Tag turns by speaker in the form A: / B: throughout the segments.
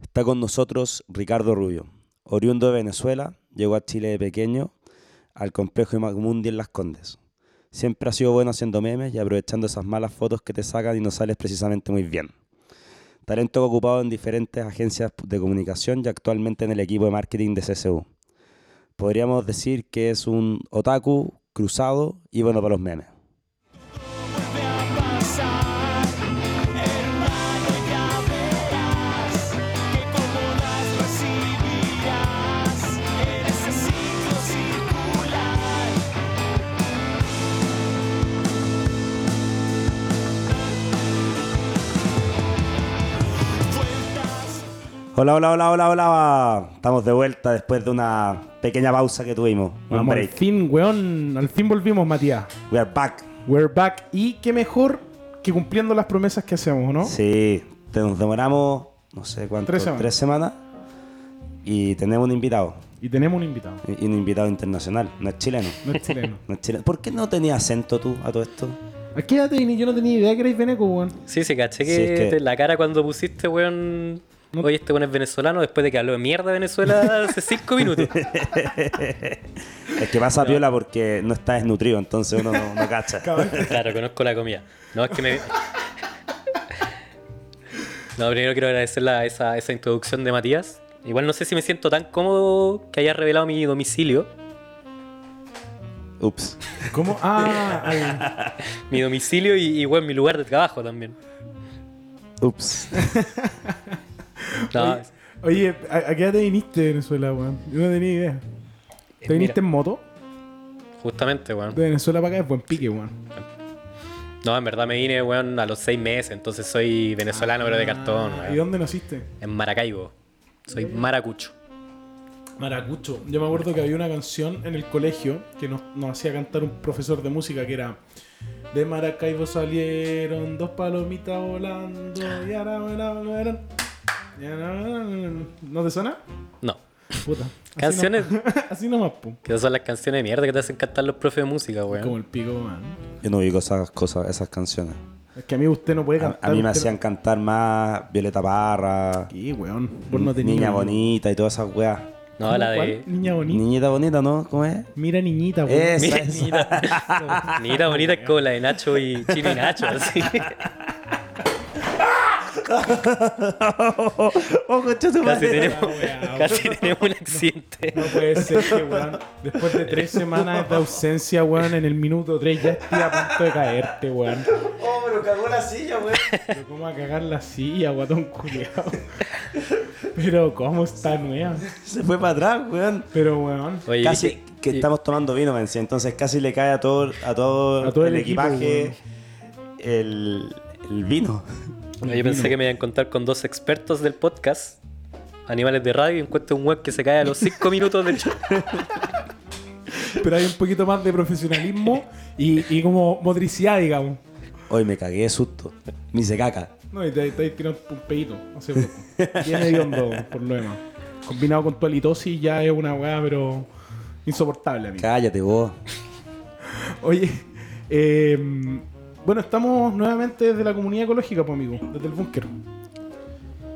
A: Está con nosotros Ricardo Rubio, oriundo de Venezuela, llegó a Chile de pequeño al complejo Magmundi en Las Condes. Siempre ha sido bueno haciendo memes y aprovechando esas malas fotos que te sacan y no sales precisamente muy bien. Talento ocupado en diferentes agencias de comunicación y actualmente en el equipo de marketing de CSU. Podríamos decir que es un otaku cruzado y bueno para los memes. Hola, hola, hola, hola, hola. Estamos de vuelta después de una pequeña pausa que tuvimos. Un
B: Vamos, al
A: break.
B: fin, weón. Al fin volvimos, Matías.
A: We are back.
B: We're back. Y qué mejor que cumpliendo las promesas que hacemos, ¿no?
A: Sí, te- nos demoramos, no sé cuánto,
B: Tres semanas.
A: semanas, Y tenemos un invitado.
B: Y tenemos un invitado.
A: y- y un invitado internacional. No es chileno.
B: No es chileno.
A: No es chileno. ¿Por qué no tenías acento tú a todo esto?
B: ¿A qué edad te vine? Yo no tenía idea que erais veneco, weón.
C: Sí, sí, caché que,
A: Sí, es que-
C: te- la cara cuando pusiste, weón.
B: No-
C: Oye, este weón es venezolano después de que habló de mierda de Venezuela hace cinco minutos.
A: Es que pasa piola porque no está desnutrido, entonces uno no, no cacha.
C: Claro, conozco la comida. No, es que me. No, primero quiero agradecer la- esa, esa introducción de Matías. Igual no sé si me siento tan cómodo que haya revelado mi domicilio.
A: Ups.
B: ¿Cómo? Ah, al-
C: Mi domicilio y, y bueno, mi lugar de trabajo también.
A: Ups.
C: No,
B: oye, oye, ¿a, a qué edad te viniste de Venezuela, weón? Yo no tenía idea.
C: Eh,
B: ¿Te viniste
C: mira.
B: en moto?
C: justamente, weón.
B: De Venezuela para acá es buen pique, weón.
C: No, en verdad me vine, weón, a los seis meses, entonces soy venezolano,
B: Ah.
C: pero de cartón,
B: ¿Y
C: weón.
B: dónde naciste?
C: En Maracaibo. Soy maracucho.
B: Maracucho. Yo me acuerdo que había una canción en el colegio que nos, nos hacía cantar un profesor de música que era De Maracaibo salieron dos palomitas volando y ahora vuelan, vuelan, y ahora vuelan". ¿No te suena?
C: No.
B: Puta. Así
C: Canciones.
B: nomás- Así nomás, pum.
C: Que esas son las canciones de mierda que te hacen cantar los profes de música,
B: Como
C: weón.
B: el pico, man.
A: Yo no digo esas cosas, esas canciones.
B: Es que a mí usted no puede
A: A,
B: cantar.
A: a mí me
B: usted
A: hacían
B: no-
A: cantar más Violeta Parra,
B: Sí, weón. Vos no tenías.
A: Niña Bonita y todas esas weas.
C: No, la de.
B: ¿Cuál? Niña bonita.
A: Niñita Bonita, ¿no? ¿Cómo es?
B: Mira, niñita, weón.
A: Esa,
C: Mira,
A: esa.
C: Niñita Niñita bonita es como la de Nacho y Chino y Nacho, así.
A: Ojo, chuchu,
C: Casi
A: madre.
C: tenemos,
B: weá,
C: casi tenemos un accidente.
B: No puede ser que, weón, después de tres semanas de ausencia, weón, en el minuto tres ya estoy a punto de caerte, weón.
A: Oh, pero cagó la silla, weón.
B: Pero cómo a cagar la silla, guatón culiao. Pero cómo está nueva.
A: Se fue para atrás, weón.
B: Pero, weón,
C: Oye,
A: Casi
C: ¿viste?
A: que
C: y-
A: estamos tomando vino, Mencia, entonces casi le cae a todo, a todo,
B: A todo
A: el,
B: el equipo,
A: equipaje el, el vino.
C: oye, yo pensé que me iba a encontrar con dos expertos del podcast, animales de radio, y encuentro un web que se cae a los cinco minutos del show.
B: pero hay un poquito más de profesionalismo y, y como motricidad, digamos.
A: Hoy me cagué de susto. Me hice caca.
B: No, y te estáis tirando un peito, hace poco. Bien hediondo, por lo demás. Combinado con tu halitosis ya es una weá, pero insoportable, amigo.
A: Cállate vos.
B: Oye, eh, bueno, estamos nuevamente desde la comunidad ecológica, pues amigo, desde el búnker.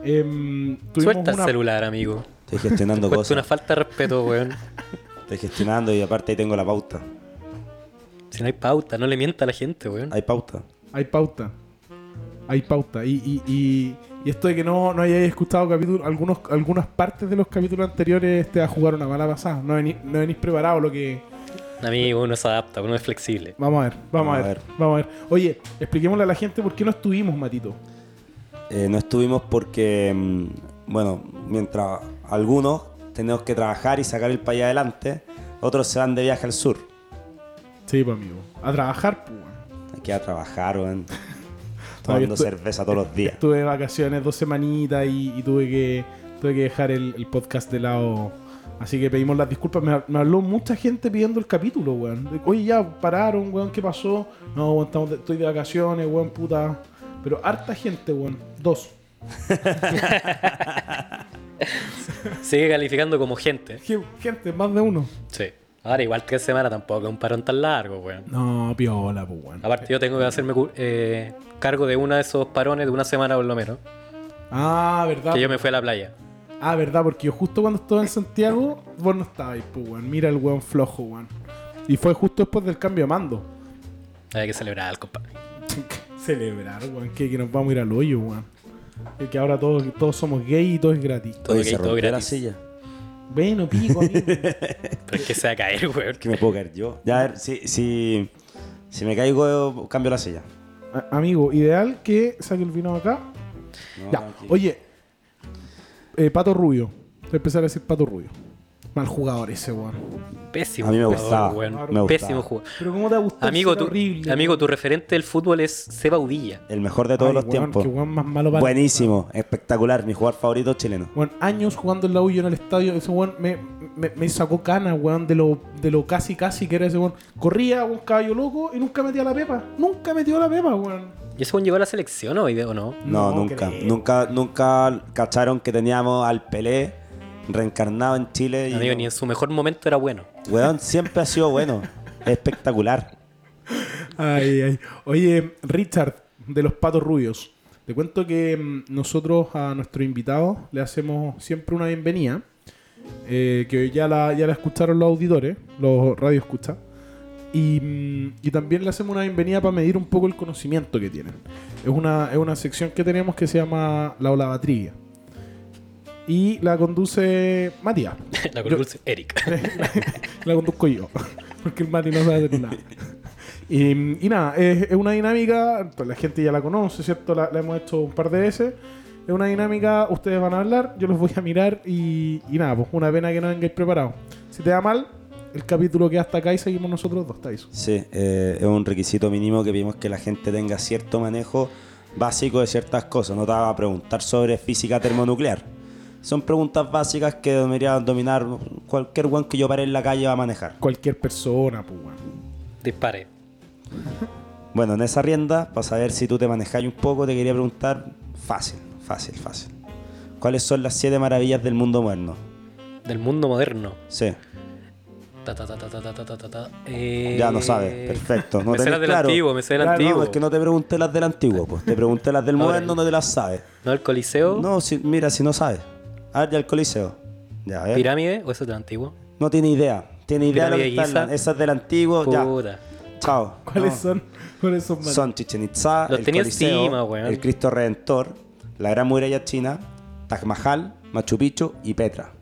B: Em, tuvimos
C: Suelta el
B: una-
C: celular, amigo.
A: Estoy gestionando
C: Cuesta una
A: cosas.
C: falta de respeto, weón.
A: Estoy gestionando y aparte ahí tengo la pauta.
C: Si no hay pauta, no le mienta a la gente, weón.
A: Hay pauta.
B: Hay pauta. Hay pauta. Y, y, y, y esto de que no, no hayáis escuchado capítulo, algunos, algunas partes de los capítulos anteriores te va a jugar una mala pasada. No venís, no venís preparado lo que...
C: Amigo, uno se adapta, uno es flexible.
B: Vamos a ver, vamos, a, ver, Vamos a ver. Oye, expliquémosle a la gente por qué no estuvimos, Matito.
A: Eh, no estuvimos porque, mm, bueno, mientras algunos tenemos que trabajar y sacar el país adelante, otros se van de viaje al sur.
B: Sí, pues amigo. A trabajar, pues. weón.
A: Hay que ir a trabajar, weón. Tomando
B: estu-
A: cerveza todos los días.
B: Estuve de vacaciones dos semanitas y, y tuve que tuve que dejar el, el podcast de lado. Así que pedimos las disculpas. Me, me habló mucha gente pidiendo el capítulo, weón. De- Oye, ya pararon, weón, ¿qué pasó? No, weón, estamos de- estoy de vacaciones, weón, puta. Pero harta gente, weón. Dos.
C: Sigue calificando como gente.
B: Gen- Gente, más de uno.
C: Sí. Ahora, igual tres semanas tampoco es un parón tan largo, weón.
B: No, piola, pues, weón.
C: Aparte, yo tengo que hacerme cu- eh, cargo de uno de esos parones de una semana por lo menos.
B: Ah, ¿verdad?
C: Que yo me fui a la playa.
B: Ah, verdad, porque yo justo cuando estuve en Santiago, vos no estabais, pues, weón. Mira el weón flojo, weón. Y fue justo después del cambio de mando.
C: Hay que celebrar al compadre.
B: Celebrar, weón, que, que nos vamos a ir al hoyo, weón. Que- Que ahora todos, todos somos gay y todo es gratis.
C: Todo
A: Oye,
C: gay,
A: se
C: todo
A: rompió la
C: gratis.
A: silla.
B: Bueno, pico, amigo.
C: Pero es que se va a caer, weón.
A: Que me puedo caer yo. Ya, a ver, si, si, si me caigo, cambio la silla.
B: A- amigo, ideal que saque el vino acá.
A: No,
B: ya,
A: tranqui.
B: oye. eh, Pato Rubio. Voy a empezar a decir Pato Rubio. Mal jugador ese, weón.
C: Pésimo
A: A mí me
C: jugador,
A: gustaba,
C: weón.
A: me gustaba.
C: Pésimo jugador.
B: Pero ¿cómo te ha gustado?
C: Amigo,
B: Era
C: tu,
B: horrible,
C: amigo,
B: weón.
C: tu referente del fútbol es Seba Udilla.
A: El mejor de todos
B: Ay,
A: los
B: weón,
A: tiempos.
B: qué weón más malo para-
A: Buenísimo, espectacular, mi jugador favorito chileno.
B: Bueno, años jugando en la U yo en el estadio, ese weón me, me, me sacó cana, weón, de lo, de lo casi casi que era ese weón. Corría un caballo loco y nunca metía la pepa. Nunca metió la pepa, weón.
C: ¿Y ese weón llegó a la selección hoy o no?
A: No,
B: No
A: nunca,
B: creo.
A: nunca, nunca cacharon que teníamos al Pelé reencarnado en Chile. Y
C: Amigo,
A: no.
C: ni en su mejor momento era bueno.
A: Weón, siempre ha sido bueno, espectacular.
B: Ay, ay. Oye, Richard, de los patos rubios. Te cuento que mm, nosotros a nuestro invitado le hacemos siempre una bienvenida. eh, que ya la, ya la escucharon los auditores, los radio escucha. Y, mm, y también le hacemos una bienvenida para medir un poco el conocimiento que tienen. Es una, es una sección que tenemos que se llama La Olavatría. Y la conduce Matías.
C: la conduce Eric.
B: La conduzco yo. Porque el Mati no sabe hacer nada. Y, y nada, es, es una dinámica, pues la gente ya la conoce, ¿cierto? La, la hemos hecho un par de veces. Es una dinámica, ustedes van a hablar, yo los voy a mirar y, y nada, pues una pena que no vengáis preparados. Si te da mal, el capítulo queda hasta acá y seguimos nosotros dos, Tyson.
A: Sí, eh, es un requisito mínimo que pedimos que la gente tenga cierto manejo básico de ciertas cosas. No te va a preguntar sobre física termonuclear. Son preguntas básicas que debería dominar cualquier one que yo pare en la calle va a manejar.
B: Cualquier persona, pues, weón.
C: Dispare.
A: Bueno, en esa rienda, para saber si tú te manejas un poco, te quería preguntar fácil, fácil, fácil. ¿Cuáles son las siete maravillas del mundo moderno?
C: Del mundo moderno.
A: Sí,
C: Ta, ta, ta, ta, ta, ta, ta, ta, ta. Eh,
A: ya no sabes, perfecto. No
C: me sé
A: tenés
C: las del
A: claro.
C: antiguo, me sé del
A: Claro,
C: antiguo.
A: No,
C: No,
A: es que no te pregunté las del antiguo, pues. Te pregunté las del
C: Ahora
A: moderno,
C: bien.
A: no te las sabes.
C: el Coliseo,
A: No, si- mira, si no sabes. A ver, ya el Coliseo. Ya, a ver.
C: Pirámide, o eso es del antiguo.
A: No tiene idea. Tiene idea de lo que
C: Pirámide
A: está en la-
C: Giza.
A: Esas del antiguo, ya.
C: Puta.
A: Chao.
B: ¿Cuáles
A: No.
B: son? ¿Cuáles son, Mati?
A: Son Chichen Itza,
C: Los
A: el
C: tenía
A: Coliseo,
C: encima, weón.
A: el Cristo Redentor, la Gran Muralla China, Taj Mahal, Machu Picchu y Petra.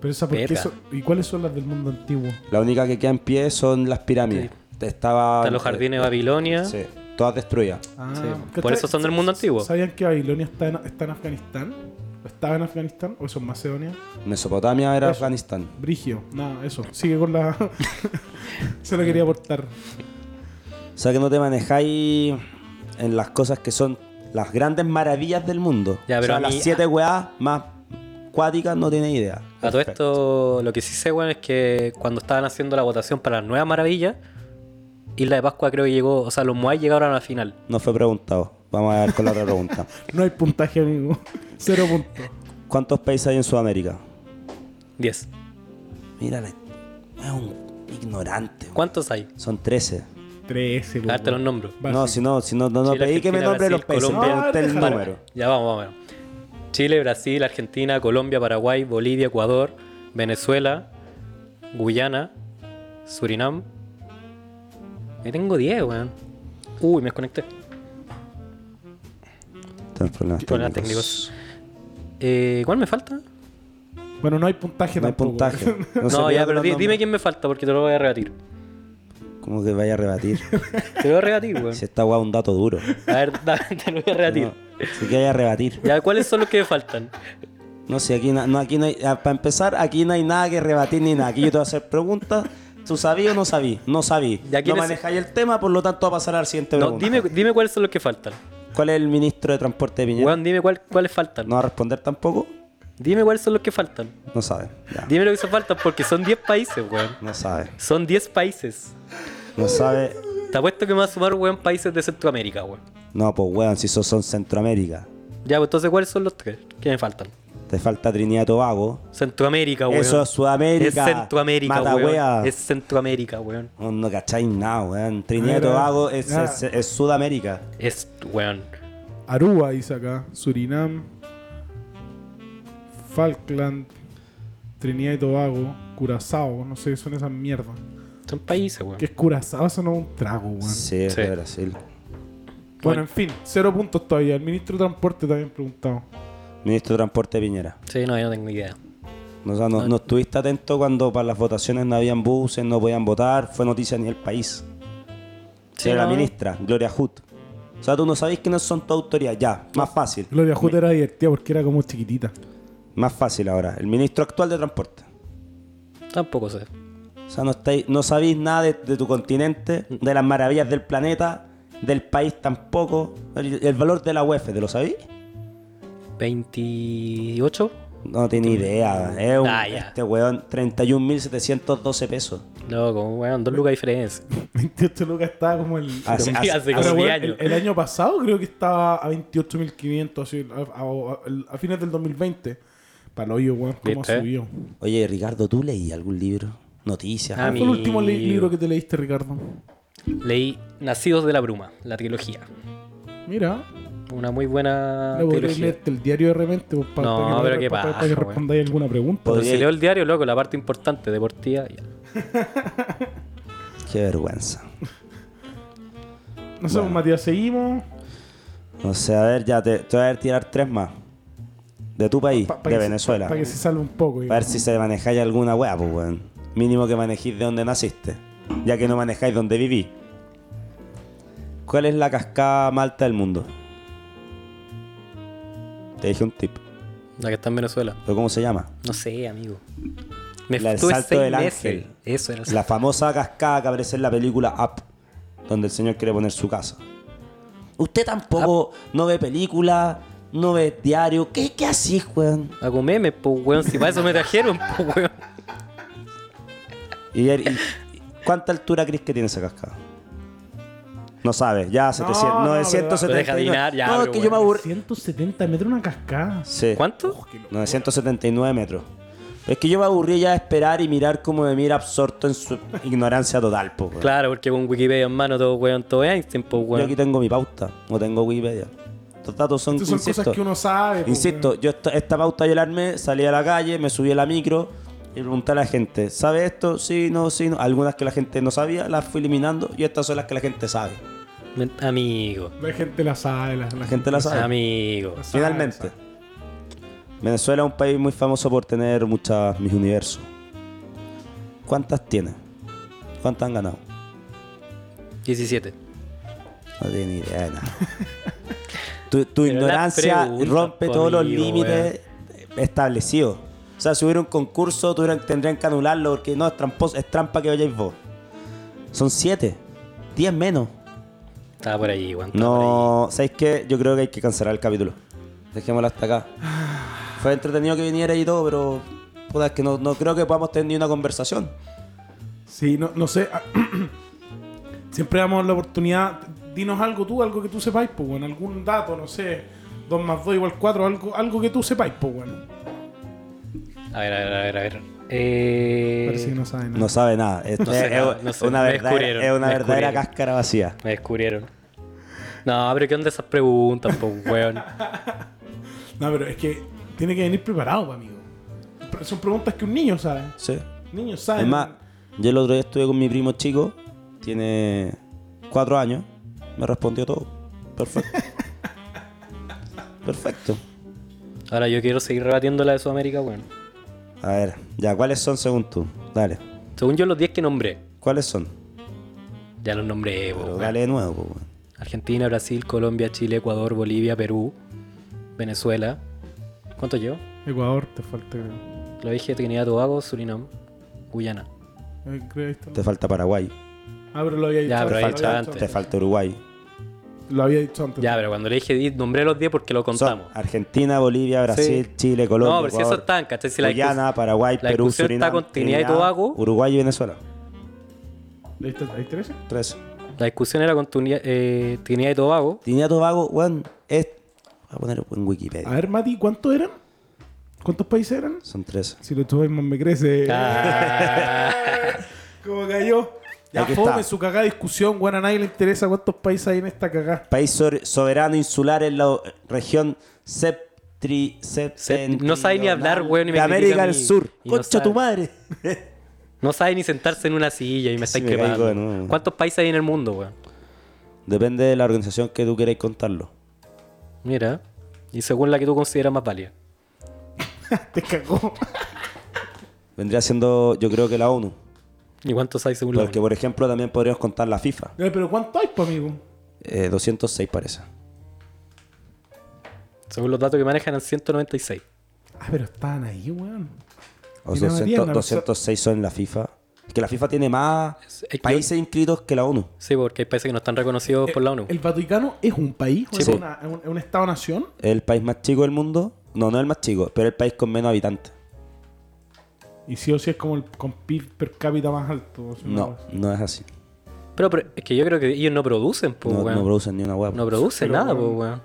B: Pero esa, ¿por qué
C: Verga.
B: son- ¿Y cuáles son las del mundo antiguo?
A: La única que queda en pie son las pirámides. Estaba,
C: Están los jardines de Babilonia.
A: Ah, eh, Sí, todas destruidas.
B: Ah,
C: Sí,
B: ¿cachai?
C: por eso son del mundo antiguo.
B: ¿Sabían que Babilonia está en, está en Afganistán? ¿O estaba en Afganistán? ¿O eso es Macedonia?
A: Mesopotamia era
B: Eso.
A: Afganistán.
B: Brigio. Nada, eso. Sigue con la... Se lo quería aportar.
A: O sea que no te manejáis en las cosas que son las grandes maravillas del mundo.
C: Ya, pero
A: o sea,
C: a
A: las
C: mí-
A: siete weas más cuáticas no tiene idea.
C: A todo esto, lo que sí sé, weón, es que cuando estaban haciendo la votación para las nuevas maravillas, Isla de Pascua creo que llegó, o sea, los Moai llegaron a la final.
A: No fue preguntado. Vamos a ver con la otra pregunta.
B: No hay puntaje, amigo. Cero puntos.
A: ¿Cuántos países hay en Sudamérica?
C: 10.
A: Mírale, es un ignorante. weón.
C: ¿Cuántos hay?
A: Son 13.
B: Trece,
C: A ver, te los nombro.
A: No, si no, si no, no, no
C: Chile,
A: pedí que me
C: Argentina,
A: nombre los
C: Brasil,
A: países,
C: Colombia.
A: pregunté el
B: Déjalo.
A: número.
C: Ya vamos, vamos. Chile, Brasil, Argentina, Colombia, Paraguay, Bolivia, Ecuador, Venezuela, Guyana, Surinam. Yo tengo 10, weón. Uy, me desconecté.
A: Tengo problemas
C: Problemas
A: técnicos.
C: Eh, ¿Cuál me falta?
B: Bueno, no hay puntaje
A: No hay
B: tampoco.
A: puntaje.
C: No,
A: se
C: ya,
A: pierdan
C: pero
A: los
C: di- dime
A: nombres.
C: quién me falta porque te lo voy a rebatir.
A: Como que vaya a rebatir.
C: Te lo voy a rebatir, weón.
A: si esta wea es un dato duro.
C: A ver, da- te lo voy a rebatir.
A: No, si que vaya a rebatir.
C: Ya, ¿cuáles son los que me faltan?
A: No sé, aquí, na- no, aquí no hay, ah, para empezar, aquí no hay nada que rebatir ni nada. Aquí yo te voy a hacer preguntas. ¿Tú sabías o no sabí? No sabí.
C: Ya, ¿quién
A: No
C: es-
A: manejáis el tema, por lo tanto va a pasar a la siguiente
C: No,
A: pregunta.
C: dime, dime cuáles son los que faltan.
A: ¿Cuál es el ministro de Transporte de Piñera?
C: Weón, dime cuál- cuáles faltan.
A: ¿No va a responder tampoco?
C: Dime cuáles son los que faltan.
A: No sabe. Ya.
C: Dime lo que se faltan porque son 10 países, weón.
A: No sabe.
C: Son 10 países.
A: No sabe.
C: Te apuesto que me va a sumar, weón, países de Centroamérica, weón.
A: No, pues weón, si esos son Centroamérica.
C: Ya, pues entonces, ¿cuáles son los tres que me faltan?
A: Te falta Trinidad y Tobago.
C: Centroamérica, weón.
A: Eso es Sudamérica.
C: Es Centroamérica,
A: Mata
C: weón.
A: wea.
C: Es Centroamérica, weón.
A: No, no cacháis nada, weón. Trinidad y
B: Mira,
A: Tobago es,
B: ya.
A: es- es Sudamérica.
C: Es, weón.
B: Aruba dice acá. Surinam. Falkland, Trinidad y Tobago, Curazao, no sé qué son esas mierdas.
C: Son países, weón.
B: ¿Qué es Curazao? Eso no es un trago, weón.
A: Sí, es
C: Sí.
A: de Brasil.
B: Bueno,
C: Bueno.
B: en fin, cero puntos todavía. El ministro de Transporte también preguntado.
A: Ministro de Transporte Piñera.
C: Sí, no, yo no tengo idea.
A: O sea, no, no estuviste atento cuando para las votaciones no habían buses, no podían votar, fue noticia ni el país.
C: Sí,
A: era
C: no.
A: la ministra, Gloria Hood. O sea, tú no sabés quiénes son tu autoridad. Ya, más fácil.
B: Gloria Hood era divertida porque era como chiquitita.
A: Más fácil ahora. El ministro actual de Transporte.
C: Tampoco sé.
A: O sea, no, estáis, no sabéis nada de, de tu continente, de las maravillas del planeta, del país tampoco. El, el valor de la UEF, ¿te lo sabéis?
C: 28.
A: No tiene idea. Es un-
C: Ah, ya.
A: Este weón, 31.712 pesos.
C: Loco, weón, dos lucas de diferencia.
B: 28 lucas estaba como el.
A: Hace-
C: Hace,
A: hace-
C: como
B: Ahora,
C: 10
B: weón,
C: años.
B: El, el año pasado creo que estaba a 28.500, así, a, a- a- a fines del 2020. Para el hoyo, weón, cómo
C: ¿Viste?
B: subió.
A: Oye, Ricardo, ¿tú leí algún libro? Noticias.
C: Ah,
B: ¿Cuál fue el último li-
C: Amigo.
B: libro que te leíste, Ricardo?
C: Leí Nacidos de la Bruma, la trilogía.
B: Mira,
C: Una muy buena
B: no podrías
C: trilogía.
B: leerte el diario de repente pues, pa-
C: Ah, No,
B: para,
C: pero
B: que,
C: qué
B: pa- pa-
C: paja,
B: para que
C: weón.
B: respondáis alguna pregunta.
A: Podría-
C: Pero si leo el diario, loco, la parte importante, deportiva. ya.
A: Qué vergüenza.
B: No sé, pues, Matías, seguimos.
A: O sea, a ver, ya te, te voy a ver tirar tres más. De tu país,
B: Pa- pa
A: de
B: que se-
A: Venezuela.
B: Para que se salve un poco.
A: A ver si se manejáis alguna weá, pues weón. Mínimo que manejéis de donde naciste, ya que no manejáis donde viví. ¿Cuál es la cascada más alta del mundo? Te dije un tip.
C: La que está en Venezuela.
A: ¿Pero cómo se llama?
C: No sé, amigo. Me
A: La del
C: estuve
A: Salto
C: seis
A: del
C: meses.
A: Ángel.
C: Eso era el
A: La famosa cascada que aparece en la película Up, donde el señor quiere poner su casa. Usted tampoco no ve película, no ve diario. ¿Qué, qué hacís, weón?
C: Hago memes, pues, weón. Si para eso me trajeron, pues, weón.
A: ¿Y, y- y- cuánta altura crees que tiene esa cascada? No sabes, ya 700,
B: No, no,
A: 979.
C: pero- Deja adivinar, ya,
A: no, es
C: pero
A: que yo me
C: bueno.
A: aburrí.
B: 170 metros una cascada.
A: Sí,
C: ¿Cuánto?
A: 979 metros. Es que yo me aburrí ya de esperar y mirar como me mira absorto en su ignorancia total, po. weón.
C: Claro, porque con Wikipedia en mano todo weón, todo es Einstein, pues
A: Yo aquí
C: weón.
A: tengo mi pauta, no tengo Wikipedia. Estos datos son,
B: Estas son
A: insisto,
B: cosas que uno sabe. pues,
A: Insisto, yo esta, esta pauta yo la armé, salí a la calle, me subí a la micro y pregunté a la gente, ¿sabe esto? Sí, no, sí, no. Algunas que la gente no sabía, las fui eliminando y estas son las que la gente sabe.
C: Men- Amigo.
B: weón. La gente la sabe. La, la
A: La gente la sabe.
C: Amigo.
B: la sabe,
A: Finalmente,
B: la sabe.
A: Venezuela es un país muy famoso por tener muchas mis universos. ¿Cuántas tiene? ¿Cuántas han ganado?
C: 17.
A: No tiene ni idea de nada. tu tu
C: Pero
A: ignorancia
C: las preguntas,
A: rompe
C: po,
A: todos los
C: amigo,
A: límites establecidos. O sea, si hubiera un concurso, tuvieran- tendrían que anularlo porque no, es, tramposo, es trampa que vayáis vos. Son siete. Diez menos.
C: Estaba por ahí, weón. estaba por
A: No, ¿sabéis qué? Yo creo que hay que cancelar el capítulo. Dejémoslo hasta acá. Fue entretenido que viniera y todo, pero puta, es que no, no creo que podamos tener ni una conversación.
B: Sí, no, no sé. ah, Siempre damos la oportunidad. Dinos algo tú, algo que tú sepáis, pues, bueno. Algún dato, no sé. 2 más 2 igual 4, algo, algo que tú sepáis, pues, bueno.
C: ahí. A ver, a ver, a ver, a ver. Eh...
B: Parece que no sabe nada.
A: No sabe nada. Es,
C: No sé
A: es-
C: nada,
A: es
C: no sé.
A: una
C: Me
A: verdadera,
C: descubrieron,
A: es una
C: me
A: verdadera
C: descubrieron.
A: cáscara vacía.
C: Me descubrieron. No, pero ¿qué onda esas preguntas, pues weón?
B: No, pero es que tiene que venir preparado, amigo. Pero Son preguntas que un niño sabe.
A: Sí.
B: Niños saben.
A: Es más, yo el otro día estuve con mi primo chico, tiene cuatro años, me respondió todo. Perfecto. Perfecto.
C: Ahora yo quiero seguir rebatiendo la de Sudamérica, weón.
A: A ver, ya, ¿cuáles son según tú? Dale.
C: Según yo, los 10 que nombré.
A: ¿Cuáles son?
C: Ya los nombré, po,
A: Pero
C: weón.
A: dale de nuevo, po, weón.
C: Argentina, Brasil, Colombia, Chile, Ecuador, Bolivia, Perú, Venezuela. ¿Cuánto llevo?
B: Ecuador te falta, creo.
C: Lo dije, Trinidad, Tobago, Surinam, Guyana.
B: Eh, creo ahí está.
A: Te falta Paraguay,
B: Ah, pero lo había dicho
C: Ya,
B: antes.
C: pero
A: te
C: ahí
B: lo
C: está
B: había
A: falta,
B: dicho
C: antes.
A: te falta Uruguay.
B: antes. Lo había dicho antes.
C: Ya, pero cuando le dije 10, nombré los 10 porque lo
A: Son
C: contamos.
A: Argentina, Bolivia, Brasil, Chile, Colombia,
C: no, pero si eso
A: Ecuador,
C: están, ¿cachai? Si la,
A: Guyana,
C: discus-
A: Paraguay,
C: la
A: Perú,
C: discusión está
A: Surinam,
C: con Trinidad y Tobago.
A: Uruguay y Venezuela.
B: Ahí está, ahí trece.
A: Tres.
C: la discusión era con Tuni- eh, Trinidad y Tobago.
A: Trinidad y Tobago, weón, es... Voy a poner en Wikipedia.
B: A ver, Mati, ¿cuántos eran? ¿Cuántos países eran?
A: Son tres.
B: Si lo tuve más me crece.
C: Ah,
B: Como cayó. Ya
A: Aquí
B: fome
A: está.
B: su cagada discusión, weón. A nadie le interesa cuántos países hay en esta cagada.
A: País sobre- soberano insular en la o- región sep- tricepten-
C: No sabe ni hablar, weón, y me
A: De
C: critica
A: América
C: a
A: del
C: mí,
A: Sur.
C: y no
A: ¡Concha tu
C: sabe.
A: madre!
C: No sabe ni sentarse en una silla y me
A: Casi
C: estáis
A: me caigo
C: quemando.
A: de nuevo.
C: ¿Cuántos países hay en el mundo, weón?
A: Depende de la organización que tú queráis contarlo.
C: Mira. Y según la que tú consideras más válida.
B: Te cagó.
A: Vendría siendo, yo creo que la ONU.
C: ¿Y cuántos hay según la
A: Porque, por ejemplo, también podríamos contar la FIFA.
B: Ya, Pero ¿cuánto hay, pues, amigo?
A: Eh, 206 parece.
C: ONU? Según los datos que manejan, eran 196.
B: Ah, pero estaban ahí, weón.
A: O
B: Y no me
A: 200
B: atiendan,
A: 206 son en la FIFA. Es que la FIFA tiene más
C: Es- es-
A: países inscritos que la ONU.
C: Sí, porque hay países que no están
B: Eh,
C: reconocidos por la ONU.
B: ¿El Vaticano es un país? ¿O
A: Sí,
B: es,
A: po.
B: una- es un, es un Estado-nación?
A: Es el país más chico del mundo. No, no es el más chico, pero el país con menos habitantes.
B: Y sí o sí es como el con PIB per cápita más alto. o sea, una
A: No,
B: cosa así.
A: no es así.
C: Pero, pero es que yo creo que ellos no producen, pues,
A: No,
C: weón.
A: no producen ni una hueá.
C: No producen
B: Pero,
C: nada, pues,
B: weón.
C: weón.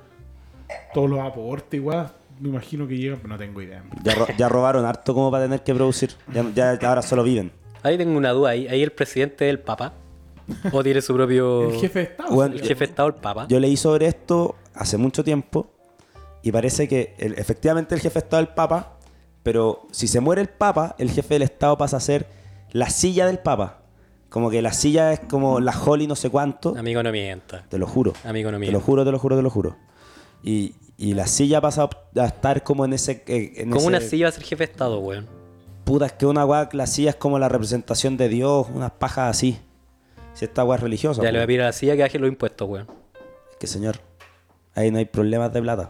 B: Todos los aportes, igual, me imagino que llegan, pero no tengo idea.
A: Ya, ro- ya robaron harto como para tener que producir. Ya, ya- ya ahora solo viven.
C: Ahí tengo una duda. Ahí, ahí el presidente es el Papa. O tiene su propio.
B: El jefe de Estado.
A: Bueno,
C: el jefe de Estado, el Papa.
A: Yo leí sobre esto hace mucho tiempo y parece que el- efectivamente el jefe de Estado es el Papa, pero si se muere el Papa, el jefe del Estado pasa a ser la silla del Papa. Como que la silla es como la Holly no sé cuánto.
C: Amigo, no mienta.
A: Te lo juro.
C: Amigo, no
A: Te lo
C: mienta.
A: juro, te lo juro, te lo juro. Y, y la silla pasa a estar como en ese... eh, En
C: ¿Cómo una
A: ese-
C: silla va a ser jefe de Estado, weón?
A: Puta, es que una weá, la silla es como la representación de Dios, unas pajas así. Si esta weá es religiosa.
C: Ya le voy
A: weón.
C: a pedir a la silla que baje los impuestos, weón.
A: Que señor, ahí no hay problemas de plata.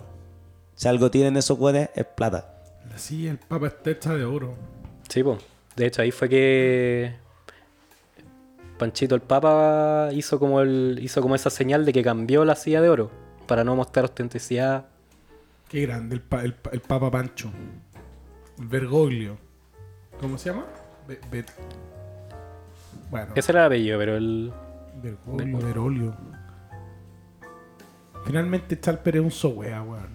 A: Si algo tienen esos güeyes, es plata.
B: Sí, el Papa está hecha de oro.
C: Sí, pues. De hecho, ahí fue que. Panchito el Papa hizo como el. hizo como esa señal de que cambió la silla de oro. Para no mostrar ostentacidad.
B: Qué grande, el, pa- el pa- el Papa Pancho. Bergoglio. ¿Cómo se llama? Be- Be- bueno,
C: Ese era el apellido, pero el.
B: Bergoglio, Berolio. Finalmente Chalper es un sowea, weón.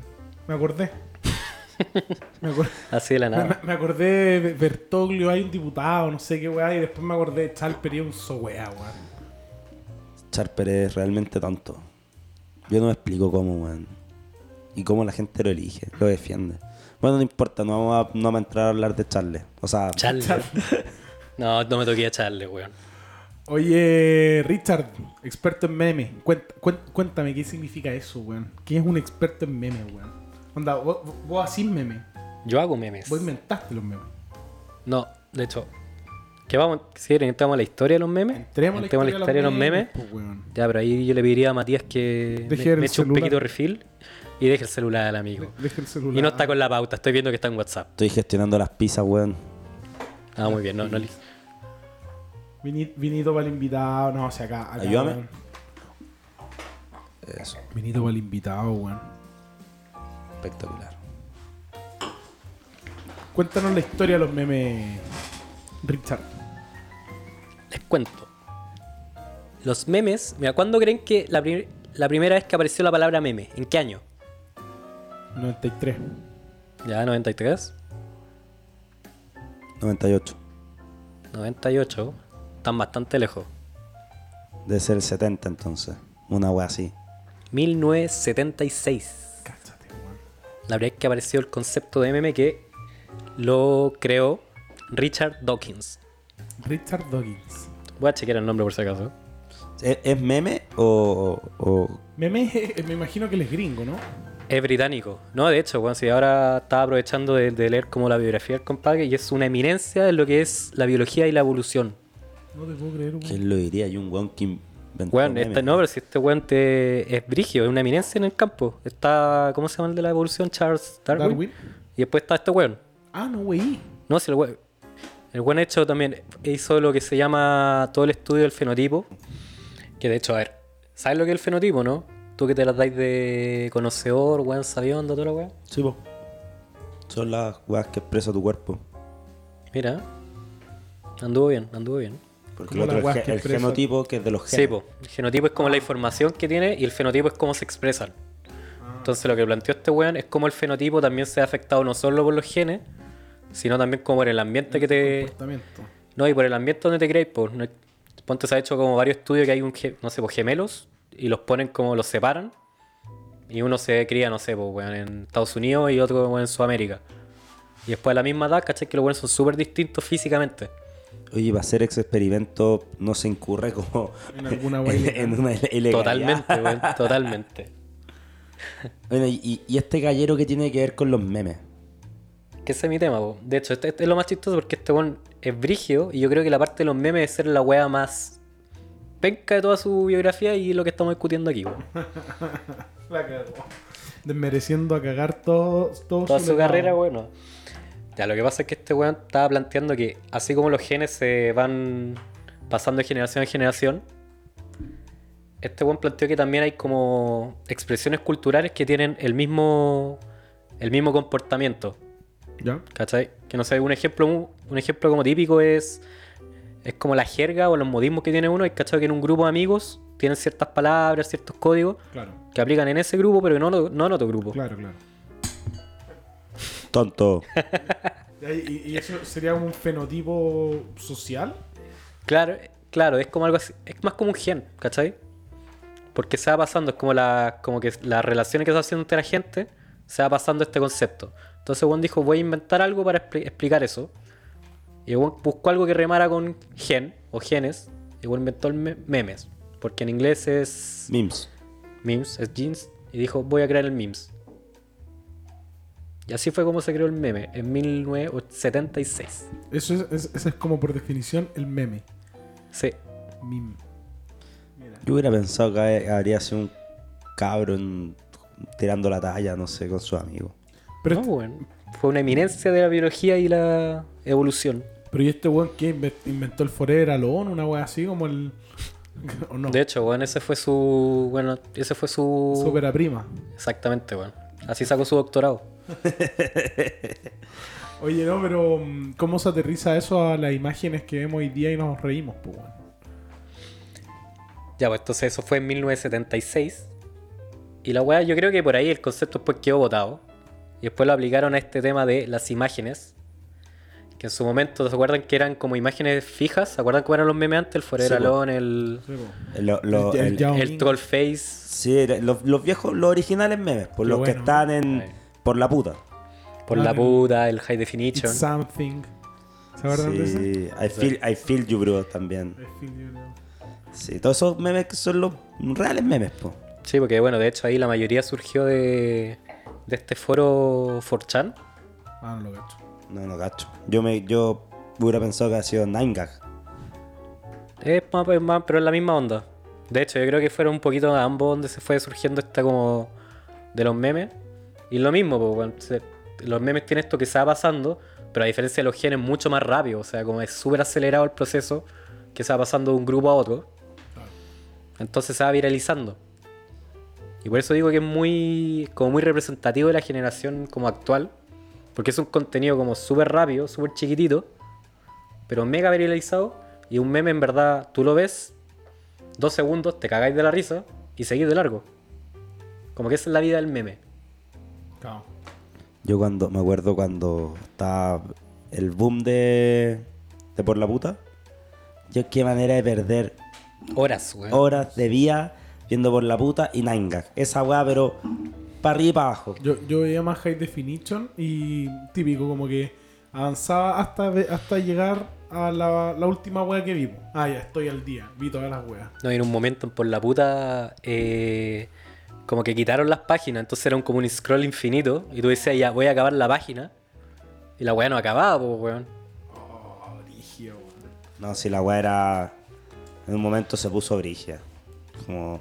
B: Me acordé. Me, acor-
C: Así de la
B: me-
C: nada.
B: me acordé de Bertoglio, hay un diputado, no sé qué weá, y después me acordé de Chalper y es un sowea, weón.
A: Charper es realmente tonto. Yo no me explico cómo, weón. Y cómo la gente lo elige, lo defiende. Bueno, no importa, no vamos a, no vamos a entrar a hablar de Charles. O sea,
C: Charles. No, no me toqué a Charles, weón.
B: Oye, Richard, experto en memes. Cuent- cuen- cuéntame qué significa eso, weón. ¿Qué es un experto en memes, weón? Onda, vos, vos hacís memes.
C: Yo hago memes.
B: Vos inventaste los memes.
C: No, de hecho. ¿Qué vamos? Si quieren, entramos a la historia de los memes.
B: Entremos a la historia,
C: de los memes.
B: pues, weón.
C: Ya, pero ahí yo le pediría a Matías que
B: Deje
C: me-
B: el
C: me eche un
B: celular.
C: pequeño refill y deje el celular al amigo.
B: Deja el celular.
C: Y no está con la pauta, estoy viendo que está en WhatsApp.
A: estoy gestionando las pizzas, weón.
C: Ah, muy bien, no, no li-
B: Vini- Vinito para el invitado. No, o sea, acá. acá,
A: Ayúdame.
B: weón.
A: Eso,
B: Vinito para el invitado, weón.
A: espectacular.
B: Cuéntanos la historia de los memes, Richard.
C: Les cuento. Los memes, mira, ¿cuándo creen que la, pri- la primera vez que apareció la palabra meme? ¿En qué año?
B: 93.
C: Ya, 93,
A: 98.
C: 98. Están bastante lejos.
A: Debe ser el 70 entonces. Una weá así.
C: 1976.
B: Cáchate, weón.
C: La primera vez que apareció el concepto de meme que lo creó Richard Dawkins.
B: Richard Dawkins.
C: Voy a chequear el nombre por si acaso.
A: ¿Es, es meme o, o-
B: Memes, eh, me imagino que él es gringo, ¿no?
C: Es británico. No, de hecho, bueno, si ahora estaba aprovechando de, de leer como la biografía del compadre y es una eminencia en lo que es la biología y la evolución.
B: No te puedo creer, weón.
A: quién lo diría? Hay un weón que inventó
C: Weón,
A: memes.
C: este, no, pero si este weón te- es brigio, es una eminencia en el campo. Está, ¿cómo se llama el de la evolución? Charles Darwin.
B: Darwin.
C: Y después está este weón.
B: Ah, no, wey.
C: No, si el weón. El weón hecho también hizo lo que se llama todo el estudio del fenotipo. Que de hecho, a ver, ¿sabes lo que es el fenotipo, no? Tú que te las dais de conocedor, weón, sabiondo, toda la weón.
A: Sí, po. Son las weas que expresa tu cuerpo.
C: Mira. Anduvo bien, anduvo bien.
A: Porque
B: Como
A: el otro
B: las
A: es
B: weas
A: ge-
B: que
A: el
B: expresa-
A: genotipo que es de los genes.
C: Sí, po. El genotipo es como la información que tiene y el fenotipo es cómo se expresan. Entonces lo que planteó este weón es cómo el fenotipo también se ha afectado no solo por los genes, sino también como por el ambiente Este que te...
B: Comportamiento.
C: No, y por el ambiente donde te crees. Po. No es- pues, Ponte, se ha hecho como varios estudios que hay, un ge- no sé, pues gemelos y los ponen como los separan Y uno se cría, no sé, pues, weón, en Estados Unidos y otro weón, en Sudamérica. Y después a la misma edad, ¿cachai? Que los weones son súper distintos físicamente.
A: Oye, para hacer ese experimento no se incurre como
B: En alguna
A: en,
B: weá.
A: en una ile- ilegalidad.
C: Totalmente, weón, totalmente.
A: Bueno, y, y este gallero que tiene que ver con los memes.
C: Que ese es mi tema, po. De hecho, este, este es lo más chistoso porque este weón es brigio y yo creo que la parte de los memes es ser la wea más penca de toda su biografía y lo que estamos discutiendo aquí, weón.
B: La cagó. Desmereciendo a cagar todo, todo
C: Toda su
B: legado.
C: carrera, bueno. Ya, lo que pasa es que este weón estaba planteando que así como los genes se van pasando de generación en generación, este weón planteó que también hay como expresiones culturales que tienen el mismo, el mismo comportamiento.
B: ¿Ya?
C: ¿Cachai? Que no sé, un ejemplo, mu- un ejemplo como típico es, es como la jerga o los modismos que tiene uno. Y cachai que en un grupo de amigos tienen ciertas palabras, ciertos códigos
B: Claro,
C: que aplican en ese grupo, pero que no, lo- no en otro grupo.
B: claro, claro.
A: Tonto.
B: ¿Y, y- y eso sería como un fenotipo social?
C: Claro, eh, claro, es como algo así, es más como un gen, ¿cachai? Porque se va pasando, es como la, como que las relaciones que se hacen entre la gente, se va pasando este concepto. Entonces Juan dijo, voy a inventar algo para expli- explicar eso. Y Juan buscó algo que remara con gen o genes. Y Juan inventó el me- memes. Porque en inglés es
A: Memes.
C: memes, es jeans. Y dijo, voy a crear el memes. Y así fue como se creó el meme, en 1976.
B: Eso es, es- ese es como por definición el meme.
C: Sí.
B: Meme. Mira.
A: Yo hubiera pensado que habría sido un cabrón tirando la talla, no sé, con su amigo.
B: Pero,
C: No,
B: este-
C: weón. Fue una eminencia de la biología y la evolución.
B: pero ¿y este weón que inventó el Forever Alone? Una wea así como el. ¿O no?
C: De hecho, weón, ese fue su. Bueno, ese fue su.
B: Su ópera prima.
C: Exactamente, weón. Así sacó su doctorado.
B: Oye, no, pero mm, ¿cómo se aterriza eso a las imágenes que vemos hoy día y nos reímos, pues, weón?
C: Ya, pues entonces eso fue en 1976. Y la weá, yo creo que por ahí el concepto después quedó votado. Y después lo aplicaron a este tema de las imágenes. Que en su momento, ¿se acuerdan que eran como imágenes fijas? ¿Se acuerdan cómo eran los memes antes? El Forever
A: Sí,
B: pues.
A: po.
C: Alone, el,
B: Sí, po.
A: Lo- lo-
B: El- el
A: el-
B: Yao
C: el
B: Ming.
C: Troll Face.
A: sí, era- los, los viejos, los originales memes, por
B: Qué
A: los que
B: bueno.
A: están en.
C: Sí.
A: por la puta.
C: Por
B: Ah,
C: la
B: el-
C: puta, el High
B: It's
C: Definition.
B: something. ¿Se acuerdan de ese?
A: Sí, I feel, I feel you, bro, también.
B: I feel you now.
A: Sí, todos esos memes que son los reales memes, po.
C: Sí, porque bueno, de hecho ahí la mayoría surgió de, de este foro 4chan.
B: Ah, no lo cacho.
A: No, no cacho. Yo me, yo hubiera pensado que había sido Nine Gag.
C: Es más, es más, pero es la misma onda. De hecho, yo creo que fueron un poquito ambos donde se fue surgiendo esta como de los memes. Y lo mismo, pues, bueno, se- los memes tienen esto que se va pasando, pero a diferencia de los genes, mucho más rápido. O sea, como es súper acelerado el proceso que se va pasando de un grupo a otro. Entonces se va viralizando. Y por eso digo que es muy, como muy representativo de la generación como actual. Porque es un contenido como súper rápido, súper chiquitito, pero mega viralizado. Y un meme en verdad, tú lo ves, dos segundos, te cagáis de la risa y seguís de largo. Como que esa es la vida del meme.
B: Cao.
A: Yo cuando me acuerdo cuando estaba el boom de, de por la puta. Yo qué manera de perder
C: Horas, weón.
A: horas de día viendo por la puta y Nine Gag. Esa weá, pero para arriba y para abajo.
B: Yo, yo veía más High Definition y típico, como que avanzaba hasta, ve- hasta llegar a la, la última wea que vimos. Ah, ya estoy al día, vi todas las weas.
C: No, y en un momento en por la puta, eh, como que quitaron las páginas, entonces era un, como un scroll infinito. Y tú decías, ya voy a acabar la página. Y la weá no acababa, po, weón.
B: Oh, brígido, weón.
A: No, si la weá era. En un momento se puso brigia. Como.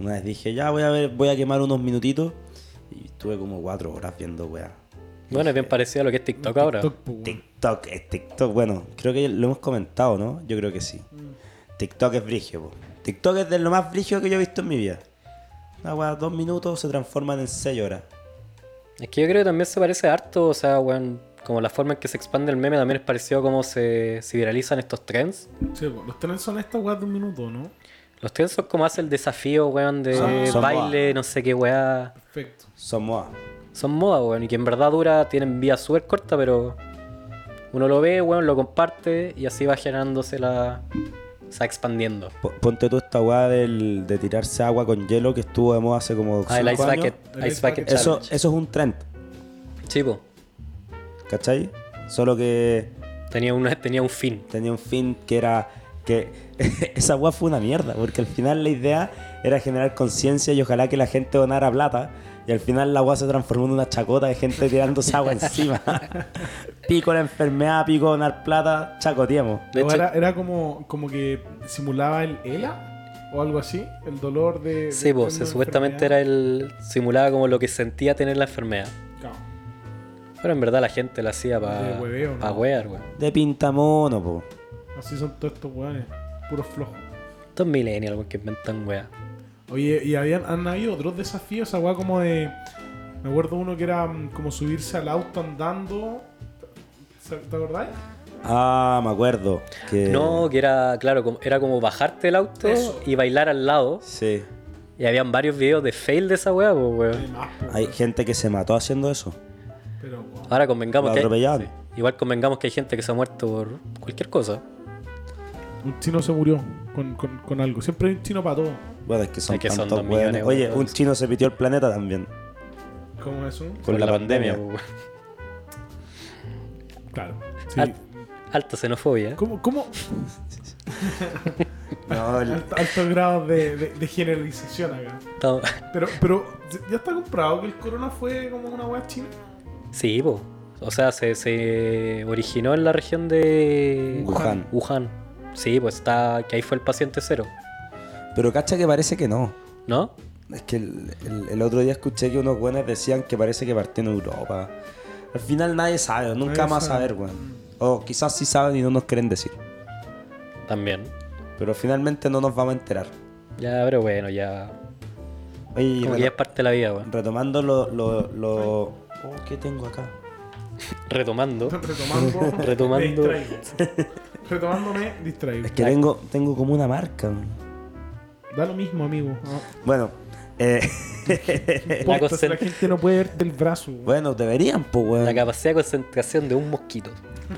A: Una vez dije, ya voy a ver, voy a quemar unos minutitos. Y estuve como cuatro horas viendo weá.
C: Bueno, es bien parecido a lo que es TikTok ahora.
B: TikTok, po, weón.
A: TikTok, es TikTok, bueno, creo que lo hemos comentado, ¿no? Yo creo que sí. TikTok es brigio, po. TikTok es de lo más brigio que yo he visto en mi vida. Una weá, dos minutos se transforman en seis horas.
C: Es que yo creo que también se parece harto, o sea, weón, como la forma en que se expande el meme también es parecido a cómo se, se viralizan estos trends.
B: Sí, po, los trenes son estas weas de un minuto, ¿no?
C: Los trends son como hace el desafío, weón, de
A: Son- son
C: baile, no sé qué weá.
B: Perfecto.
A: Somos.
C: Son moda, weón, y que en verdad dura, tienen vía súper corta, pero uno lo ve, weón, lo comparte y así va generándose la, Se está expandiendo.
A: Po- Ponte tú esta weá del- de tirarse agua con hielo que estuvo de moda hace como.
C: Ah, el
A: cinco
C: Ice
A: años.
C: Bucket.
B: el Ice
C: Ice Bucket
B: Bucket.
A: Eso,
C: Challenge.
A: eso es un trend,
C: Sí, po.
A: ¿cachai? Solo que
C: Tenía, una, tenía un fin.
A: tenía un fin que era que esa weá fue una mierda, porque al final la idea era generar conciencia y ojalá que la gente donara plata. Y al final la weá se transformó en una chacota de gente tirándose agua encima. pico la enfermedad, pico donar plata, chacoteamos.
C: De
B: O
C: hecho-
B: era, era como, como que simulaba el ELA o algo así, el dolor de.
C: Sí, po. se- supuestamente era el. Simulaba como lo que sentía tener la enfermedad. Pero en verdad la gente la hacía para.
B: De hueveo, ¿no?
C: Para wear, weón.
A: De pintamono, po.
B: Así son todos estos weones, puros flojos.
C: Estos millennials, weón, que inventan wea.
B: Oye, y habían, han habido otros desafíos, esa weá como de. Me acuerdo uno que era mm, como subirse al auto andando. ¿Te te acordás?
A: Ah, me acuerdo. Que...
C: No, que era, claro, como- era como bajarte el auto
B: Eso.
C: y bailar al lado.
A: Sí.
C: Y habían varios videos de fail de esa wea, po,
B: Hay
C: weón.
B: más, po,
A: Hay gente que se mató haciendo eso.
B: pero weón.
C: Ahora
A: Lo
C: convengamos que. hay-
A: atropellaron.
C: Igual convengamos que hay gente que se ha muerto por cualquier cosa.
B: Un chino se murió con, con- con algo. Siempre hay un chino para todo.
A: Bueno, es que son
C: Es que son
A: tantos
C: dos
A: weones.
C: millones,
A: Oye,
C: weón.
A: un chino se pitió el planeta también.
B: ¿Cómo es eso?
A: Por la pandemia.
C: po, pues, weón.
B: Claro. Sí.
C: Al- Alta xenofobia.
B: ¿Cómo, cómo
A: No, el-
B: alto- altos grados de, de- de generalización acá?
C: Estamos-
B: Pero, pero, ¿ya está comprado que el corona fue como una weá china?
C: Sí, po. O sea, se, se originó en la región de
A: Wuhan.
C: Wuhan. Sí, pues está. Que ahí fue el paciente cero.
A: Pero cacha que parece que no.
C: ¿No?
A: Es que el, el- el otro día escuché que unos buenos decían que parece que partió en Europa. Al final nadie sabe, nunca
B: Nadie
A: más
B: sabe.
A: saber, weón. O quizás sí saben y no nos quieren decir.
C: También.
A: Pero finalmente no nos vamos a enterar.
C: Ya, pero bueno, ya.
A: Oye, y
C: Como que
A: reto-
C: ya es parte de la vida, weón.
A: retomando lo. lo, lo- Oh, ¿Qué tengo acá?
C: Retomando.
B: Retomando. me
C: Retomando.
B: distraigo. Retomándome, distraigo.
A: Es que tengo, tengo como una marca. weón.
B: Da lo mismo, amigo. Ah. No.
A: Bueno, eh,
B: importa
C: cosa-
B: si la gente no puede ver del brazo. weón.
A: bueno, deberían, pues, weón.
C: La capacidad de concentración de un mosquito.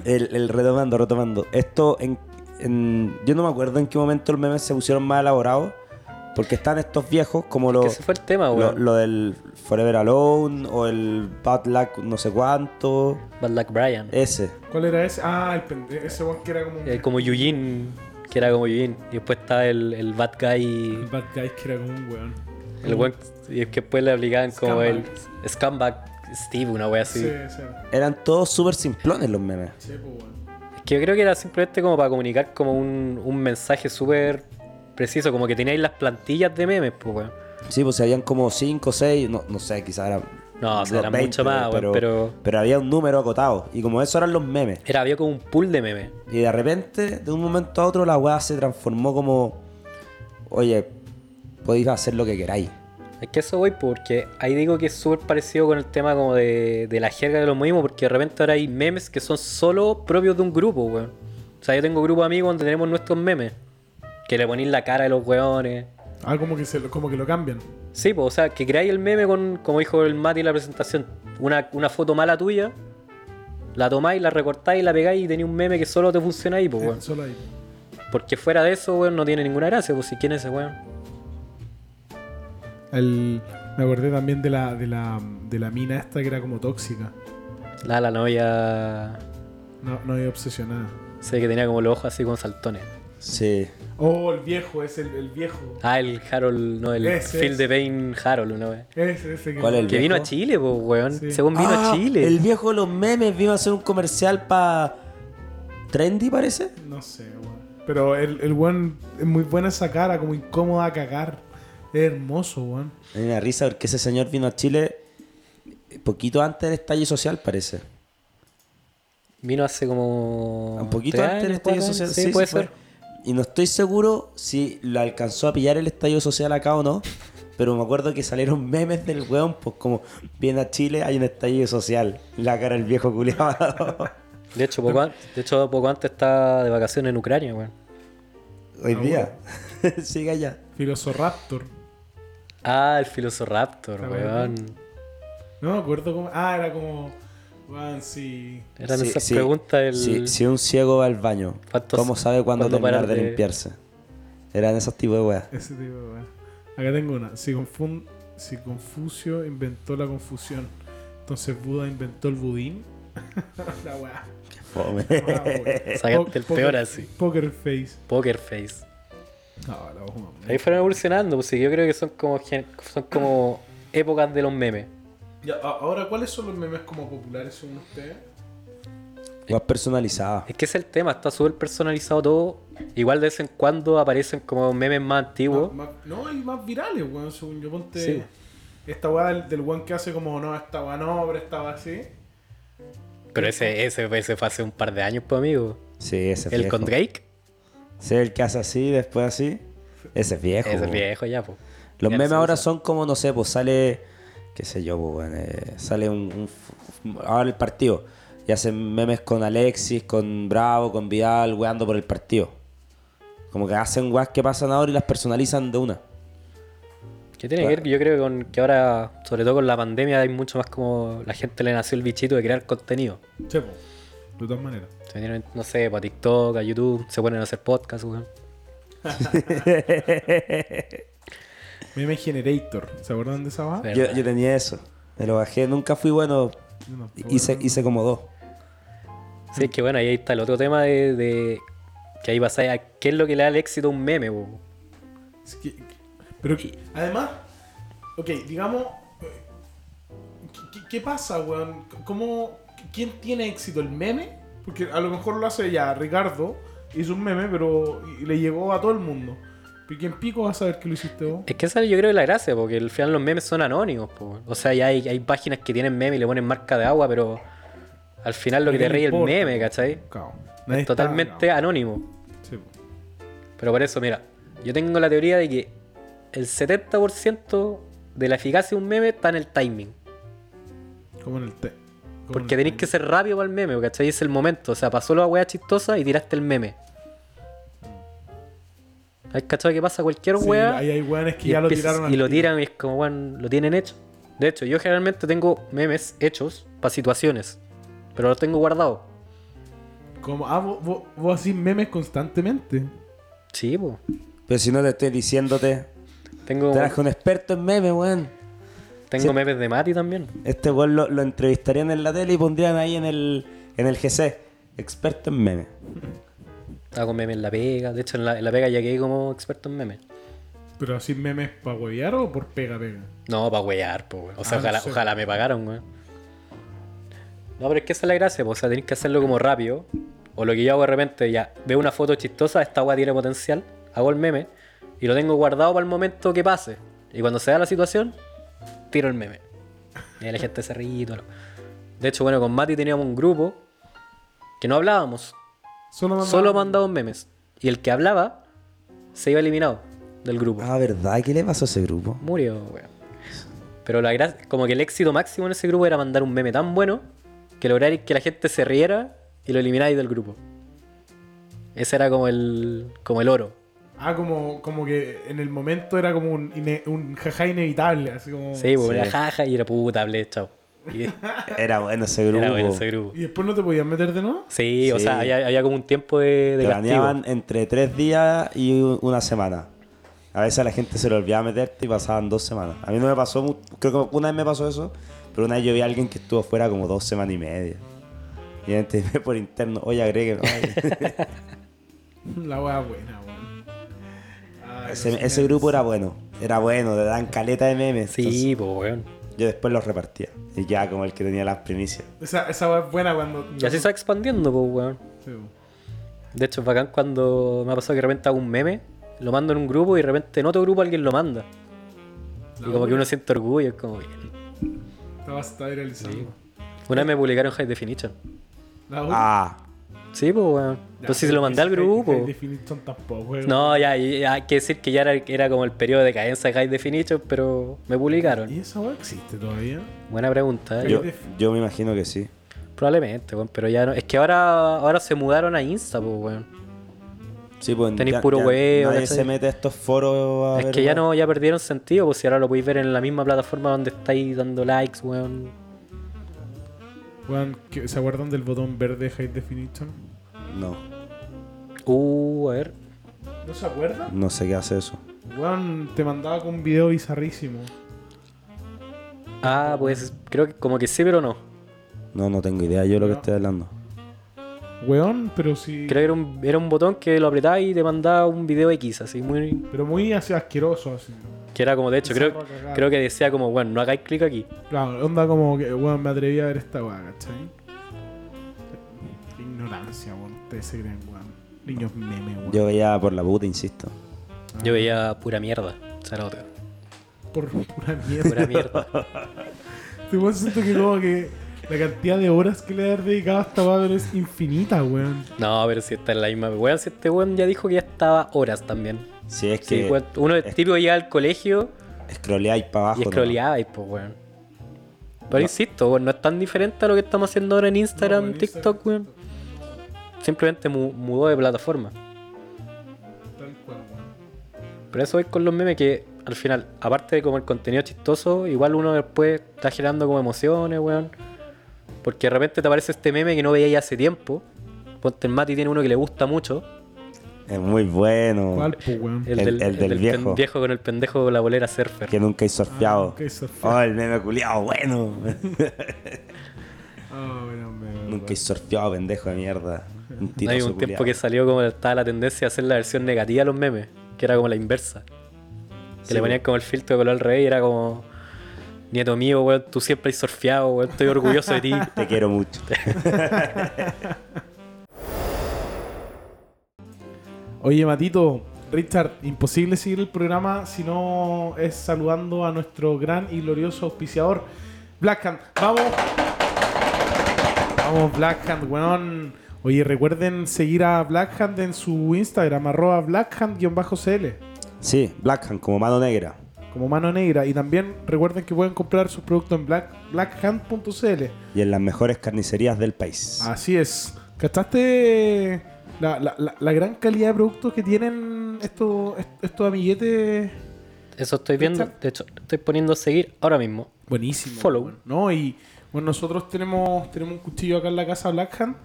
A: El, el retomando, retomando. Esto, en, en- yo no me acuerdo en qué momento los memes se pusieron más elaborados. Porque están estos viejos, como
C: Que
A: los.
C: ese fue el tema,
A: lo,
C: weón.
A: lo del Forever Alone o el Bad Luck no sé cuánto.
C: Bad Luck Brian.
A: Ese.
B: ¿Cuál era ese? Ah, el pende- ese one que era como.
C: Eh, como Yujin, que era como Yujin. Y después está el, el
B: El
C: Bad Guy,
B: bad guy que era como un weón.
C: el buen. Y que después le obligaban como el Scumbag Steve, una wea así.
B: Sí, sí.
A: Eran todos súper simplones los memes.
B: Sí, pues weón.
C: Es que yo creo que era simplemente como para comunicar como un, un mensaje súper preciso, como que teníais las plantillas de memes, pues, weón.
A: Sí, pues habían como 5 o 6, no, no sé, quizás eran.
C: No, o sea,
A: los
C: eran mucho más, weón, pero-
A: pero había un número acotado. Y como eso eran los memes.
C: Era, había como un pool de memes.
A: Y de repente, de un momento a otro, la weá se transformó como. Oye, podéis hacer lo que queráis.
C: Es que eso voy porque ahí digo que es súper parecido con el tema como de, de la jerga de los modismos, porque de repente ahora hay memes que son solo propios de un grupo, weón. O sea, yo tengo grupos de amigos donde tenemos nuestros memes, que le ponéis la cara de los weones.
B: Ah, como que, se lo, como que lo cambian.
C: Sí, pues, o sea, que creáis el meme con, como dijo el Mati en la presentación, una, una foto mala tuya, la tomáis, la recortáis, la pegáis y tenéis un meme que solo te funciona ahí, pues,
B: Eh,
C: weón.
B: Solo ahí.
C: Porque fuera de eso, weón, no tiene ninguna gracia, pues, si quién es ese weón.
B: El, me acordé también de la, de, la, de la mina esta que era como tóxica.
C: La, la novia,
B: No, no hay obsesionada.
C: sé que tenía como los ojos así con saltones.
A: Sí.
B: Oh, el viejo, es el, el viejo.
C: Ah, el Harold, no, el
B: Ese,
C: Phil
B: ese.
C: de Bain Harold, una vez.
B: Ese, ese que
A: ¿Cuál es el
C: Que vino a
A: viejo?
C: Chile, pues, weón.
B: Sí.
C: Según vino
A: Ah,
C: a Chile.
A: El viejo de los memes vino a hacer un comercial para Trendy, parece.
B: No sé, weón. Pero el, el weón es muy buena esa cara, como incómoda a cagar. Es hermoso, weón.
A: A mí me da risa porque ese señor vino a Chile poquito antes del estallido social, parece.
C: Vino hace como.
A: Un poquito
C: tres
A: antes del
C: años,
A: estallido
C: cuatro
A: social.
C: años. Sí, puede
A: fue.
C: ser.
A: Y no estoy seguro si lo alcanzó a pillar el estallido social acá o no. Pero me acuerdo que salieron memes del weón, pues como viene a Chile, hay un estallido social. La cara del viejo culiado.
C: De hecho, poco, an- de hecho, poco antes está de vacaciones en Ucrania, weón.
A: Hoy día. Siga ya.
B: Filosoraptor.
C: Ah, el Filosoraptor,
B: Ah,
C: weón.
B: No me acuerdo cómo. Ah, era como. Weón, sí.
C: Eran
A: Sí,
C: esas
A: sí,
C: preguntas del.
A: Si, si un ciego va al baño,
C: ¿Cuántos-
A: ¿cómo sabe cuándo
C: cuándo
A: terminar
C: parar
A: de
C: de-
A: limpiarse? Eran esos tipos de weas.
B: Ese tipo de weá. Acá tengo una. Si, confun- si Confucio inventó la confusión, entonces Buda inventó el budín. la weá.
A: Qué fome.
B: Wow, weón.
C: Sacaste el
B: Po-
C: peor
B: poker-
C: así.
B: Poker face.
C: Poker Face.
B: No, la weá.
C: Ahí fueron evolucionando, pues sí, yo creo que son como, gen- son como épocas de los memes.
B: Ya, a- ahora, ¿cuáles son los memes como populares según ustedes?
A: Weas personalizadas.
C: Es que ese es el tema, está súper personalizado todo. Igual de vez en cuando aparecen como memes más antiguos.
B: Más- más- no, hay más virales, weón, según yo ponte.
C: Sí.
B: Esta weá del, del weón que hace como, no, esta weá no, pero esta weá así.
C: Pero ese, ese, ese fue hace un par de años, pues amigo.
A: Sí, ese es
C: El
A: viejo.
C: con Drake,
A: Sí, el que hace así, después así. Ese es viejo.
C: ese es
A: weón.
C: viejo ya, pues.
A: Los
C: Ya
A: memes
C: se
A: ahora
C: usa.
A: son como, no sé, pues sale, qué sé yo, pues, weón, eh, sale un, un f- f- Ahora el partido. Y hacen memes con Alexis, con Bravo, con Vidal, weando por el partido. Como que hacen weas que pasan ahora y las personalizan de una.
C: ¿Qué tiene que ver? Yo creo que, con, que ahora, sobre todo con la pandemia, hay mucho más como la gente le nació el bichito de crear contenido.
B: Chepo. De todas maneras.
C: Se vinieron, no sé, para TikTok, a YouTube, se ponen a hacer podcast, weón.
B: Meme Generator. ¿Se acuerdan de esa weá?
C: Pero-
A: Yo, yo tenía eso. Me lo bajé, nunca fui bueno.
B: Yo no puedo
A: Hice,
B: verlo.
A: hice como dos.
C: Sí, es que bueno, ahí está el otro tema de, de- que ahí pasa, a ¿qué es lo que le da el éxito a un meme, weón?
B: Es que- pero que- además, ok, digamos, eh, ¿qué, qué- qué pasa, weón? ¿Cómo, ¿Quién tiene éxito? ¿El meme? Porque a lo mejor lo hace ya Ricardo, hizo un meme, pero y le llegó a todo el mundo. ¿Pero quién pico va a saber que lo hiciste vos?
C: Es que esa yo creo que es la gracia, porque al final los memes son anónimos, po. O sea, ya hay, hay páginas que tienen memes y le ponen marca de agua, pero al final lo que
B: Pero
C: te
B: no
C: ríe es el
B: importa,
C: meme, ¿cachai?
B: Cao. Nadie
C: Es
B: está
C: totalmente
B: cao.
C: anónimo.
B: Sí, po.
C: Pero por eso, mira, yo tengo la teoría de que el 70% de la eficacia de un meme está en el timing.
B: como en el té.
C: Porque tenéis que ser rápido para el meme, ¿cachai? Es el momento. O sea, pasó la weá chistosa y tiraste el meme. ¿Has cachado que pasa cualquier
B: sí,
C: weá?
B: Ahí hay weones que
C: y
B: ya lo
C: empiezas-
B: tiraron
C: y
B: al
C: lo
B: tiro.
C: tiran y es como, bueno, lo tienen hecho. De hecho, yo generalmente tengo memes hechos para situaciones, pero los tengo guardados.
B: Como, ah, vos, vos, vos hacís memes constantemente.
C: Sí, po.
A: Pero si no te estoy diciéndote,
C: Tengo,
A: traje un experto en memes, weón.
C: tengo
A: sí.
C: memes de Mati también.
A: Este weón lo, lo entrevistarían en la tele y pondrían ahí en el, en el GC. Experto en memes.
C: Hago memes en la pega. De hecho, en la, en la pega ya quedé como experto en memes.
B: ¿Pero así memes para huevear o por pega pega?
C: No, para wear, po, weón. O sea,
B: Ah, no
C: ojalá,
B: sé.
C: ojalá me pagaron, weón. No, pero es que esa es la gracia, po. O sea, tenés que hacerlo como rápido. O lo que yo hago de repente, ya veo una foto chistosa, esta weá tiene potencial, hago el meme y lo tengo guardado para el momento que pase. Y cuando se da la situación, tiro el meme. Y ahí la gente se ríe y todo. lo- De hecho, bueno, con Mati teníamos un grupo que no hablábamos,
B: Solo mandaba-
C: solo mandaban memes. Y el que hablaba se iba eliminado del grupo.
A: Ah, ¿verdad? ¿Qué le pasó a ese grupo?
C: Murió, weón. Pero la gracia, como que el éxito máximo en ese grupo era mandar un meme tan bueno que lograr que la gente se riera y lo elimináis del grupo. Ese era como el, como el oro.
B: Ah, como, como que en el momento era como un, ine- un jaja inevitable, así como...
C: Sí, pues
A: Oh, Sí.
C: era jaja y era puta, ble, chao. Y
A: Era bueno ese grupo.
C: era bueno ese grupo.
B: Y después no te podías meter de nuevo.
C: Sí, o
A: Sí.
C: sea, había, había como un tiempo de, de castigo.
A: Planeaban entre tres días y u- una semana. A veces a la gente se le olvidaba meterte y pasaban dos semanas. A mí no me pasó, mu- creo que una vez me pasó eso, pero una vez yo vi a alguien que estuvo fuera como dos semanas y media. Y me enteré por interno, oye, agreguen. Ay,
B: La wea buena, weón. Ay, los
A: ese, ese
B: memes.
A: grupo era bueno, era bueno, te dan caleta de memes.
C: Sí, pues, weón.
A: entonces yo después los repartía y ya como el que tenía las primicias.
B: Esa, esa wea es buena cuando...
C: Y así se va expandiendo, pues, weón.
B: Sí, po.
C: De hecho, es bacán cuando me ha pasado que de repente hago un meme, lo mando en un grupo y de repente en otro grupo alguien lo manda. Y como que uno siente orgullo, es como bien.
B: Estaba, estaba viralizando.
C: Una vez me publicaron High Definition.
B: La wea-
A: Ah,
C: Sí, pues, weón.
B: Ya,
C: Entonces se lo mandé al
B: High- High
C: grupo.
B: Definition tampoco, weón.
C: No, ya, ya, hay que decir que ya era, era como el periodo de cadencia de High Definition, pero me publicaron.
B: ¿Y esa wea existe todavía?
C: Buena pregunta, ¿eh?
A: yo, yo me imagino que sí.
C: Probablemente, weón, pero ya no. Es que ahora, ahora se mudaron a Insta, pues, weón.
A: Sí, pues,
C: Tenéis
A: ya-
C: puro
A: ya
C: huevo,
A: Nadie
C: ¿cachai?
A: se mete a estos foros a
C: Es
A: ver,
C: que ya
A: weón.
C: no, ya perdieron sentido, pues si ahora lo podéis ver en la misma plataforma donde estáis dando likes, weón.
B: Weón, ¿que- ¿se acuerdan del botón verde High Definition?
A: No,
C: Uh, a ver.
B: ¿No se acuerdan?
A: no sé qué hace eso.
B: Weón, te mandaba con un video bizarrísimo.
C: Ah, pues creo que como que sí, pero no.
A: No, no tengo idea yo de lo que
B: No.
A: estoy hablando.
B: Weón, pero sí.
C: Creo que era un, era un botón que lo apretaba y te mandaba un video X, así muy.
B: Pero muy así asqueroso, así.
C: Que era como, de hecho, creo,
B: Saco a cagar.
C: creo que decía como, bueno, no hagáis clic aquí.
B: Claro, onda como que, weón, me atreví a ver esta weá, ¿cachai? Qué ignorancia, weón. Ustedes se creen, weón. Niños meme, weón.
A: Yo veía por la puta, insisto.
C: Yo veía pura mierda. Zarote.
B: Por pura mierda.
C: Pura mierda.
B: Te weón, siento que como que la cantidad de horas que le has dedicado a esta weá pero es infinita, weón.
C: No, pero si está en la misma. Weón, si este weón ya dijo que ya estaba horas también.
A: Si es
C: Sí,
A: que
C: weón, uno es
A: es-
C: típico llega al colegio
A: scrolleáis para abajo.
C: y
A: ¿no?
C: scrolleaba y pues, weón. Pero insisto, weón, no es tan diferente a lo que estamos haciendo ahora en Instagram,
B: No, en
C: TikTok, weón. Simplemente mu- mudó de plataforma.
B: Tal cual, weón.
C: Pero eso es con los memes que al final, aparte de como el contenido chistoso, igual uno después está generando como emociones, weón. Porque de repente te aparece este meme que no veía ya hace tiempo. Ponte el Mati tiene uno que le gusta mucho.
A: Es muy bueno.
B: ¿Cuál, po, weón?
C: El,
A: El-
C: del,
A: el
C: el
A: del
C: del
A: viejo.
C: pen- con el pendejo con la bolera surfer.
A: Que nunca he
B: Ah,
A: surfeado.
B: que surfeado.
A: oh, el meme culiado, bueno.
B: Ah, bueno, me-
A: nunca he surfeado, pendejo de mierda. Un
C: No, Hay
A: tiroso
C: un tiempo
A: culiao.
C: que salió como estaba la tendencia a hacer la versión negativa a los memes, que era como la inversa. Que
A: Sí,
C: le ponían como el filtro de color rey y era como, nieto mío, weón, tú siempre has surfeado, weón, estoy orgulloso de ti.
A: Te quiero mucho.
B: Oye, Matito, Richard, imposible seguir el programa si no es saludando a nuestro gran y glorioso auspiciador, Black Hand. ¡Vamos! Vamos, Black Hand, weón. Oye, recuerden seguir a Black Hand en su Instagram, arroba blackhand-cl,
A: Sí, Blackhand como mano negra.
B: como mano negra. Y también recuerden que pueden comprar sus productos en black, blackhand.cl.
A: Y en las mejores carnicerías del país.
B: Así es. ¿Cachaste la, la- la- la gran calidad de productos que tienen estos, estos amiguetes?
C: Eso estoy viendo, de hecho, estoy poniendo seguir ahora mismo.
B: Buenísimo.
C: Follow.
B: weón. No, y bueno, nosotros tenemos, tenemos un cuchillo acá en la casa Black Hand.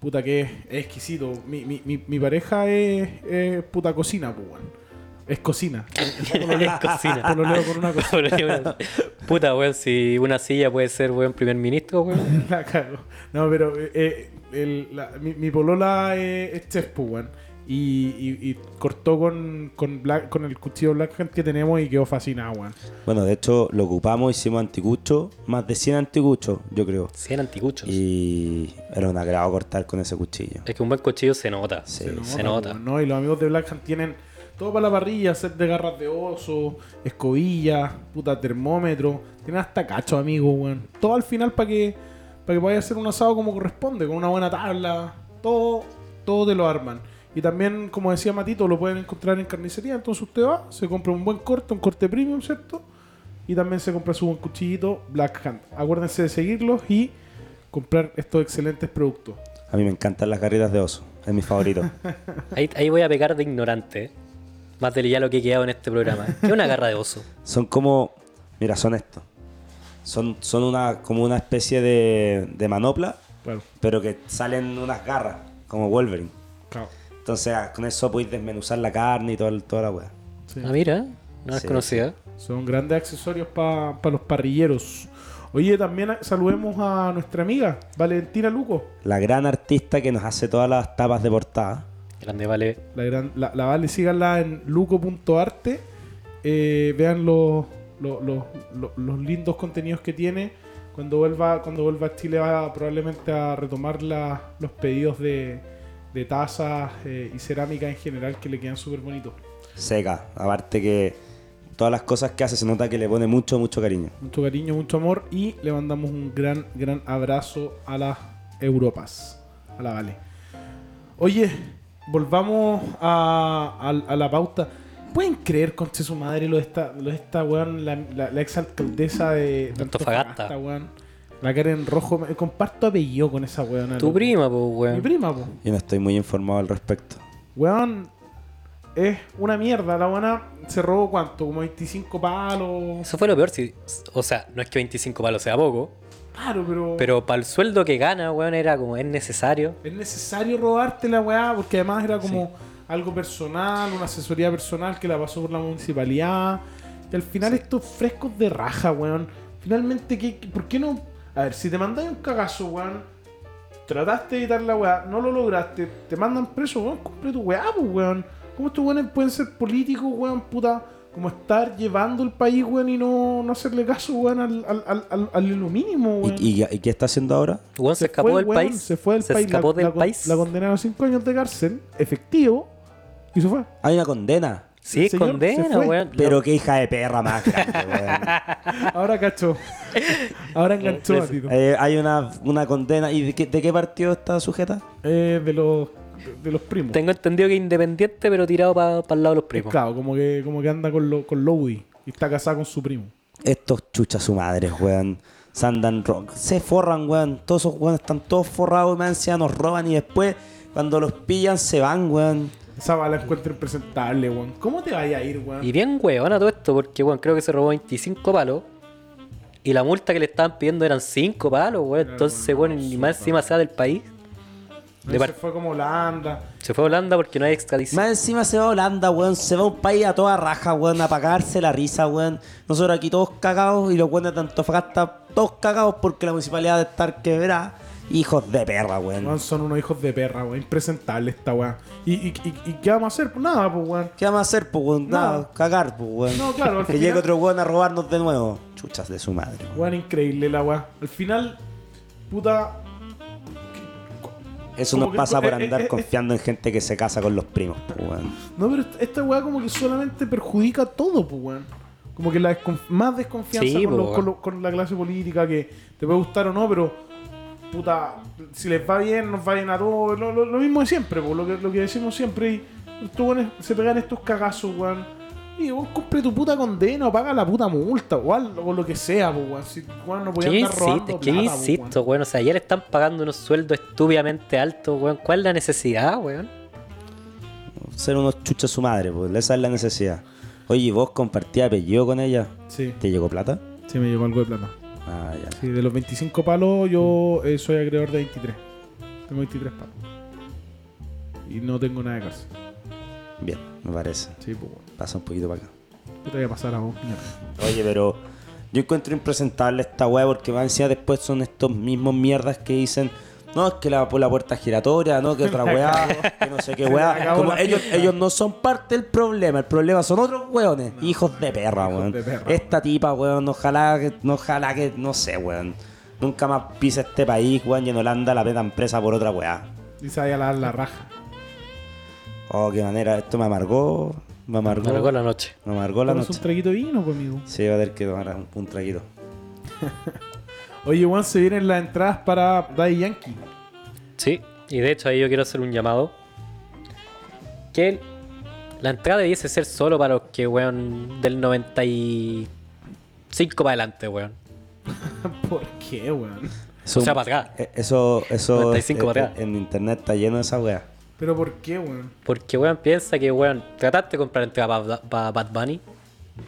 B: Puta que es, es exquisito. Mi, mi, mi, mi pareja es, es puta cocina, pues, weón. Es cocina.
C: Es cocina.
B: Pololeo con una cocina.
C: Puta, weón, si una silla puede ser, weón, primer ministro, weón.
B: La cago. No, pero eh, eh, el- la- mi, mi polola eh, es chef, pues, weón. Y, y- y cortó con, con, Black- con el cuchillo Black Hand que tenemos y quedó fascinada, weón.
A: Bueno, de hecho, lo ocupamos, hicimos anticucho, más de 100 anticuchos, yo creo.
C: 100 anticuchos.
A: Y era un agrado cortar con ese cuchillo.
C: Es que un buen cuchillo se nota.
A: Sí.
B: Se nota,
C: Eh, se nota.
B: pues, ¿no? Y los amigos de Black Hand tienen todo para la parrilla, set de garras de oso, escobillas, puta termómetro, tienen hasta cacho, amigo, weón. Todo al final para que para que podáis hacer un asado como corresponde, con una buena tabla, todo, todo te lo arman. Y también, como decía Matito, lo pueden encontrar en carnicería, entonces usted va, se compra un buen corte, un corte premium, ¿cierto? Y también se compra su buen cuchillito Black Hand. Acuérdense de seguirlos y comprar estos excelentes productos.
A: A mí me encantan las garritas de oso, es mi favorito.
C: Ahí, ahí voy a pegar de ignorante. eh. Más del ya lo que he quedado en este programa. ¿Qué es una garra de oso?
A: Son como, mira, son estos. Son, son una, como una especie de, de manopla,
B: Claro,
A: pero que salen unas garras, como Wolverine.
B: claro.
A: Entonces, ah, con eso podéis desmenuzar la carne y todo, el- toda la weá.
B: Sí.
C: Ah, mira, no es
A: Sí,
C: conocida.
B: Son grandes accesorios para los parrilleros. Oye, también saludemos a nuestra amiga, Valentina Luco.
A: La gran artista que nos hace todas las tapas de portada.
C: Grande, vale.
B: La, gran, la, la Vale, síganla en luco.arte. Eh, vean los, los, los- los- los lindos contenidos que tiene. Cuando vuelva, cuando vuelva a Chile va probablemente a retomar la- los pedidos de, de tazas eh, y cerámica en general que le quedan súper bonitos.
A: Seca, aparte que todas las cosas que hace se nota que le pone mucho, mucho cariño.
B: Mucho cariño, mucho amor y le mandamos un gran, gran abrazo a las Europas. A la Vale. Oye, volvamos a, a- a la pauta. ¿Pueden creer, conche su madre, lo de esta, lo de esta weón, la, la, la exalcaldesa de de
C: Antofagasta.
B: weón? La Karen Rojo, me- comparto apellido con esa weón.
C: Tu prima, pues,
B: Mi
C: weón.
B: prima, po.
A: Yo no estoy muy informado al respecto.
B: Weón, es una mierda. La buena se robó cuánto, como 25 palos.
C: Eso fue lo peor. Si, o sea, no es que 25 palos sea poco,
B: Claro, pero,
C: Pero para el sueldo que gana, weón, era como es necesario.
B: es necesario robarte la weá porque además era como algo personal, una asesoría personal que la pasó por la municipalidad. Y al final estos frescos de raja, weón. Finalmente, ¿qué, qué- ¿por qué no? A ver, si te mandáis un cagazo, weón, trataste de evitar la weá, no lo lograste, te mandan preso, weón, cumple tu weá, pues, weón. ¿Cómo estos weones pueden ser políticos, weón, puta? Como estar llevando el país, weón, y no, no hacerle caso, weón, al, al, al, al, al lo mínimo, weón.
A: ¿Y, y- y qué está haciendo ahora?
C: Weón se, escapó
B: fue,
C: del
B: weón,
C: país.
B: Se fue del país.
C: escapó
B: la,
C: del
B: la con-
C: país.
B: La condenaron a 5 años de cárcel, efectivo, y se fue.
A: Hay una condena.
C: sí,
B: el señor se
C: condena,
B: fue.
C: weón.
A: Pero qué hija de perra más grande, weón.
B: Ahora cachó. Ahora enganchó a Tito.
A: Eh, hay una, una condena. ¿Y de qué, de qué partido está sujeta?
B: Eh, de, los, de los primos.
C: Tengo entendido que independiente, pero tirado para el lado de los primos.
B: Claro, como que, como que anda con, lo, con Lodi y está casada con su primo.
A: Estos chuchas su madre, weón. Sandan rock. Se forran, weón. Todos esos weón están todos forrados, weón. encima nos roban y después, cuando los pillan, se van, weón.
B: Esa bala encuentra impresentable, weón. ¿Cómo te vaya a ir, weón?
C: Y bien, weón, a todo esto, porque, weón, creo que se robó 25 palos. Y la multa que le estaban pidiendo eran 5 palos, weón.
B: Claro,
C: Entonces,
B: weón,
C: weón, ni
B: absurdo,
C: más encima sea del país.
B: No,
C: de
B: se
C: par-
B: fue como Holanda.
C: Se fue a Holanda porque no hay extradición.
A: Más encima se va a Holanda, weón. Se va a un país a toda raja, weón. A pagarse la risa, weón. Nosotros aquí todos cagados y los weones de Antofagasta todos cagados porque la municipalidad de estar quebrada. Hijos de perra,
B: Weón,
A: weón.
B: son unos hijos de perra, weón. Impresentable esta weón. ¿Y, y, y, y qué vamos a hacer? Pues nada, pues, weón.
A: ¿Qué vamos a hacer, pues, weón? Nada,
B: Nada.
A: cagar, pues, weón.
B: No, claro, al
A: que
B: final-
A: llegue otro weón a robarnos de nuevo. Chuchas de su madre, weón.
B: Weón, increíble la weón. Al final, puta,
A: Eso
B: Como
A: nos
B: que-
A: pasa por
B: eh, eh,
A: andar
B: eh,
A: confiando en gente que se casa con los primos, pues, weón.
B: No, pero esta- esta weá como que solamente perjudica todo, pues weón. Como que la desconf- más desconfianza
C: Sí,
B: con,
C: po,
B: lo-
C: weón.
B: con lo- con la clase política que te puede gustar o no, pero puta, si les va bien, nos va bien a todos. Lo, lo- lo mismo de siempre, po, lo que, lo que decimos siempre. Y estos weones se pegan estos cagazos, weón. Y vos cumple tu puta condena o paga la puta multa o algo, o lo que sea, pues weón. Si weón no podía
C: ¿Qué
B: andar robando
C: insisto? ¿Qué
B: plata, po,
C: insisto, weón? O sea, ayer están pagando unos sueldos estúpidamente altos, weón. ¿Cuál es la necesidad, weón?
A: Ser unos chuchas su madre, pues. Esa es la necesidad. Oye, ¿y vos compartí apellido con ella?
B: weón. Sí,
A: ¿Te llegó plata?
B: sí, me llegó algo de plata.
A: Ah, ya.
B: Sí, de los 25 palos yo eh, soy acreedor de 23. Tengo 23 palos. Y no tengo nada de cárcel.
A: Bien, me parece.
B: Sí, pues bueno.
A: Pasa un poquito para acá.
B: ¿Qué te voy a pasar a vos, mierda?
A: Oye, pero yo encuentro impresentable esta weá porque más encima después son estos mismos mierdas que dicen, no, es que la, la puerta es giratoria, no, que otra weá, que no sé qué
B: Se le
A: weá.
B: acabó
A: Como
B: la
A: ellos,
B: fiesta.
A: ellos no son parte del problema, el problema son otros weones, hijos de perra,
B: hijos
A: weón.
B: de perra,
A: Esta tipa, weón, ojalá que, no, ojalá que, no sé, weón. Nunca más pisa este país, weón, y en Holanda la petan presa por otra weá.
B: Y se vaya a lavar la raja.
A: Oh, qué manera, esto me amargó, me amargó,
C: Me tocó la noche.
A: me amargó la
B: Tomas
A: noche.
B: un traguito de vino pues, conmigo.
A: Sí, va a tener que tomar un, un traguito.
B: Oye, Juan, se vienen las entradas para Daddy Yankee.
C: Sí, y de hecho ahí yo quiero hacer un llamado. Que el- la entrada debiese ser solo para los que, weón, del 95 para adelante, weón.
B: ¿Por qué, weón?
A: Eso-
C: O sea, para atrás.
A: eh, Eso, eso
C: 95
A: eh,
C: para atrás.
A: en internet está lleno de esa weá.
B: ¿Pero por qué, weón?
C: Porque, weón, piensa que, weón, trataste de comprar entrada para Bad Bunny.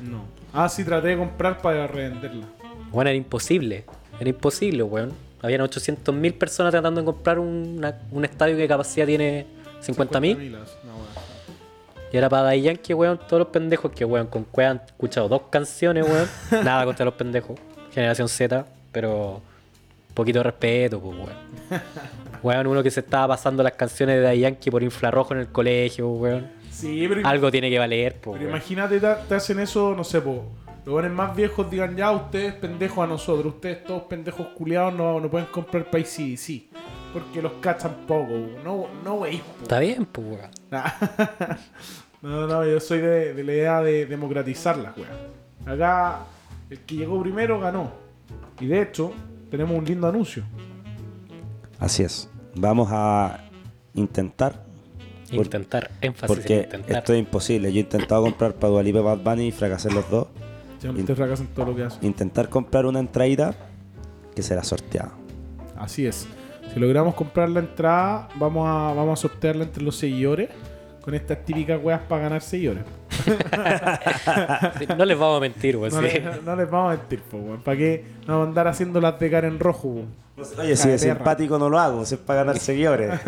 B: No. Ah, sí, traté de comprar para revenderla.
C: Weón, era imposible. Era imposible, weón. Habían 800.000 personas tratando de comprar una- un estadio que capacidad tiene 50.000.
B: 50.000 as- No, weón.
C: Y ahora para Daddy Yankee, weón, todos los pendejos que, weón, con Cueva han escuchado dos canciones, weón. Nada contra los pendejos. Generación Z, pero poquito de respeto, pues, weón. Weón, uno que se estaba pasando las canciones de Daddy Yankee por infrarrojo en el colegio, weón.
B: Sí, pero,
C: Algo tiene que valer, pues,
B: pero
C: weón.
B: imagínate, ta- te hacen eso, no sé, po. Los weones más viejos digan, ya, ustedes pendejos a nosotros, ustedes todos pendejos culiados no, no pueden comprar país sí, sí. Porque los cachan poco, no, no wey.
C: Está bien, pues, weón.
B: No, no, yo soy de, de la idea de democratizar las weas. Acá el que llegó primero ganó. Y de hecho, tenemos un lindo anuncio.
A: Así es. Vamos a intentar. Por-
C: Intentar, énfasis en
A: Porque
C: intentar.
A: esto es imposible. Yo he intentado comprar para Dualipa y Bad Bunny y fracasé los dos.
B: Ya
A: In-
B: ustedes fracasan todo lo que hacen.
A: Intentar comprar una entradita que será sorteada.
B: Así es. Si logramos comprar la entrada, vamos a, vamos a sortearla entre los seguidores con estas típicas weas para ganar seguidores.
C: Sí, No les vamos a mentir, weón.
B: No,
C: sí.
B: le- no les vamos a mentir, po, weón. ¿Para qué no andar haciendo las de cara en rojo, weón?
A: Oye, si de
B: Caterra.
A: simpático no lo hago, si es para ganar seguidores.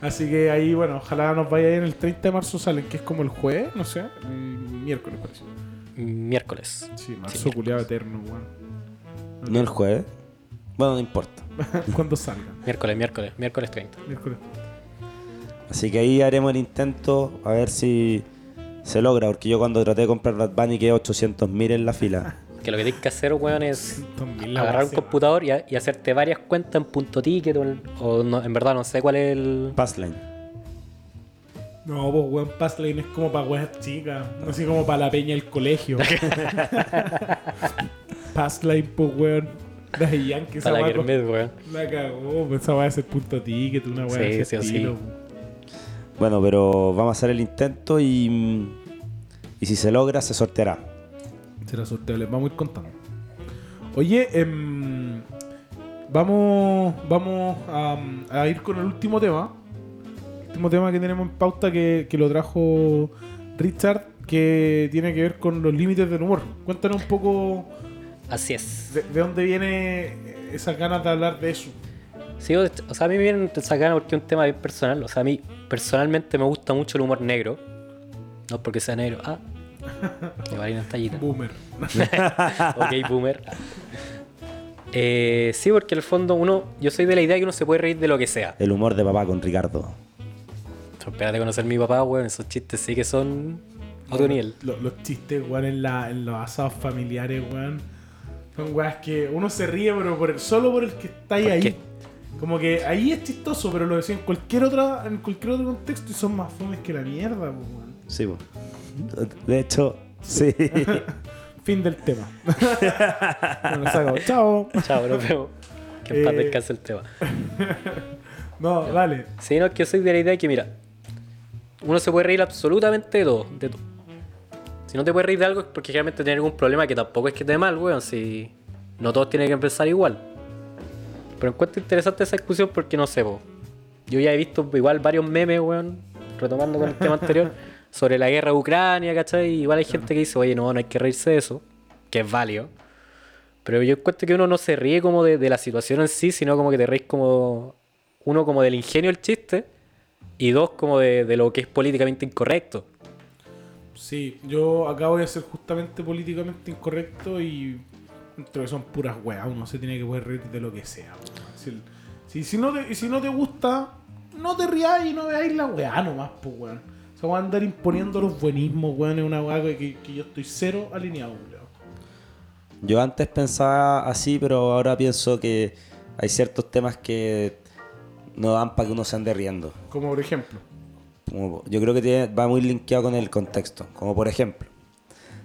B: Así que ahí, bueno, ojalá nos vaya bien el 30 de marzo salen, que es como el jueves, no sé, el miércoles parece.
C: Miércoles.
B: Sí, marzo
C: miércoles.
B: culiado eterno, weón.
A: No el jueves. Bueno, no importa.
B: Cuando salgan.
C: Miércoles, miércoles, miércoles 30.
B: Miércoles.
A: Así que ahí haremos el intento a ver si se logra. Porque yo cuando traté de comprar Bad Bunny quedé 800.000 en la fila.
C: Que lo que tienes que hacer, weón, es
B: 100.000 la
C: agarrar un
B: base,
C: computador y, ha- y hacerte varias cuentas en punto ticket o, en- o no- en verdad no sé cuál es el.
A: Passline.
B: No, pues weón, Passlane es como para weas chicas, no así como para la peña del colegio. Passlane, pues weón. Las Yankees, esa
C: Para la
B: wea co-
C: Kermés, weón.
B: La cagó, pues esa wea es el punto ticket, una wea
C: Sí,
B: de ese
C: sí o sí.
B: estilo,
A: Bueno, pero vamos a hacer el intento y. Y si se logra, se sorteará.
B: Será sorteo, les vamos a ir contando. Oye, em, vamos, vamos a, a ir con el último tema. Último tema que tenemos en pauta que, que lo trajo Richard, que tiene que ver con los límites del humor. Cuéntanos un poco
C: Así es.
B: de, de dónde viene esas ganas de hablar de eso.
C: Sí, o o sea, a mí me vienen sacando porque es un tema bien personal. O sea, a mí personalmente me gusta mucho el humor negro. No porque sea negro. Ah, que vale una tallita.
B: Boomer.
C: ok, boomer. Eh, sí, porque en el fondo uno. Yo soy de la idea que uno se puede reír de lo que sea.
A: El humor de papá con Ricardo.
C: Espérate de conocer a mi papá, weón. Esos chistes sí que son. Otro nivel.
B: Los, los chistes, weón, en, la- en los asados familiares, weón. Son weas que uno se ríe, pero por el- solo por el que está ahí.
C: ¿Por
B: ahí.
C: qué?
B: Como que ahí es chistoso, pero lo decía en cualquier, otra, en cualquier otro contexto y son más fomes que la mierda, pues, weón.
A: Sí, po. De hecho, sí.
B: Fin del tema. bueno, se acabó. Chao.
C: Chao, nos vemos. Que en paz
B: Eh,
C: descanse el tema.
B: No, dale.
C: Sí, no, es que yo soy de la idea que, mira, uno se puede reír absolutamente de todo. De todo. Si no te puedes reír de algo es porque realmente tienes algún problema que tampoco es que te dé mal, weón. Si no todos tienen que empezar igual. Pero encuentro interesante esa discusión porque no sé, po. Yo ya he visto igual varios memes, weón, retomando con el tema anterior, sobre la guerra de Ucrania, ¿cachai? Igual hay gente que dice, oye, no, no hay que reírse de eso, que es válido. Pero yo encuentro que uno no se ríe como de, de la situación en sí, sino como que te reís como. Uno, como del ingenio del chiste, y dos, como de, de lo que es políticamente incorrecto.
B: Sí, yo acabo de ser justamente políticamente incorrecto y creo que son puras weas. Uno se tiene que poder reír de lo que sea. weón. Si, el- si, si no te, y si no te gusta, no te rías y no veáis la wea nomás, pues weón. O sea, van a andar imponiendo los buenismos, weón. Es una wea que, que yo estoy cero alineado, weón.
A: Yo antes pensaba así, pero ahora pienso que hay ciertos temas que no dan para que uno se ande riendo.
B: Como por ejemplo.
A: Como- yo creo que tiene- va muy linkeado con el contexto. Como por ejemplo,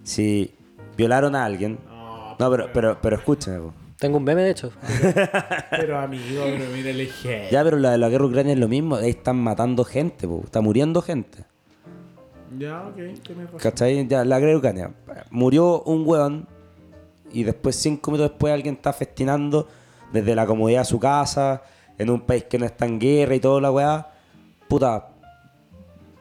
A: si violaron a alguien.
B: No,
A: No, pero, pero, pero escúchame. po.
C: Tengo un meme, de hecho.
B: pero amigo, pero mira el eje.
A: Ya, pero la de la guerra ucrania es lo mismo. Ahí están matando gente, po. está muriendo gente.
B: Ya, ok, tenés razón.
A: ¿Cachai? Ya, la guerra ucrania. Murió un hueón y después, cinco minutos después, alguien está festinando desde la comodidad de su casa, en un país que no está en guerra y toda la weá. Puta,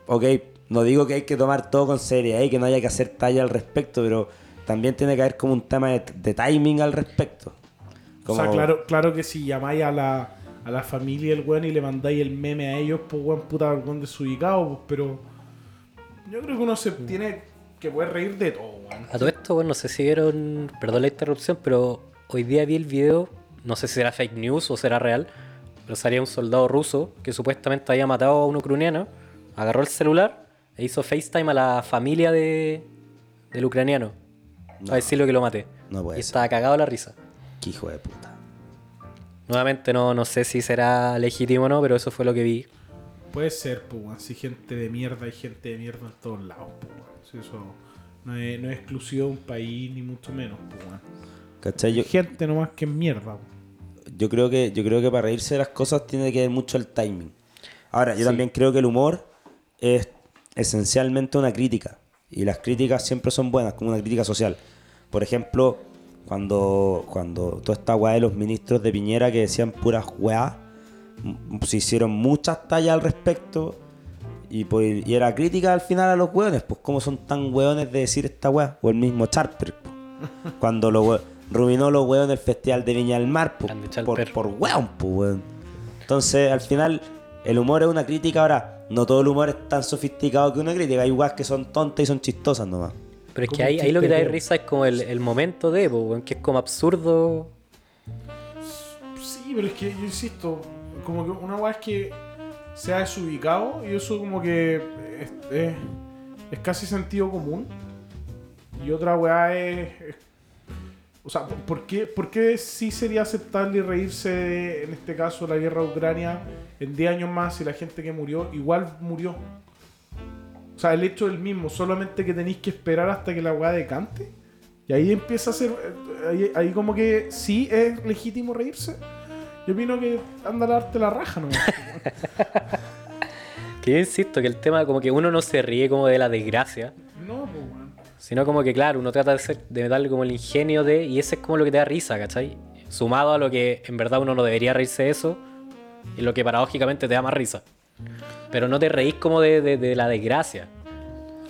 A: ok, no digo que hay que tomar todo con seriedad y que no haya que hacer talla al respecto, pero también tiene que haber como un tema de, de timing al respecto.
B: O sea,
A: Como-
B: claro, claro que si llamáis a la, a la familia del weón y le mandáis el meme a ellos, pues weón, puta, weón desubicado, pues, pero yo creo que uno se tiene que poder reír de todo, weón.
C: A todo esto, bueno, no sé si vieron, perdón la interrupción, pero hoy día vi el video, no sé si era fake news o será real, pero salía un soldado ruso que supuestamente había matado a un ucraniano, agarró el celular e hizo FaceTime a la familia de, del ucraniano para decirle que lo maté.
A: No puede
C: y
A: ser.
C: estaba cagado la risa.
A: Qué hijo de puta.
C: Nuevamente no, no sé si será legítimo o no, pero eso fue lo que vi.
B: Puede ser, pues weón, si gente de mierda hay gente de mierda en todos lados, pues weón. Si eso no es, no es exclusivo de un país, ni mucho menos, pues weón.
A: ¿Cachai? Yo-
B: Hay gente nomás que es mierda, weón.
A: yo creo que yo creo que para reírse de las cosas tiene que ver mucho el timing. Ahora, yo también creo que el humor es esencialmente una crítica y las críticas siempre son buenas, como una crítica social. Por ejemplo, cuando cuando toda esta weá de los ministros de Piñera que decían puras weá, m- se hicieron muchas tallas al respecto Y, pues, y era crítica al final a los hueones, pues cómo son tan hueones de decir esta weá. O el mismo Charper, pues. cuando lo hue- ruinó los hueones el Festival de Viña del Mar, pues,
C: Grande
A: por,
C: Charper.
A: por hueón, pues, hueón. Entonces, al final, el humor es una crítica. Ahora, no todo el humor es tan sofisticado que una crítica. Hay weas que son tontas y son chistosas nomás.
C: Pero es que
B: Como
C: ahí, ahí lo que te da
B: chiste,
C: risa es como el, el momento de, po, weón, que es como absurdo.
B: Sí, pero es que yo insisto, como que una weá es que se ha desubicado y eso como que es, es- es casi sentido común. Y otra weá es... es- o sea, ¿por- ¿por qué, ¿por qué sí sería aceptable y reírse de, en este caso, la guerra de Ucrania en 10 años más y la gente que murió igual murió? O sea, el hecho es el mismo, solamente que tenéis que esperar hasta que la weá decante. Y ahí empieza a ser. eh, Ahí, ahí como que sí es legítimo reírse. Yo opino que anda a darte la raja, ¿no?
C: Que yo insisto que el tema como que uno no se ríe como de la desgracia,
B: no, pues, weón.
C: sino como que claro, uno trata de, ser, de darle como el ingenio de, y ese es como lo que te da risa, ¿cachai? Sumado a lo que en verdad uno no debería reírse de eso, y lo que paradójicamente te da más risa. Pero no te reís como de, de- de la desgracia.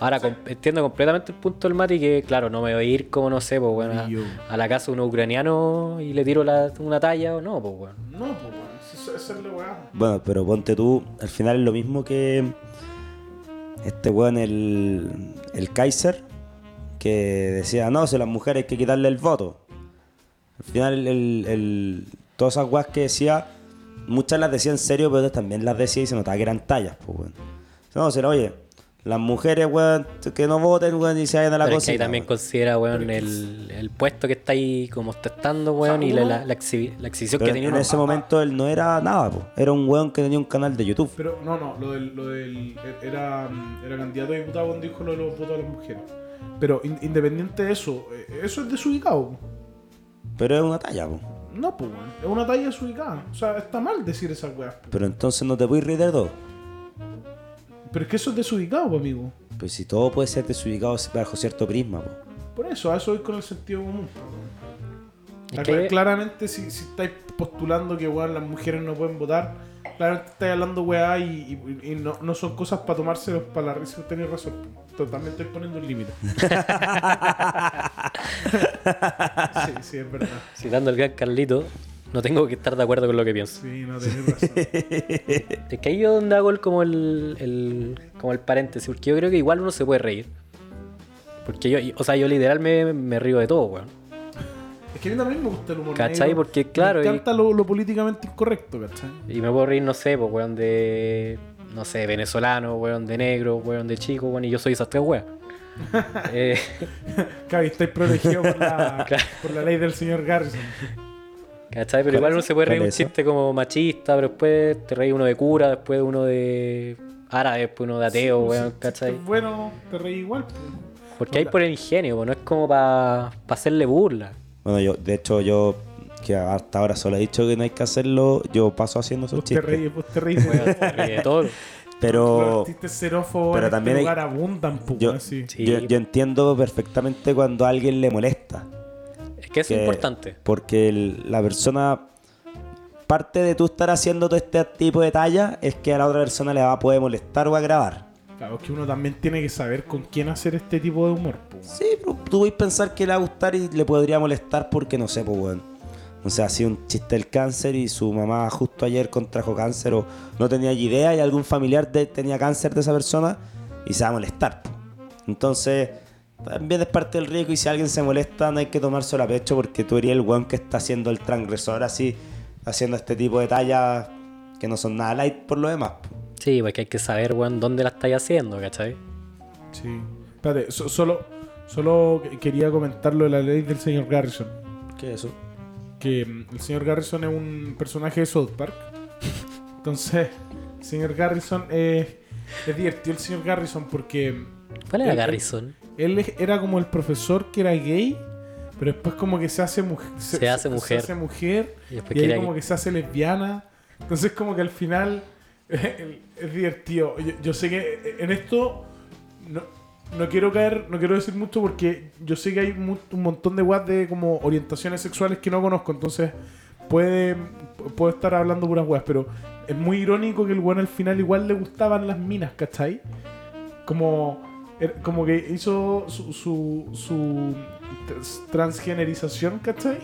C: Ahora, com- entiendo completamente el punto del Mati que, claro, no me voy a ir como, no sé, pues, bueno, a,
B: Yo.
C: a la casa de uno ucraniano y le tiro la- una talla o no, pues, bueno.
B: No, pues, weón. Si Esa esa es la weá.
A: Bueno, pero ponte tú, al final es lo mismo que este weón, el, el Kaiser, que decía, no, si a las mujeres hay que quitarle el voto. Al final, el, el- todas esas weas que decía, muchas las decía en serio, pero otras también las decía y se notaba que eran tallas, pues weón. No, se oye, las mujeres, weón, que no voten, weón, y se vayan a la
C: Pero es que ahí
A: cocina,
C: también
A: weón".
C: considera, weón, el, el puesto que está ahí como estando, weón, y la, la, la exhibi- la exhibición
A: Pero
C: que tenía
A: en
C: uno.
A: ese momento él no era nada, po. era un weón que tenía un canal de YouTube.
B: Pero no, no, lo del. Lo del era, mm, era candidato a diputado cuando dijo lo de los votos a las mujeres. Pero in- independiente de eso, eh, eso es desubicado.
A: Pero es una talla, po.
B: No, pues, weón. Es una talla desubicada. O sea, está mal decir esas weas. po.
A: Pero entonces no te puedes reír de todo.
B: Pero es que eso es desubicado, po, amigo.
A: Pues si todo puede ser desubicado bajo cierto prisma, po.
B: Por eso, a eso voy con el sentido común. po, weón.
C: Es
B: Acá,
C: que-
B: Claramente, si, si estáis postulando que weón, las mujeres no pueden votar, claramente estáis hablando weá y, y- y no, no son cosas para tomárselos para la risa. Tenéis razón. Totalmente estoy poniendo un límite. sí, sí, es verdad.
C: Citando al gran Carlito, no tengo que estar de acuerdo con lo que pienso.
B: Sí, no tenéis razón.
C: Es que ahí yo donde hago el, como, el, el- como el paréntesis, porque yo creo que igual uno se puede reír. Porque yo, o sea, yo literal me, me río de todo, weón.
B: Es que a mí también me gusta el humor.
C: ¿Cachai?
B: negro.
C: Porque, claro,
B: Me
C: y-
B: encanta lo, lo políticamente incorrecto, ¿cachai?
C: Y me puedo reír, no sé, pues, weón, de. No sé, venezolano, weón, de negro, weón, de chico, weón, y yo soy esas tres weas. Eh,
B: Cabi, estáis protegidos por la,
C: Claro.
B: por la ley del señor Garrison.
C: ¿Cachai? Pero
A: ¿Cuál-
C: igual uno se puede
A: cuál
C: reír un
A: es eso?
C: chiste como machista, pero después te reí uno de cura, después uno de árabe, después uno de ateo, weón,
B: Si- si
C: ¿cachai?
B: estás Bueno, te reí igual. pues. po.
C: Porque hay por el ingenio, po, no es como para hacerle burla.
A: Bueno, yo, de hecho, yo, que hasta ahora solo he dicho que no hay que hacerlo, yo paso haciendo esos
B: Vos te
A: chistes.
B: reís, vos te reís.
C: Weón, se ríe de todo.
B: Los
A: Pero
B: artistas xerófobos
A: pero
B: en este
A: también hay-
B: lugar abundan, pues,
A: yo-
B: así.
C: Sí.
A: yo, yo entiendo perfectamente cuando a alguien le molesta.
C: Es que eso
A: Que-
C: es importante.
A: Porque el- la persona. Parte de tú estar haciendo todo este tipo de talla es que a la otra persona le va a poder molestar o agravar.
B: Claro, es que uno también tiene que saber con quién hacer este tipo de humor, pues.
A: Sí, pero tú voy a pensar que le va a gustar y le podría molestar porque no sé, pues, weón. No sé, ha sido un chiste el cáncer y su mamá justo ayer contrajo cáncer o no tenía idea y algún familiar de- tenía cáncer de esa persona y se va a molestar. po. Entonces, también es parte del riesgo y si alguien se molesta no hay que tomárselo a pecho porque tú eres el weón que está haciendo el transgresor así, haciendo este tipo de tallas que no son nada light por lo demás. po.
C: Sí, porque hay que saber, weón, dónde la estáis haciendo, ¿cachai?
B: Sí. Espérate, so- solo, solo que- quería comentar lo de la ley del señor Garrison.
A: ¿Qué es eso?
B: Que mm, el señor Garrison es un personaje de South Park. Entonces, el señor Garrison es, es divertido el señor Garrison porque
C: ¿Cuál era
B: El-
C: Garrison?
B: él es- era como el profesor que era gay, pero después como que se hace, mujer
C: Se hace mujer.
B: Se hace mujer.
C: Y después
B: y ahí
C: quería
B: como
C: que-
B: que se hace lesbiana. Entonces como que al final el- es divertido. Yo, yo sé que en esto no, no quiero caer, no quiero decir mucho porque yo sé que hay mu- un montón de guas de como orientaciones sexuales que no conozco. Entonces puede, puedo estar hablando puras weas, pero es muy irónico que el weón al final igual le gustaban las minas, ¿cachai? Como, er- como que hizo su, su, su tras- transgenerización, ¿cachai?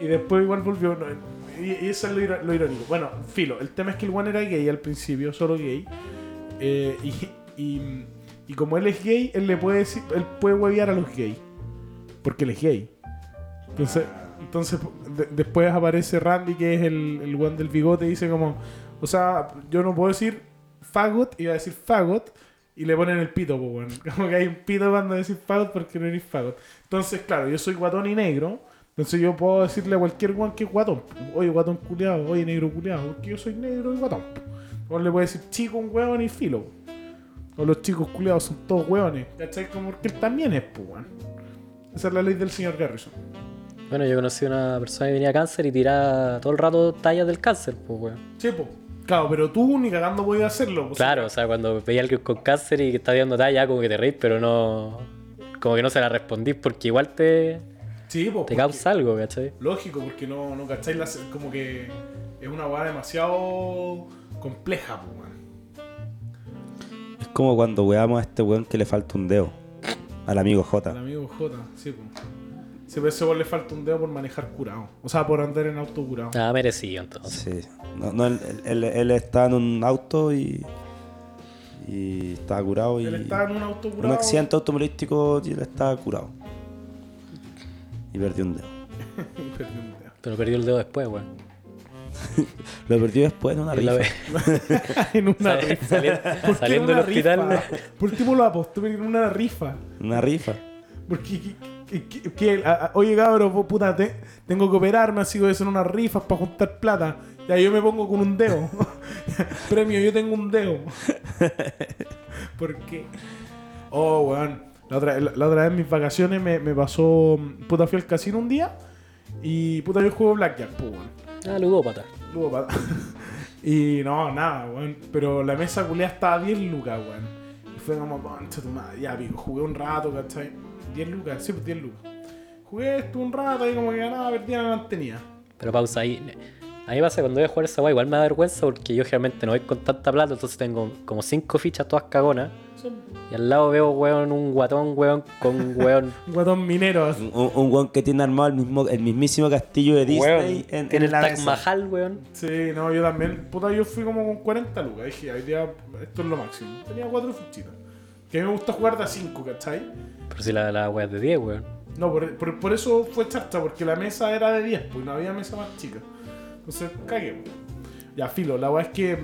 B: Y después igual volvió. no, y, y eso es lo, iro- lo irónico. Bueno, filo, el tema es que el weón era gay al principio, solo gay. Eh, y, y- y como él es gay, él le puede decir, él puede huevear a los gays. Porque él es gay. Entonces, entonces de- después aparece Randy, que es el, el weón del bigote, y dice como, o sea, yo no puedo decir fagot, iba a decir fagot, y le ponen el pito, pues, weón. Como que hay un pito cuando decís fagot porque no eres fagot. Entonces, claro, yo soy guatón y negro, entonces yo puedo decirle a cualquier weón que es guatón, oye, guatón culiado, oye, negro culiado, porque yo soy negro y guatón. O le puedo decir chico, un hueón y filo. O los chicos culiados son todos hueones, ¿cachai? Como que él también es, pues, weón. Esa es la ley del señor Garrison.
C: Bueno, yo conocí a una persona que tenía cáncer y tiraba todo el rato tallas del cáncer, pues, weón.
B: Sí, pues. Claro, pero tú ni cagando podías hacerlo. pues.
C: Claro, o sea, cuando veía a alguien con cáncer y que está tirando tallas, como que te reís, pero no. Como que no se la respondís porque igual te,
B: Sí, pues.
C: te causa algo, ¿cachai?
B: Lógico, porque no, no cacháis las- como que es una weá demasiado compleja, pues, weón.
A: Es como cuando weamos a este weón que le falta un dedo. Al amigo
B: El
A: J.
B: amigo J, sí, pues. Sí, pues ese weón le falta un dedo por manejar curado. O sea, por andar en auto curado.
C: Nada Ah, merecido, entonces.
A: Sí. No, no, él, él- él está en un auto y. Y está curado y.
B: Él estaba en un auto
A: Un
B: curado.
A: accidente automovilístico y él está curado. Y perdió un dedo.
B: y perdió un dedo.
C: Pero perdió el dedo después, weón.
A: Lo perdió después en una
C: Y la
A: rifa.
C: ve-
B: en una
C: sali-
B: rifa.
C: sali-
B: ¿Por qué
C: Saliendo
B: en
C: del
B: una
C: hospital.
B: rifa? Por último lo apostó en una rifa.
A: Una rifa.
B: Porque, que- que- que- a- a- Ah, oye cabros, vos, puta, te- tengo que operarme, así que voy a hacer unas rifas para juntar plata. Ya yo me pongo con un dedo. Premio, yo tengo un dedo. ¿Por qué? Oh, weón. La otra, la- la otra vez en mis vacaciones me, me pasó. Puta, fui al casino un día y puta, yo juego Blackjack, pues, weón.
C: Ah, ludópata.
B: Lugo pa- y no, nada, weón. Pero la mesa culea estaba a 10 lucas, weón. Y fue como, concha tu madre, ya pico. Jugué un rato, ¿cachai? 10 lucas, sí, pues 10 lucas. Jugué esto un rato y como que ganaba, perdía, la mantenía.
C: Pero pausa ahí. A mí me pasa cuando voy a jugar esa weá, igual me da vergüenza porque yo generalmente no voy con tanta plata, entonces tengo como cinco fichas todas cagonas.
B: Son
C: Y al lado veo, weón, un guatón, weón, con un weón.
B: un guatón minero.
A: Un, un- un weón que tiene armado el, mismo, el mismísimo castillo de Disney en, en
C: tiene el
A: la
C: Taj
A: mesa.
C: Mahal, weón.
B: Sí, no, yo también. Puta, yo fui como con 40 lucas. Dije, hoy día esto es lo máximo. Tenía 4 fichitas. Que a mí me gusta jugar de a 5, ¿cachai?
C: Pero si la, la weá es de 10, weón.
B: No, por, por- por eso fue charcha, porque la mesa era de 10, pues no había mesa más chica. Entonces, cagué. pues. Ya, filo, la weá es que,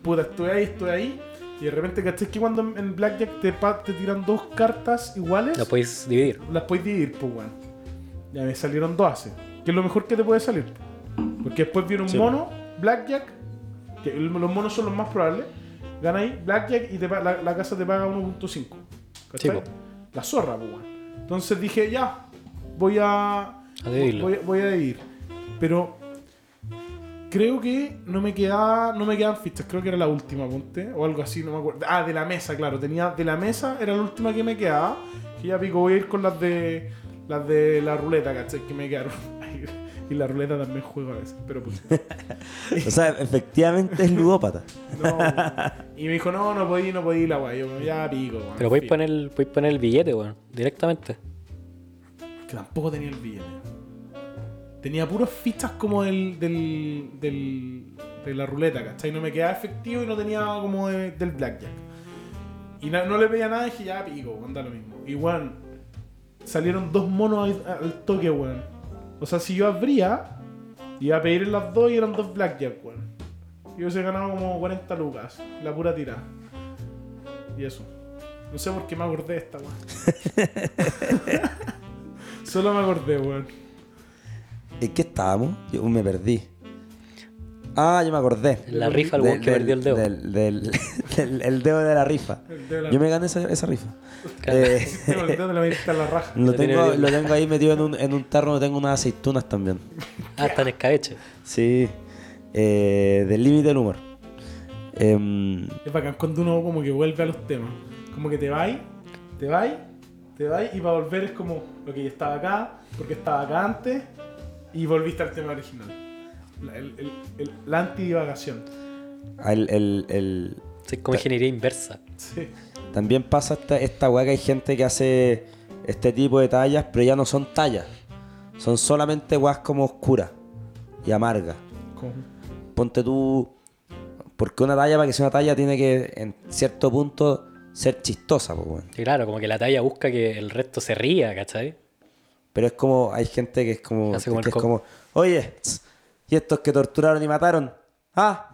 B: puta, estoy ahí, estoy ahí, y de repente, ¿cachai? Que cuando en- en Blackjack te, pa- te tiran dos cartas iguales,
C: La podéis dividir.
B: las podéis dividir, pues, weón. Ya me salieron dos hace, que es lo mejor que te puede salir. Porque después viene un
A: Sí.
B: mono, Blackjack, que el- los monos son los más probables, gana ahí, Blackjack, y te pa- la, la casa te paga 1.5.
C: Sí,
B: ¿Cachai?
C: po.
B: la zorra, pues, weón. Entonces dije, ya, voy a.
C: A dividirlo.
B: Voy, voy a dividir. Pero. Creo que no me quedaba, no me quedaban fichas, creo que era la última, ponte, o algo así, no me acuerdo. Ah, de la mesa, claro, tenía de la mesa, era la última que me quedaba. Y ya pico, voy a ir con las de las de la ruleta, ¿cachai? Que me quedaron. y la ruleta también juego a veces, pero pues.
A: O sea, efectivamente es ludópata.
B: No. Y me dijo, no, no podí, no podí la guay. Yo ya pico, weón,
C: Pero podéis
B: filo.
C: poner, podéis poner el billete, weón. Directamente.
B: que tampoco tenía el billete. Tenía puras fichas como del, del, del- de la ruleta, ¿cachai? No me quedaba efectivo y no tenía como de- del blackjack. Y na- no le pedía nada y dije, ya pico, anda lo mismo. Y weón, salieron dos monos al, al toque, weón. O sea, si yo abría, iba a pedir en las dos y eran dos blackjack, weón. Y yo se ganaba como 40 lucas, la pura tirada. Y eso. No sé por qué me acordé de esta, weón. Solo me acordé, weón.
A: ¿En qué estábamos? Yo me perdí. Ah, yo me acordé.
C: En la rifa, el weón que perdió el dedo.
A: Del, del- del- el dedo de la rifa.
B: El dedo de la
A: Yo me gané esa, esa rifa.
C: Claro.
A: Eh,
B: Tengo el dedo de la manita en la raja.
A: lo,
C: Ya tiene
A: tengo,
C: el-
A: lo tengo ahí metido en un, en un tarro, tengo unas aceitunas también.
C: Ah, está en escabeche.
A: Sí. Eh, del límite del humor. Em,
B: Es bacán cuando uno como que vuelve a los temas. Como que te vais, te vais, te vais y para volver es como, ok, estaba acá, porque estaba acá antes y volviste al tema original. La, el- el- el- la antidivagación.
A: El- el- el-
C: Soy como ingeniería inversa.
B: Sí.
A: también pasa esta, esta weá que hay gente que hace este tipo de tallas, pero ya no son tallas. Son solamente weas como oscuras y amargas.
B: Con-
A: Ponte tú. Porque una talla, para que sea una talla, tiene que en cierto punto ser chistosa, pues, weón.
C: Sí, claro, como que la talla busca que el resto se ría, ¿cachai?
A: Pero es como, hay gente que es como,
C: Hace como el
A: que es
C: co-
A: como, oye, tss, y estos que torturaron y mataron, ah,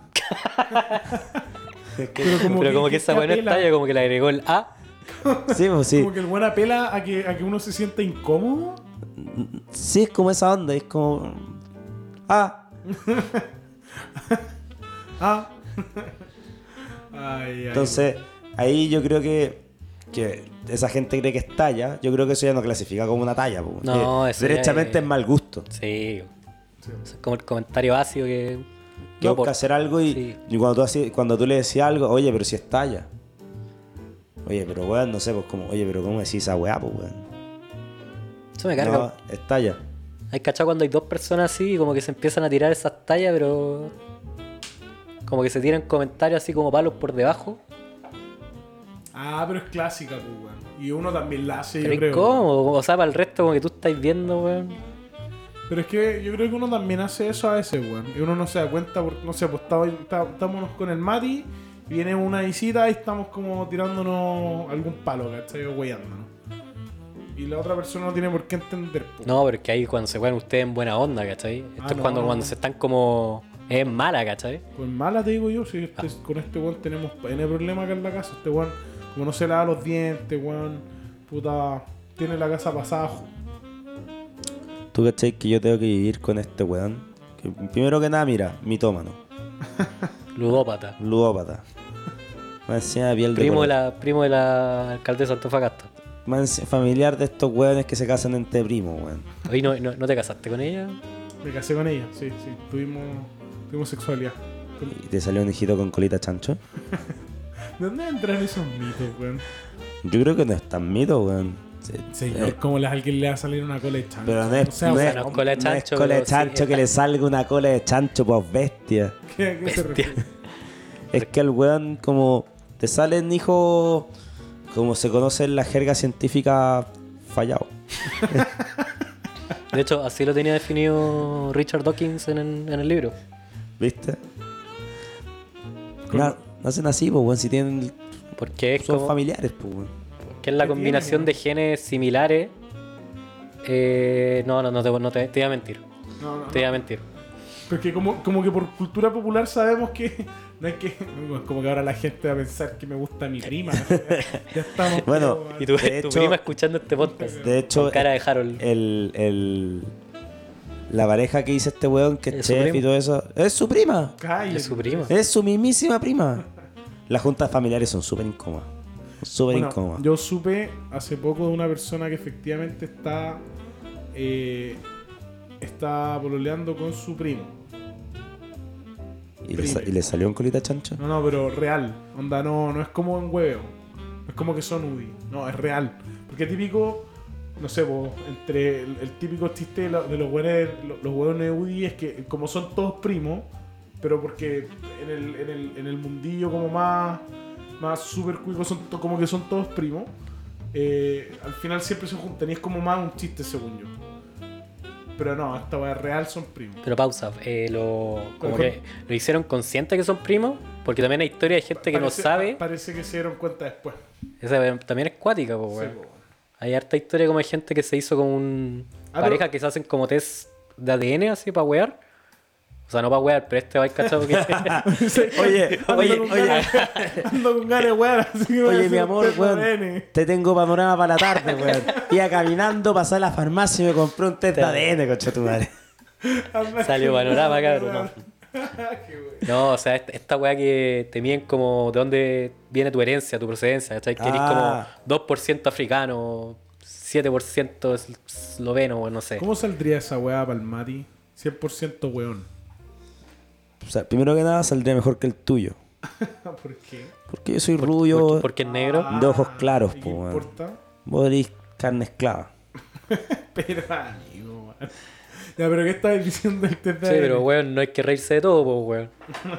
B: Pero como
C: Pero
B: que-
C: como que
B: que
C: esa buena
B: apela-
C: talla, como que le agregó el A.
A: sí, pues sí,
B: Como que el buen apela a que, a que uno se sienta incómodo.
A: sí, es como esa onda, es como, ah,
B: Ah. Ay, ay.
A: entonces, ahí yo creo que, que esa gente cree que es talla, yo creo que eso ya no clasifica como una talla, pues,
C: No,
A: que
C: eso ya
A: derechamente
C: es-
A: es mal gusto.
C: Sí. Eso es como el comentario ácido que.
A: Que
C: no
A: busca
C: por-
A: hacer algo y,
C: sí.
A: y cuando, tú haces- cuando tú le decías algo, oye, pero si es talla. Oye, pero weón, no sé, pues como, oye, pero ¿cómo decís esa weá, pues weón?
C: Eso me carga.
A: No, es talla.
C: Hay cachado cuando hay dos personas así y como que se empiezan a tirar esas tallas, pero. Como que se tiran comentarios así como palos por debajo.
B: Ah, pero es clásica, pues, weón. Y uno también la hace,
C: pero
B: yo creo.
C: incómodo, o sea, para el resto como que tú estás viendo, weón.
B: Pero es que yo creo que uno también hace eso a veces, weón. Y uno no se da cuenta, porque, no sé, pues estaba- está- estábamos con el Mati, viene una visita y estamos como tirándonos algún palo, ¿cachai? O Weyándonos. Y la otra persona no tiene por qué entender, pues. po.
C: No, pero es que ahí cuando se juegan ustedes en buena onda, ¿cachai? Esto
B: Ah,
C: es
B: no,
C: cuando,
B: no,
C: cuando
B: no.
C: se están como. Es mala, ¿cachai?
B: Pues mala te digo yo, si este- con este weón tenemos N problema acá en la casa. Este weón, como no se lava los dientes, weón, puta, tiene la casa pasada. ju-
A: Tú cachai que yo tengo que vivir con este weón. Que primero que nada, mira, mitómano,
C: Ludópata.
A: ludópata. Más encima de piel
C: Primo
A: de
C: de
A: color.
C: la, primo de la alcaldesa de Antofagasta.
A: Más enci- familiar de estos weones que se casan entre primos, weón.
C: Oye, ¿no, no, no te casaste con ella?
B: Me casé con ella, sí, sí. Tuvimos, tuvimos sexualidad.
A: Y te salió un hijito con colita chancho.
B: ¿De dónde entran esos mitos, weón?
A: Yo creo que no es tan mito, weón. Sí,
B: Señor,
A: eh,
B: como las alguien le va a salir una cola de chancho.
A: pero no
B: O
A: es,
B: sea,
A: no
B: o sea,
A: es-
C: no
A: no es
C: es cola
A: cola
C: de
A: de
C: chancho,
A: chancho,
C: pero sí es
A: que le salga una cola de chancho, pues bestia.
B: ¿qué- a qué se refiere?
A: Es que el weón como te salen hijos como se conoce en la jerga científica fallado.
C: De hecho, así lo tenía definido Richard Dawkins en, en el libro.
A: ¿Viste? No, nacen así, pues, weón. Si tienen,
C: Porque es
A: son
C: como-
A: familiares, pues, weón.
C: que es la
B: ¿Qué
C: combinación de genes similares. Eh, no, no, no, te, no te, te iba a mentir.
B: No, no, no.
C: Te iba a mentir.
B: Porque como, como que por cultura popular sabemos que... No es que... bueno, Como que ahora la gente va a pensar que me gusta mi prima. ya estamos...
A: Bueno,
C: Y tu,
A: De
C: tu
A: hecho-
C: prima escuchando este podcast.
A: De hecho, eh,
C: con cara de Harold.
A: El, el- la pareja que hizo este weón, que es,
C: Es su
A: chef y
C: prima.
A: todo eso, es su prima.
B: Cállate.
C: es su prima.
A: Es su mismísima prima. Las juntas familiares son súper incómodas. Súper
B: Bueno,
A: incómodas.
B: yo supe hace poco de una persona que efectivamente está... eh, está pololeando con su primo.
A: ¿Y, le, sa- y le salió un colita chancho?
B: No, no, pero real. Onda, no, no es como en huevo. No es como que son UDI. No, es real. Porque típico, no sé, po, entre el, el típico chiste de, lo- de los hueones lo- los hueones UDI es que como son todos primos, pero porque en el, en el, en el mundillo como más, más super cuico son to- como que son todos primos, eh, al final siempre se juntan y es como más un chiste según yo. Pero no, esta hueá es real son primos.
C: Pero pausa, eh, lo, como
B: Pero-
C: que lo hicieron consciente que son primos, porque también hay historia de gente Este que
B: Parece-
C: no sabe.
B: Parece que se dieron cuenta después.
C: Esa eh, también es cuática, po,
B: Sí,
C: weón.
B: po.
C: Hay harta historia como hay gente que se hizo con un
B: Ah,
C: pareja
B: pero-
C: que se hacen como test de ADN así para wear. O sea, no para wear, pero este va a ir cachado que.
A: Oye, oye, oye.
B: Ando con ganas, weón. Así que me voy a
A: Oye,
B: hacer
A: mi
B: un
A: amor,
B: test de
A: weón,
B: ADN.
A: te tengo panorama para la tarde, weón. Iba caminando, pasé a la farmacia y me compré un test de ADN, concha tu madre.
B: Anda
C: Salió
B: con
C: panorama,
B: ganas,
C: cabrón,
B: weón. Qué weón.
C: no, o sea, est- esta weá que te miden como de dónde viene tu herencia, tu procedencia, ¿cachai? Que eres
A: Ah.
C: como 2% africano, 7% es- esloveno, o no sé.
B: ¿Cómo saldría esa weá para el Mati? 100% weón.
A: O sea, primero que nada saldría mejor que el tuyo.
B: ¿Por qué?
A: Porque yo soy
C: Porque,
A: rubio,
C: porque es negro.
B: Ah,
A: de ojos claros,
B: ¿Y
A: po,
B: ¿Qué
A: weón.
B: importa?
A: Vos eres carne esclava.
B: Pero, amigo, weón. Ya, pero ¿qué estabas diciendo antes de
C: Sí,
B: ADN?
C: pero weón, no hay que reírse de todo, pues weón.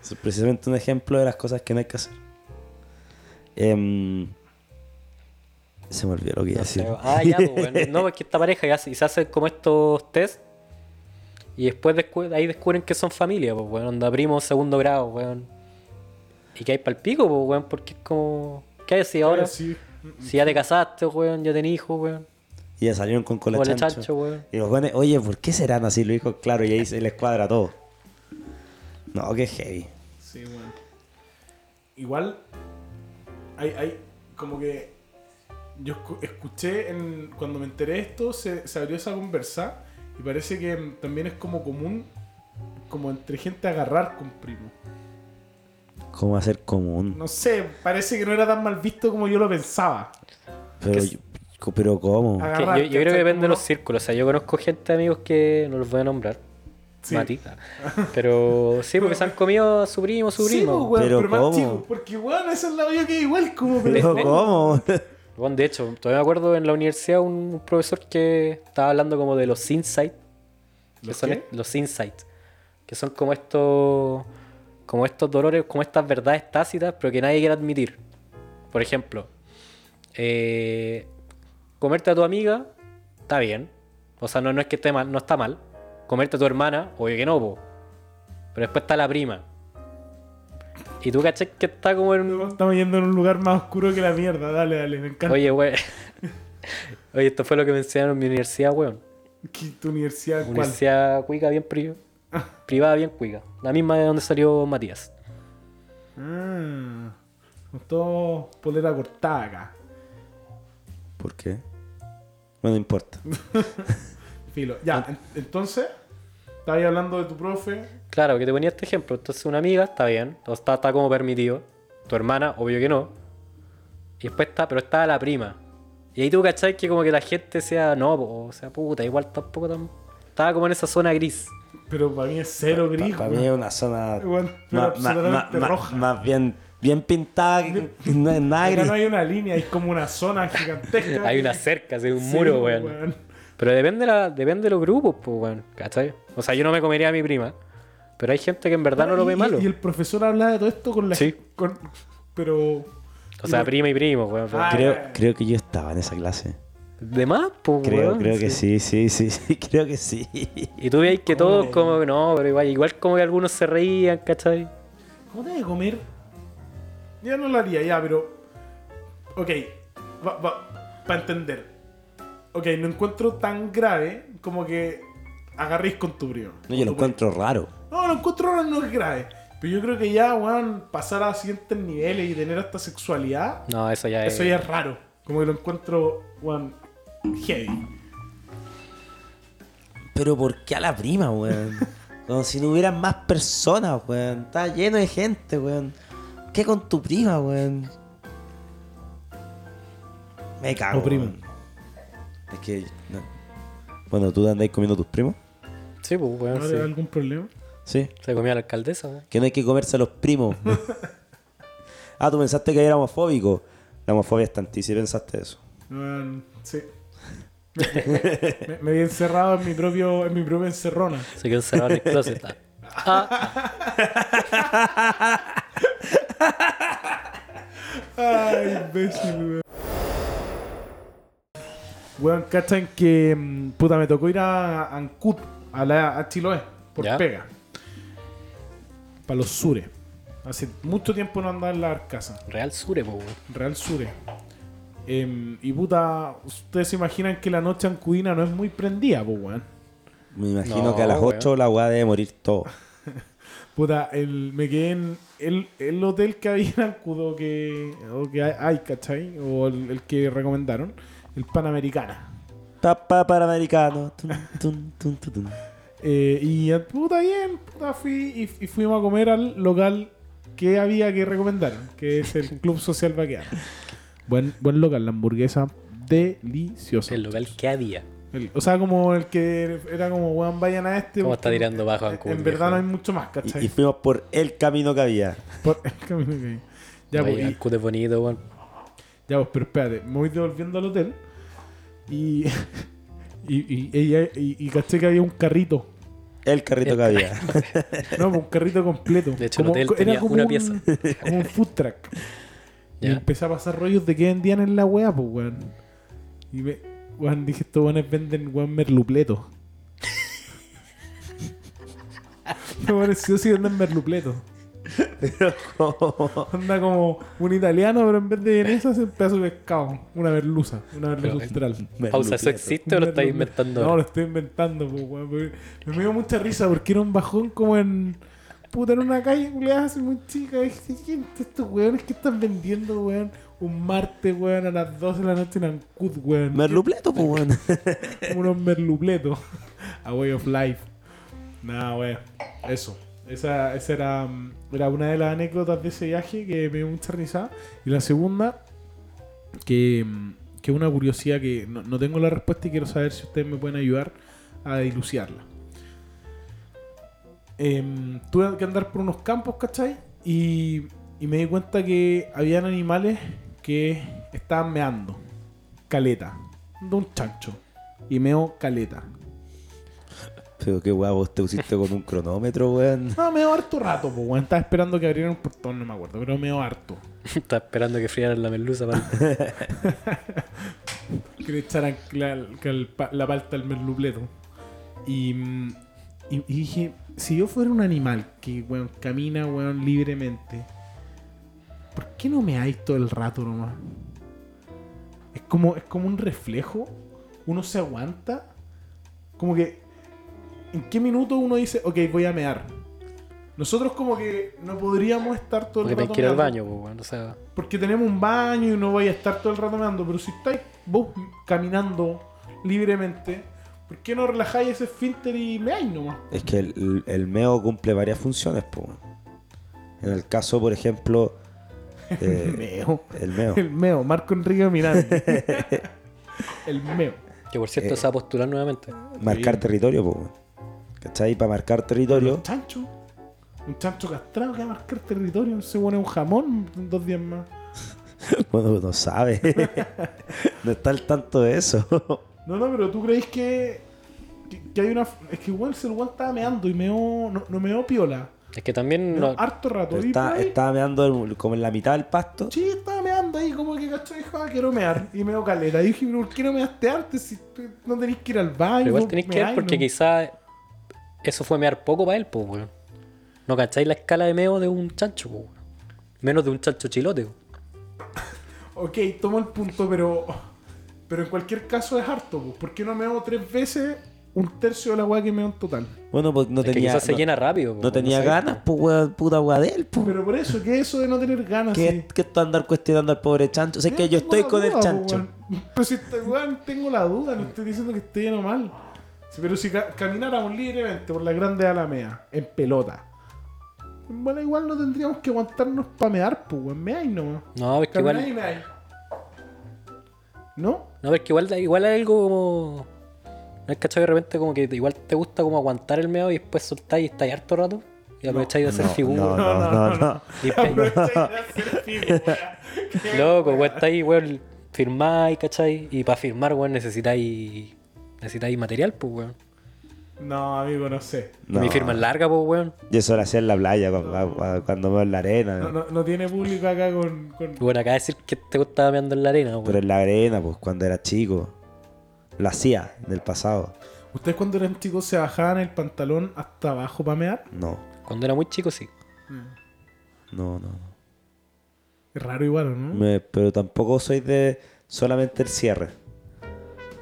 A: Es precisamente un ejemplo de las cosas que no hay que hacer. Em, se me olvidó lo que iba a
C: No
A: decir.
C: sé, ah, ya, pues, bueno. No, es que esta pareja ya se, se hacen como estos test y después descu- ahí descubren que son familia, pues, weón. Onda primo, segundo grado, weón. Y que hay pa'l pico, pues, weón, porque es como. ¿Qué hay si ahora?
B: Sí.
C: Si ya te casaste, weón, ya tenés hijos, weón.
A: y ya salieron con cola
C: Cola
A: chancho.
C: chancho, weón.
A: Y los jóvenes, oye, ¿por qué serán así? Lo dijo, claro, y ahí se les cuadra todo. No, qué heavy.
B: Sí, bueno. Igual, hay, hay como que yo escu- escuché, en, cuando me enteré de esto, se, se abrió esa conversa y parece que mm, también es como común, como entre gente agarrar con primo.
A: ¿Cómo hacer común?
B: No sé, parece que no era tan mal visto como yo lo pensaba.
A: pero,
C: que-
A: yo- pero ¿cómo?
B: Ah,
C: Que yo,
B: Agarrar,
C: yo creo
B: ¿cachai?
C: que depende de
B: Como
C: los círculos. O sea, yo conozco gente, amigos, que no los voy a nombrar.
B: Sí.
C: Mati. Pero sí, porque se han comido a su primo, su
B: Sí, pues,
C: primo.
B: weón,
A: Pero
B: pero más
A: ¿cómo?
B: chico, porque weón, esa es la olla que igual como... pero-
A: Pero
C: de-
A: ¿cómo?
C: Bueno, de hecho, todavía me acuerdo en la universidad un profesor que estaba hablando como de los insights. Que
B: ¿Los
C: son
B: qué?
C: est- los insights. Que son como estos. como estos dolores, como estas verdades tácitas, pero que nadie quiere admitir. Por ejemplo, eh, comerte a tu amiga está bien. O sea, no, no es que esté mal, no está mal. Comerte a tu hermana, obvio que no, po. Pero después está la prima. Y tú caché que está como en un
B: Estamos yendo en un lugar más oscuro que la mierda, dale, dale, me encanta.
C: Oye, weón. Oye, esto fue lo que me enseñaron en mi universidad, weón.
B: Que tu universidad, ¿cuál?
C: Universidad cuica bien pri- privada, bien cuica. La misma de donde salió Matías.
B: Ah, con todo polera cortada acá.
A: ¿Por qué? Bueno, no importa.
B: Filo.
C: Ah.
B: Ya, en- entonces, estabas hablando de tu profe.
C: Claro, que te ponía este ejemplo. Entonces, una amiga está bien, o está, está como permitido. Tu hermana, obvio que no. Y después está, pero está la prima. Y ahí tú cachai que como que la gente sea, no, po, o sea, puta, igual tampoco tan. Estaba como en esa zona gris.
B: Pero para mí es cero gris.
A: Para mí es una zona
B: Bueno, pero
A: ma- ma-
B: absolutamente
A: ma-
B: roja.
A: más bien, bien pintada, que- que no es nada
B: Acá
A: gris.
B: no hay una línea, hay como una zona gigantesca.
C: Hay una cerca, así, un
B: Sí,
C: muro, weón. Pero depende, la, depende de los grupos, pues, weón. ¿Cachai? O sea, yo no me comería a mi prima. Pero hay gente que en verdad no lo
B: Ah, Y-
C: ve malo.
B: Y el profesor habla de todo esto con la.
C: Sí.
B: con- pero.
C: O sea, prima y primo, weón. pero-
B: Ah,
A: Creo, creo que yo estaba en esa clase.
C: De más, pues,
A: Creo,
C: weón,
A: creo que sí, sí, sí, sí, creo que sí.
C: Y tú veis que todos como que no, pero igual, igual como que algunos se reían, ¿cachai?
B: ¿Cómo te de comer? Ya no lo haría, ya, pero. Ok, va, para entender. Ok, no encuentro tan grave como que agarréis con tu primo.
A: No, yo lo encuentro raro.
B: No, lo encuentro ahora no es grave. Pero yo creo que ya, weón, pasar a siguientes niveles y tener esta sexualidad,
C: No, eso ya es.
B: eso ya es raro. Como que lo encuentro, weón, heavy.
A: Pero ¿por qué a la prima, weón? Como si no hubieran más personas, weón. Está lleno de gente, weón. ¿Qué con tu prima, weón? Me cago.
B: O primo.
A: weón. Es que. no. Bueno, ¿tú andáis comiendo tus primos?
C: Sí, pues, weón.
B: ¿No
C: sí.
B: hay algún problema?
A: Sí.
C: Se comía la alcaldesa, weón.
A: Que no hay que comerse a los primos. ah, tú pensaste que era homofóbico. La homofobia está en ti, si pensaste eso.
B: Weón, sí. Me, me- me vi encerrado en mi propio, en mi propia encerrona.
C: Se quedó encerrado en el closet. ah. Ah,
B: Ay, imbécil, weón. Weón, cachan que. mm, Puta, me tocó ir a Ancut, a, la, a Chiloé, por
C: Ya.
B: pega. Para los sures. Hace mucho tiempo no andaba en la barcaza.
C: Real Sure, pues, weón.
B: Real Sure. Em, y puta, ustedes se imaginan que la noche ancudina no es muy prendida, pues weón.
A: Me imagino
C: No,
A: que a las
C: weón.
A: 8 la weá debe morir todo.
B: Puta, el, me quedé en el, el hotel que había en Ancudo que, o que hay- hay, ¿cachai? O el, el que recomendaron, el Panamericana.
A: Papá panamericano. Tum, tum, tum, tum, tum.
B: Eh, y eh, puta bien, puta fui y, y fuimos a comer al local que había que recomendar, que es el Club Social Vaqueano. Buen, buen local, la hamburguesa deliciosa.
C: El local que había.
B: El- o sea, como el que era como, weón, vayan a este.
C: ¿Cómo
B: porque
C: está tirando bajo
B: En,
C: Ancudo,
B: en verdad
C: viejo?
B: no hay mucho más, ¿cachai?
A: Y, y fuimos por el camino que había.
B: Por el camino que hay. Ya,
C: Oye,
B: pues, y-
C: Ancud es bonito, weón.
B: ya, pues, pero espérate, me voy devolviendo al hotel y, Y, y, ella- y, y caché que había un carrito.
A: El carrito que había.
B: No, pues, un carrito completo.
C: De hecho, el hotel tenía una pieza.
B: Como un food truck. Y
C: Ya.
B: empecé a pasar rollos de que vendían en la wea, pues, weón. Y me, weón, dije, estos weones venden, weón, merlupletos. No, weón, sí o sí venden merlupletos. Anda como un italiano, pero en vez de vienesa es un pedazo de pescado. Una merluza, una merluza austral.
C: Pausa, ¿eso existe o lo estáis inventando?
B: No,
C: ahora?
B: lo estoy inventando, pues, weón. porque Me dio mucha risa porque era un bajón como en. Puta, en una calle, culiada, así muy chica. y dije, ¿Quién de estos weones que están vendiendo, weón? Un martes, weón, a las 12 de la noche en Ancud, weón.
A: Merlupleto, pues, weón.
B: Unos merlupletos. A way of life. Nada, weón. Eso. Esa, esa era, mm, era una de las anécdotas de ese viaje que me dio mucha risa. Y la segunda, que mm, que es una curiosidad que no, no tengo la respuesta y quiero saber si ustedes me pueden ayudar a dilucidarla. Em, tuve que andar por unos campos, ¿cachai? Y, y me di cuenta que habían animales que estaban meando. Caleta. De un chancho. Y meo caleta.
A: Pero qué guapo, vos te pusiste con un cronómetro, weón.
B: No, meo harto rato, pues, weón. Estaba esperando que abrieran un portón, no me acuerdo, pero meo harto.
C: Está esperando que friaran la merluza para...
B: que le echaran la, que el pa- la palta al merlupleto. Y, mm, y- y dije, si yo fuera un animal que weón, camina weón, libremente, ¿por qué no me hay todo el rato nomás? Es como, es como un reflejo, uno se aguanta, como que, ¿en qué minuto uno dice, ok, voy a mear? Nosotros como que no podríamos estar todo el
C: Porque
B: rato
C: tenés que ir al
B: meando.
C: baño, pues, weón. O sea,
B: Porque tenemos un baño y no vais a estar todo el rato meando, pero si estáis vos caminando libremente, ¿por qué no relajáis ese esfínter y meáis nomás?
A: Es que el, el meo cumple varias funciones, pues, weón. En el caso, por ejemplo. eh,
B: meo.
A: el meo.
B: El meo, Marco Enrique Miranda. el meo.
C: que por cierto
A: Eh.
C: se va a postular nuevamente.
A: Marcar
B: Sí.
A: territorio, pues, weón. ¿Cachai? Para marcar territorio.
B: Un chancho. Un chancho castrado que va a marcar territorio. Se pone un jamón en dos días más.
A: Bueno, no sabe. no está al tanto de eso.
B: No, no, pero tú creéis que, que, que hay una. Es que igual el weón estaba meando y meó. No, no meó piola.
C: Es que también
B: Meó
C: no-
B: harto rato.
A: Pero
B: y por
A: está,
B: ahí-
A: estaba meando el- como en la mitad del pasto.
B: Sí, estaba meando ahí, como que cacho, dijo, ah, quiero mear. Y meo caleta. Y dije, ¿por qué no measte antes? Si tú no tenés que ir al baño.
C: Pero igual tenéis que
B: meáis,
C: ver porque
B: no.
C: quizás eso fue mear poco para él, pues, weón. ¿No cacháis la escala de meo de un chancho, pues, weón? Menos de un chancho chilote, weón.
B: Ok, tomo el punto, pero. Pero en cualquier caso es harto, pues. ¿Por qué no meo tres veces un tercio de la weá que meo en total?
A: Bueno, pues no
C: Es que
A: tenía.
C: quizás se
A: no-
C: llena rápido, pues,
A: No
C: weón,
A: tenía
C: sé.
A: ganas, pues, weón, puta weá de él, pues.
B: Pero por eso, que eso de no tener ganas. Ah, sí.
A: ¿Qué, qué está andar cuestionando al pobre chancho? O sea, es que yo
B: Tengo
A: estoy
B: la
A: con
B: duda,
A: el
B: po,
A: chancho.
B: weón. Pero si, estoy- weón, tengo la duda, no estoy diciendo que esté lleno mal. Sí, Pero si ca- camináramos libremente por la grande Alameda, en pelota, bueno, igual no tendríamos que aguantarnos para mear, pues, weón. Meáis nomás.
C: No, es que
B: Camináis
C: igual,
B: y meáis. ¿No?
C: no, es que igual, igual hay algo como. ¿No es cachado de repente como que igual te gusta como aguantar el meo y después soltáis y estáis harto rato? Y aprovecháis de hacer
A: No, no,
C: figuras.
A: no, no.
C: Y estáis-
B: Aprovecháis de hacer figura.
C: Loco, weón, estáis, weón, firmáis, ¿cachai? Y para firmar, weón, necesitáis. Necesitáis material, pues, weón.
B: No, amigo, no sé.
A: No.
C: Mi firma es larga, pues, weón.
A: Yo suelo hacer en la playa cu- cu- cu- cuando, veo en la arena.
B: No, no- no tiene público acá con. con-
C: Bueno, acá decir que te gustaba meando en la arena,
A: Pero
C: weón.
A: en la arena, pues, cuando era chico. Lo hacía en el pasado.
B: ¿Ustedes cuando eran chicos se bajaban el pantalón hasta abajo para mear?
A: No,
C: Cuando era muy chico, sí.
A: no, no. no.
B: Es raro igual, ¿o ¿no?
C: ¿Mm?
A: Me- pero tampoco soy de solamente el cierre.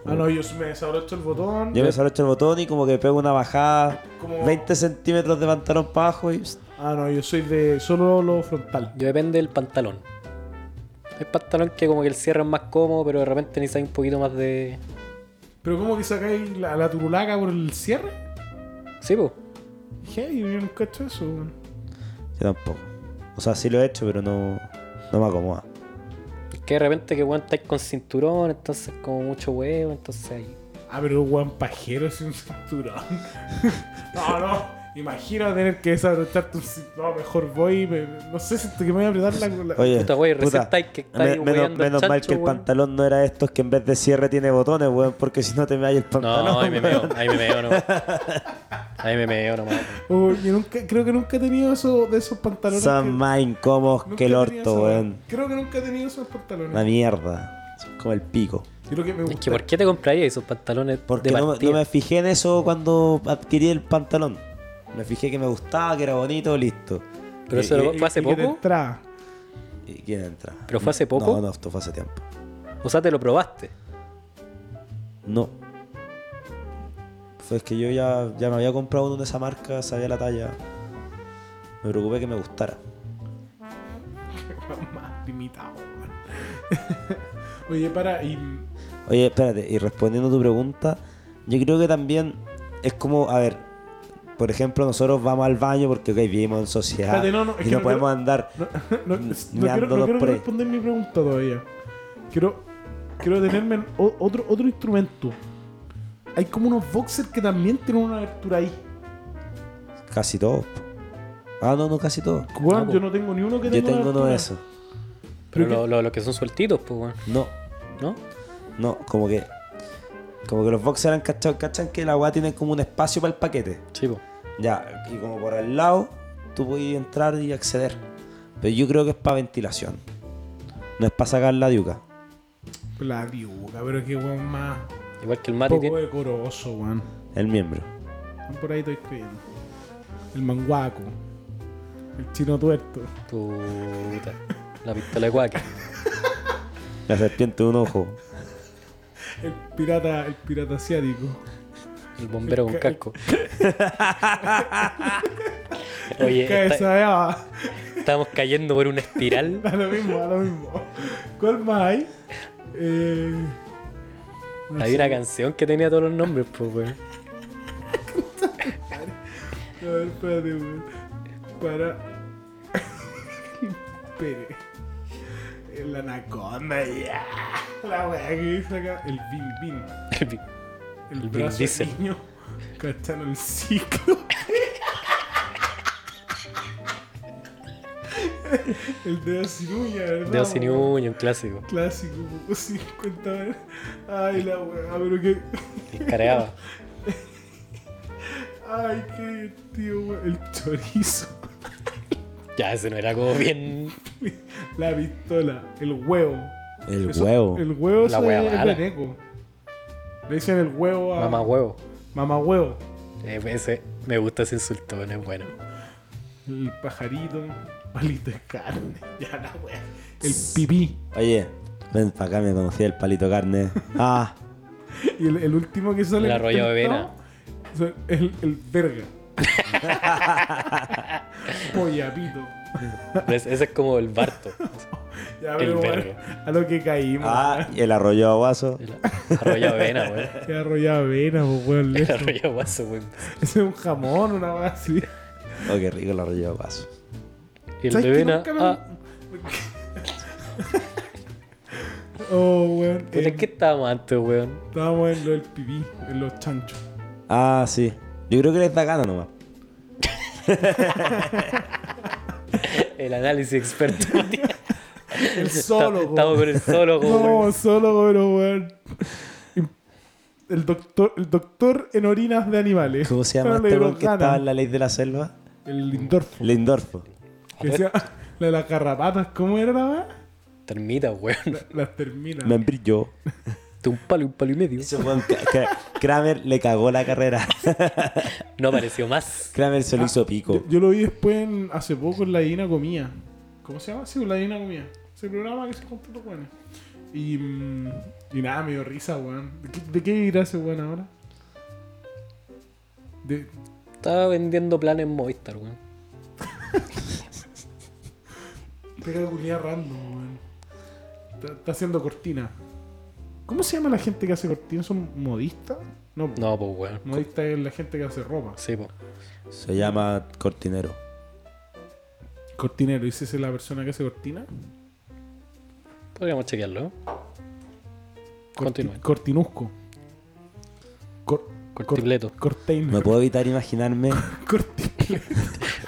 B: Ah, no, yo me desabrocho el botón.
A: Yo me desabrocho el botón y como que pego una bajada,
B: Como-
A: 20 centímetros de pantalón para abajo y... pst,
B: Ah, no, yo soy de solo lo frontal.
C: Yo depende del pantalón. Hay pantalón que como que el cierre es más cómodo, pero de repente necesitáis un poquito más de.
B: Pero ¿cómo que sacáis la, la turulaca por el cierre?
C: Sí, pues.
B: Hey, yo nunca he hecho eso, weón.
A: Yo tampoco. O sea, sí lo he hecho, pero no, no me acomoda.
C: Es que de repente que weón estáis con cinturón, entonces como mucho huevo, entonces ahí.
B: Ah, pero weón pajero sin cinturón. no, no. Imagino tener que desabrocharte un cinturón. No, mejor voy. y me- no sé, siento que me voy a apretar la. la-
A: Oye,
C: Puta, güey, recién estáis que
A: me-
C: estáis
A: menos,
C: hueveando al
A: menos mal
C: chancho,
A: que el
C: weón.
A: pantalón no era de estos que en vez de cierre tiene botones, weón, porque si no te me hay el pantalón.
C: No, ahí me
A: weón.
C: meo, ahí me meo nomás. Ahí me meo nomás.
B: Uy, Oh, yo nunca, creo que nunca he tenido eso, de esos pantalones. que-
A: Son más incómodos
B: nunca
A: que el
B: he tenido
A: orto,
B: esa-
A: weón.
B: Creo que nunca he tenido esos pantalones.
A: Una mierda. Son como el pico.
B: Yo creo que me
C: Es
B: gusta.
C: que ¿por qué te comprarías esos pantalones
A: Porque
C: de
A: no, me-
C: partida?
A: no me fijé en eso cuando adquirí el pantalón. Me fijé que me gustaba, que era bonito, listo.
C: Pero
A: Y-
C: eso lo-
A: y-
C: fue hace
B: Y que te
C: poco.
B: entraba.
A: y- ¿Quién entra?
C: ¿Pero fue hace poco?
A: No, no, esto fue hace tiempo.
C: O sea, te lo probaste.
A: No. Pues es que yo ya, ya me había comprado uno de esa marca, sabía la talla. Me preocupé que me gustara.
B: más limitado, weón. Oye, para. Y,
A: Oye, espérate, y respondiendo a tu pregunta, yo creo que también es como, a ver, por ejemplo, nosotros vamos al baño porque ok, vivimos en sociedad
B: Espérate, no, no, es
A: y
B: que
A: no
B: no
A: podemos
B: quiero-
A: andar.
B: no, no,
A: Mm,
B: no
A: me
B: quiero,
A: ando
B: no
A: los
B: quiero
A: pre.
B: responder mi pregunta todavía. Quiero, quiero detenerme en o- otro, otro instrumento. Hay como unos boxers que también tienen una abertura ahí.
A: Casi todo. po. Ah, no, no, casi todo.
B: Weón,
C: No,
B: yo
C: po.
B: no tengo ni uno que tenga
A: Yo
B: una
A: tengo uno de
B: abertura.
A: esos.
C: Pero
B: Pero
C: lo- lo- los que son sueltitos, pues, weón.
A: No,
C: ¿No?
A: no, como que. Como que los boxers han cachado, cachan que la weá tiene como un espacio para el paquete.
C: Sí, pues. po.
A: Ya, y como por al lado, tú puedes entrar y acceder. Pero yo creo que es para ventilación. No es para sacar la diuca.
B: La diuca, pero qué weón más.
C: Igual que el
B: Poco
C: Mati tiene.
B: decoroso, weón.
A: El miembro.
B: Por ahí estoy escribiendo. El manguaco. El chino tuerto.
C: Puta. La pistola de cuaca.
A: La serpiente de un ojo.
B: El pirata, el pirata asiático.
C: El bombero con
B: Ca-
C: casco. Oye,
B: Cabeza
C: está-
B: de haba.
C: estamos cayendo por una espiral.
B: Da lo mismo, da lo mismo. ¿Cuál más hay? Eh, no
C: Hay
B: sé.
C: una canción que tenía todos los nombres, pues, weón.
B: A ver, espérate, weón. Para. Pere. El anaconda, ya. La weá que dice acá. El bin bin. El,
C: Vin
B: brazo
C: Diesel.
B: del niño. Cachan el ciclo. el dedo sin uña, ¿verdad?
C: Dedo sin
B: weón?
C: uña, un clásico.
B: Clásico, po, 50 horas. Ay, la weá, pero que.
C: El careaba.
B: Ay, qué divertido, weón. El chorizo,
C: Ya, ese no era como bien.
B: la pistola, el huevo.
A: El
B: Eso-
A: huevo.
B: El huevo
C: La
B: eso
C: weá
B: es el
C: mala.
B: veneco. Le dicen el huevo a.
C: Mamá huevo.
B: Mamá huevo.
C: Eh, ese, me gusta ese insulto, no es bueno.
B: El pajarito, palito de carne. Ya, la weá. El pipí.
A: Oye, ven para acá, me conocí el palito carne. Ah,
B: Y el, el último que sale.
C: El arrollado de
B: inventado, es El, el verga. Pollapito.
C: Pero Ese, ese es como el barto.
B: Ya,
C: El
B: pero bueno,
C: verga.
B: a lo que caímos.
A: ah, y el arrollado a guaso.
C: El Arrollado vena, weón.
B: Qué arrollado de avena, po, weón.
C: El
B: lejos.
C: arrollado guaso, weón.
B: Ese es un jamón, una weá así.
A: Oh, qué rico el arrollado a guaso.
C: El
B: ¿Sabes que
C: de vena.
B: nunca me-
C: Ah,
B: oh, weón.
C: puta,
B: eh,
C: ¿en qué estábamos antes, weón?
B: Estábamos en lo del pipí, en los chanchos.
A: Ah, sí. Yo creo que les da gana nomás.
C: El análisis experto.
B: El
C: Estamos
B: solo,
C: estamos con el solo,
B: No,
C: weón.
B: solo, pero weón. El doctor, el doctor en orinas de animales.
A: ¿Cómo se llama
B: No le
A: este
B: dieron
A: weón que
B: ganas.
A: estaba en la ley de la selva?
B: El Lindorfo.
A: Lindorfo.
B: Que decía, la de las garrapatas, ¿cómo era la weá?
C: Termita, weón.
B: La- Las terminas.
A: Me brilló.
C: De un palo y un palo y medio.
A: Ese weón, K- K- Kramer le cagó la carrera.
C: No apareció más.
A: Kramer se lo hizo pico.
B: Yo, yo lo vi después en- hace poco en La Divina Comía. ¿Cómo se llama? Sí, en La Divina Comía. Ese programa que se contó los weones. Y, mm, y nada, me dio risa, weón. ¿De qué, de qué irá ese weón ahora? De,
C: Estaba vendiendo planes en Movistar, weón.
B: Pega culiada random, weón. Está, está haciendo cortina. ¿Cómo se llama la gente que hace cortina? ¿Son modistas? No, po.
C: No, pues, weón.
B: modista es la gente que hace ropa.
C: Sí, pues.
A: Se llama cortinero.
B: Cortinero, ¿y si esa es la persona que hace cortina?
C: Podríamos chequearlo. ¿eh?
B: Corti-
C: Continúen.
B: Cortinusco. Cor-
C: Cortipleto.
B: Cortain.
A: No puedo evitar imaginarme.
B: Cortipleto.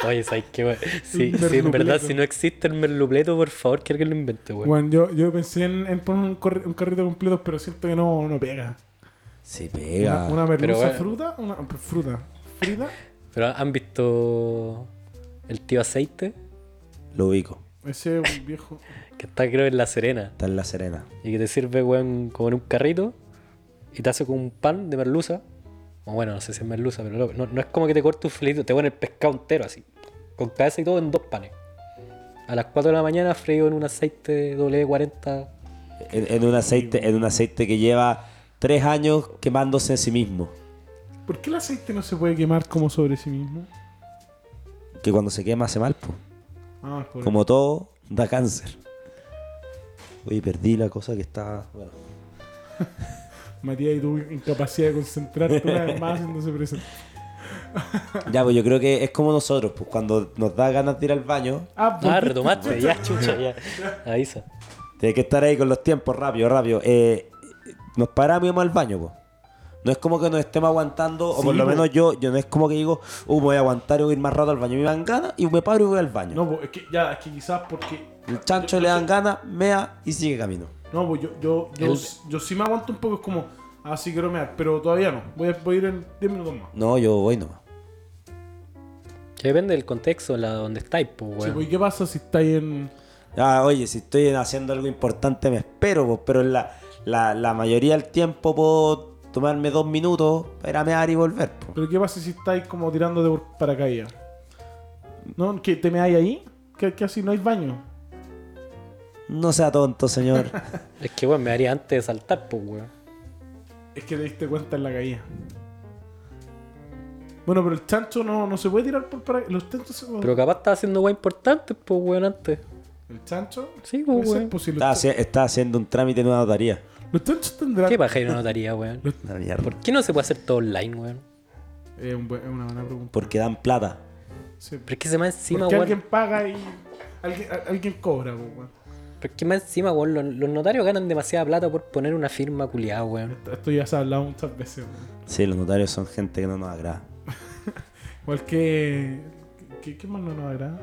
C: Oye, ¿sabes qué, weón? Sí,
B: Un
C: sí, en verdad,
B: merlupleto.
C: si no existe el merlupleto, por favor, que alguien lo invente, weón.
B: Bueno, yo, yo pensé en, en poner un, corri- un carrito completo, pero siento que no, no pega.
A: Se
B: Una,
A: pega.
B: una merluza
C: bueno.
B: fruta, una fruta. Frita,
C: Pero ¿han visto el tío aceite?
A: Lo ubico.
B: ese es un viejo.
C: Que está, creo, en La Serena.
A: Está en la serena.
C: Y que te sirve, weón, como en un carrito. Y te hace con un pan de merluza. O bueno, no sé si es merluza, pero lo- no, no es como que te corte un filetito, te ponen el pescado entero así. Con cabeza y todo en dos panes. A las 4 de la mañana frío en un aceite W40.
A: En, en un aceite, en un aceite que lleva tres años quemándose en sí mismo.
B: ¿Por qué el aceite no se puede quemar como sobre sí mismo?
A: Que cuando se quema hace mal, po.
B: Ah, es por
A: Como todo, da cáncer. Oye, perdí la cosa que está. Bueno.
B: Matías y tu incapacidad de concentrarte una vez más haciéndose presente.
A: Ya, pues yo creo que es como nosotros, pues cuando nos da ganas de ir al baño,
B: Ah,
C: Ah,
B: volviste.
C: retomaste, ya, chucha, ya. Avisa.
A: tienes que estar ahí con los tiempos, rápido, rápido. Eh, nos paramos y vamos al baño, pues. No es como que nos estemos aguantando, o
B: Sí,
A: por lo
B: po.
A: menos yo, yo no es como que digo, uh, me voy a aguantar y voy a ir más rato al baño. Me dan ganas y me paro y voy al baño.
B: No, pues, es que ya, es que quizás porque.
A: El chancho le dan ganas, mea y sigue camino.
B: No, pues yo, yo, yo,
C: El-
B: yo sí me aguanto un poco, es como, ah, sí quiero mear, pero todavía no. Voy a, voy a ir en 10 minutos más.
A: No, yo voy nomás.
C: Que depende del contexto, la donde estáis, pues,
B: Sí,
C: weón.
B: pues, ¿y ¿qué pasa si estáis en.
A: Ah, oye, si estoy haciendo algo importante me espero, po, pero en la, la, la mayoría del tiempo puedo tomarme dos minutos para ir a mear y volver. po.
B: Pero ¿qué pasa si estáis como tirando de por- paracaídas? ¿No? ¿Que te meáis ahí? ¿Qué, qué así? ¿No hay baño?
A: No sea tonto, señor.
C: Es que, weón, me haría antes de saltar, pues, weón.
B: Es que te diste cuenta en la caída. Bueno, pero el chancho no, no se puede tirar por paracaídas. Los chanchos se
C: Pero capaz estaba haciendo weón importantes, pues, weón, antes.
B: ¿El chancho?
C: Sí,
B: Puede
C: pues,
B: ser,
C: weón.
B: pues, si los,
A: está,
B: chan-
A: haci- está haciendo un trámite en una notaría.
B: los chanchos tendrán.
C: ¿Qué paja y no notaría, weón?
A: Una mierda.
C: ¿Por qué no se puede hacer todo online, weón? pues.
B: Es un buen- es una buena pregunta.
A: Porque dan plata.
B: Sí.
C: Pero es que se más encima,
B: Porque
C: weón.
B: alguien paga y alguien, a- alguien cobra, pues, weón.
C: Pero es que más encima, weón, los, los notarios ganan demasiada plata por poner una firma culiada, weón.
B: Esto, esto ya se ha hablado muchas veces, weón.
A: Sí, los notarios son gente que no nos agrada.
B: Igual que. ¿Qué, qué más no nos agrada?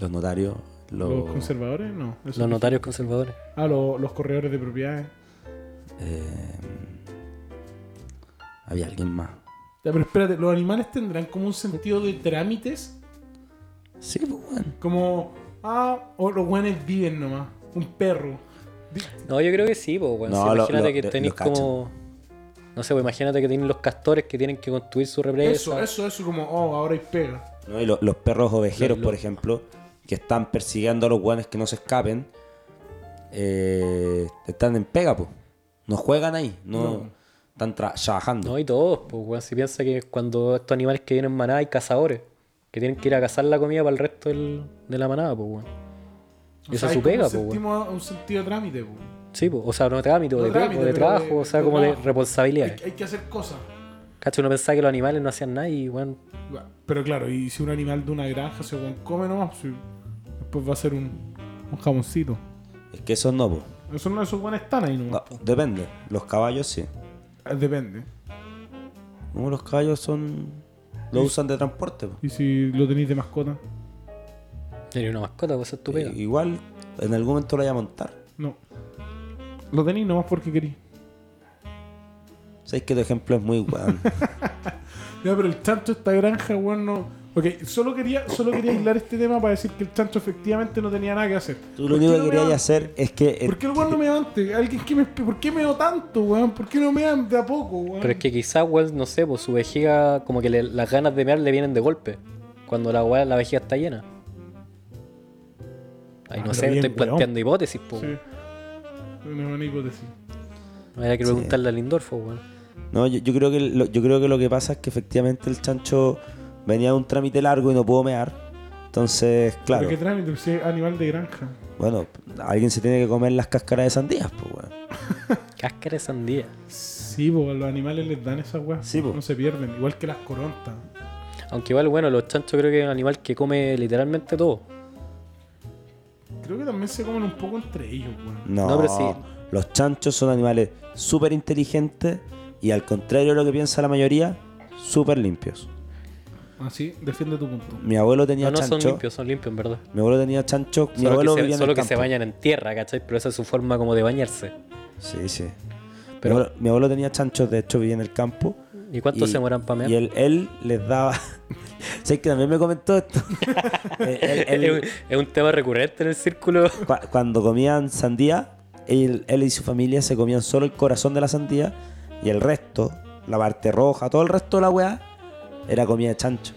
A: Los notarios, los,
B: ¿Los conservadores? No. eso-
C: Los notarios conservadores.
B: Ah, lo- los corredores de propiedades.
A: eh, había alguien más.
B: Ya, pero espérate, ¿los animales tendrán como un sentido de trámites?
A: Sí, pues bueno.
B: Como. Ah, o los buenos viven nomás. Un perro. Vi-
C: No, yo creo que sí, pues, weón.
A: No,
C: Sí,
A: lo-
C: imagínate
A: lo-
C: que
A: lo-
C: tenéis
A: lo cachan.
C: como. No sé, pues, imagínate que tienen los castores que tienen que construir su represa.
B: Eso, eso, eso, como, oh, ahora hay pega.
A: ¿no? Y lo- los perros ovejeros,
C: Los-
A: por
C: los-
A: ejemplo, que están persiguiendo a los guanes que no se escapen, eh, están en pega, pues. No juegan ahí, no,
B: No.
A: están tra- trabajando.
C: No, y todos, pues, weón. Si piensa que cuando estos animales que vienen en manada hay cazadores. Que tienen que ir a cazar la comida para el resto del- de la manada, pues, weón.
B: O
C: Y
B: sea,
C: esa es
B: hay
C: su
B: como
C: pega,
B: un
C: pues, weón.
B: sentimos- un sentido de trámite, pues.
C: Sí, pues. O sea, no trámite, o
B: No
C: de,
B: trámite,
C: o de
B: pero de-
C: trabajo, o sea,
B: de
C: como de
B: trabajo.
C: responsabilidades.
B: Hay, hay que hacer cosas.
C: Cacho, uno pensaba que los animales no hacían nada y, weón,
B: Pero claro, y si un animal de una granja se weón, come nomás, si- después va a ser un, un jamoncito.
A: Es que esos no, pues. Ah,
B: Eso no, esos buenos están ahí nomás.
A: depende, los caballos sí.
B: Eh, Depende.
A: No, los caballos son. Lo usan de transporte, po.
B: Y si lo tenéis de mascota,
C: tenía una mascota, pues eso es tu pega.
A: I- Igual, en algún momento lo voy a montar.
B: no. Lo tenéis nomás porque queréis.
A: Sabéis que tu ejemplo es muy guan.
B: Ya, pero el chancho de esta granja, weón, no. Ok, solo quería, solo quería aislar este tema para decir que el chancho efectivamente no tenía nada que hacer.
A: Tú
B: ¿Por
A: lo
B: qué
A: único
B: no
A: que querías
B: meaba?
A: hacer es que. eh,
B: ¿Por qué el weón no me antes? ¿Alguien que me expli- ¿Por qué me dio tanto, weón? ¿Por qué no me dan de a poco, weón?
C: Pero es que quizás, weón, no sé, pues su vejiga, como que le- las ganas de mear le vienen de golpe. Cuando la weá, la vejiga está llena.
B: Ah,
C: Ay, no
B: pero
C: sé,
B: bien,
C: estoy
B: weón.
C: planteando hipótesis, pues.
B: Sí.
C: weón.
B: Una buena hipótesis.
C: No Habría que
A: Sí.
C: preguntarle a Lindorfo, weón.
A: No, yo, yo creo que lo, yo creo que lo que pasa es que efectivamente el chancho venía de un trámite largo y no pudo mear. Entonces, claro.
B: Pero qué trámite, si es animal de granja.
A: Bueno, alguien se tiene que comer las cáscaras de sandías, pues, weón.
C: Cáscara de sandía.
B: Sí, po, a los animales les dan esas weas.
A: Sí, po.
B: No se pierden, igual que las corontas.
C: Aunque igual, bueno, los chanchos creo que es un animal que come literalmente todo.
B: Creo que también se comen un poco entre ellos, weón.
A: No,
C: No, pero sí.
A: Los chanchos son animales súper inteligentes Y al contrario de lo que piensa la mayoría, súper limpios.
B: Así, defiende tu punto.
A: Mi abuelo tenía
C: No, no son
A: chancho.
C: limpios, son limpios en verdad.
A: Mi abuelo tenía chancho. Mi
C: Solo, que
A: abuelo
C: se,
A: vivía en
C: solo
A: el
C: que se
A: campo.
C: bañan en tierra, ¿cachai? Pero esa es su forma como de bañarse.
A: Sí, sí.
C: Pero-
A: mi, abuelo, mi abuelo tenía chanchos, de hecho vivía en el campo.
C: ¿Y cuántos
A: y-
C: se mueran para mear?
A: Y él, él les daba. sé que también me comentó esto. Eh, él-
C: es,
A: él-
C: un, es un tema recurrente en el círculo.
A: cua- cuando comían sandía, él, él y su familia se comían solo el corazón de la sandía y el resto, la parte roja, todo el resto de la weá, era comida de chancho.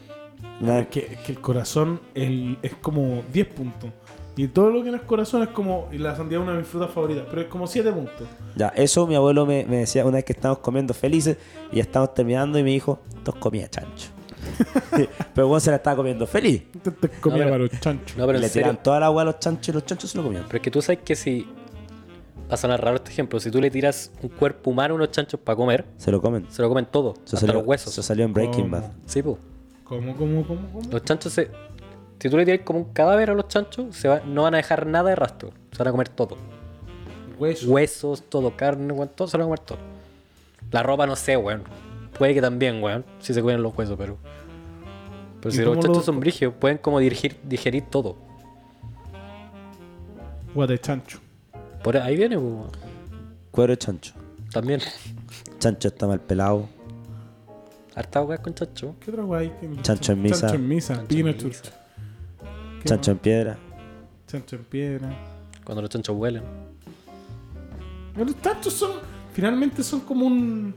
A: Una-
B: Es que, es que el corazón el- es como 10 puntos. Y todo lo que no es corazón es como. Y la sandía es una de mis frutas favoritas, pero es como 7 puntos.
A: Ya, eso mi abuelo me, me decía una vez que estábamos comiendo felices y ya estábamos terminando y me dijo, esto es comida de chancho. Pero bueno, se la estaba comiendo feliz.
B: Te, te comía
C: pero-
B: para los chanchos.
C: No, pero
A: y le
C: en serio.
A: tiran toda la agua a los chanchos y los chanchos se lo comían.
C: Pero es que tú sabes que si. Va a sonar raro este ejemplo. Si tú le tiras un cuerpo humano a unos chanchos para comer,
A: Se lo comen.
C: se lo comen todo,
A: Eso
C: hasta
A: salió,
C: los huesos.
A: eso salió en Breaking
B: ¿Cómo?
A: Bad.
C: Sí, po.
B: ¿Cómo, cómo, cómo, cómo?
C: Los chanchos se. Si tú le tiras como un cadáver a los chanchos, se va- no van a dejar nada de rastro. Se van a comer todo. Pues,
B: Hueso.
C: Huesos, todo, carne, weón, todo, se van a comer todo. La ropa no sé, weón. Puede que también, weón. Si se comen los huesos, pero. Pero
B: ¿Y
C: si los
B: cómo
C: chanchos
B: lo-
C: son brigios, pueden como dirigir, digerir todo.
B: Guate de chancho.
C: Por ahí viene, po, weón.
A: Cuero de chancho.
C: También.
A: Chancho está mal pelado.
C: Harta weón con chancho.
B: ¿Qué otra guay? tiene?
A: Chancho en misa.
B: Chancho en misa.
C: Chancho en
B: Pino
C: misa.
B: church. ¿Qué
A: Chancho
B: más?
A: en piedra.
B: Chancho en piedra.
C: Cuando los chanchos vuelan.
B: Bueno, Los chanchos son. Finalmente son como un.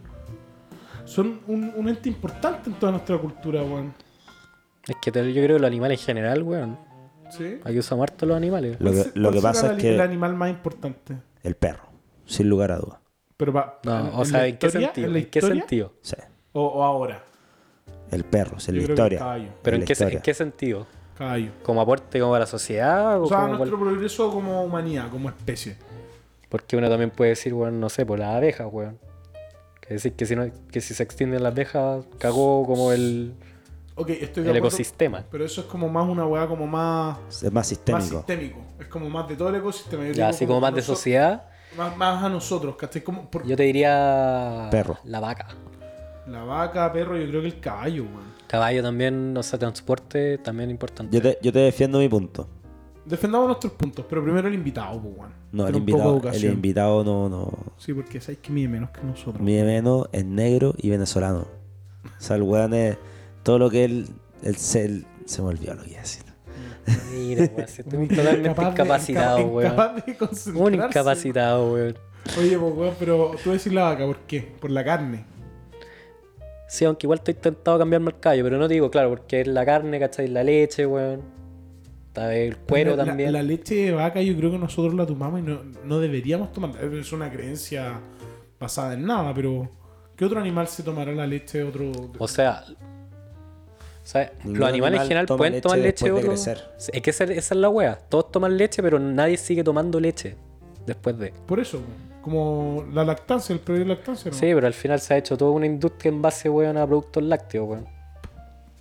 B: Son un, un ente importante en toda nuestra cultura, weón.
C: Es que te- yo creo que los animales en general, weón.
B: ¿Sí?
C: Hay que usar harto los animales.
A: Lo que, lo
B: ¿Cuál
A: que
B: será
A: pasa
B: la-
A: es
B: El
A: que
B: animal más importante.
A: el perro, sin lugar a dudas.
B: Pero va.
C: No, o
B: en
C: sea,
B: la
C: ¿en qué
B: historia-
C: sentido?
B: en la
C: ¿En qué
B: historia
C: sentido?
A: Sí,
B: O, o ahora.
A: el perro, sin
B: Yo
A: la
B: creo que
A: historia.
B: el caballo.
C: ¿Pero en
A: la
C: qué, se- en
A: historia.
C: qué sentido?
B: Caballo.
C: ¿Como aporte como a la sociedad? O
B: O sea,
C: como cual-
B: nuestro progreso como humanidad, como especie.
C: Porque uno también puede decir, weón, no sé, por las abejas, weón. Que decir que si, no, que si se extienden las abejas, cagó como el,
B: Ok, estoy de
C: el
B: acuerdo,
C: ecosistema.
B: Pero eso es como más una weá como más,
A: Es más
B: más
A: sistémico.
B: sistémico. Es como más de todo el ecosistema. Yo
C: Ya,
B: digo
C: así como más de
B: nosotros-
C: sociedad,
B: Más, más a nosotros, ¿cachai? Como por
C: yo te diría.
A: Perro.
C: La vaca.
B: la vaca, perro, yo creo que el caballo, weón.
C: Caballo también, no sé, transporte también importante.
A: Yo te, yo te defiendo mi punto.
B: Defendamos nuestros puntos, pero primero el invitado, pues, weón.
A: No, el
B: Tiene un poco de
A: invitado, el
B: educación.
A: invitado no, no,
B: Sí, porque sabéis que mide menos que nosotros.
A: Mi menos es negro y venezolano. O sea, el weón es todo lo que él. él se, él- se me olvidó lo que iba a decir.
C: Mira, weón, si estoy totalmente incapacitado, weón.
B: Incapaz de
C: Un
B: concentrarse.
C: incapacitado, weón.
B: Oye, pues, weón, pero tú decís la vaca, ¿por qué? Por la carne.
C: Sí, aunque igual estoy tentado a cambiarme el callo, pero no te digo, claro, porque es la carne, ¿cachai? La leche, weón. Está el cuero
B: La-
C: también.
B: La, la leche de vaca yo creo que nosotros la tomamos y no, no deberíamos tomarla. Es una creencia basada en nada, pero ¿qué otro animal se tomará la leche de otro?
C: O sea, o sea,
A: Ningún
C: los animales
A: animal
C: en general
A: toma
C: pueden
A: leche
C: tomar leche
A: después de
C: otro-
A: crecer.
C: Es que esa, esa es la wea. Todos toman leche, pero nadie sigue tomando leche después de.
B: Por eso, como la lactancia, el periodo de lactancia. ¿no?
C: Sí, pero al final se ha hecho toda una industria en base, weón, a productos lácteos, weón.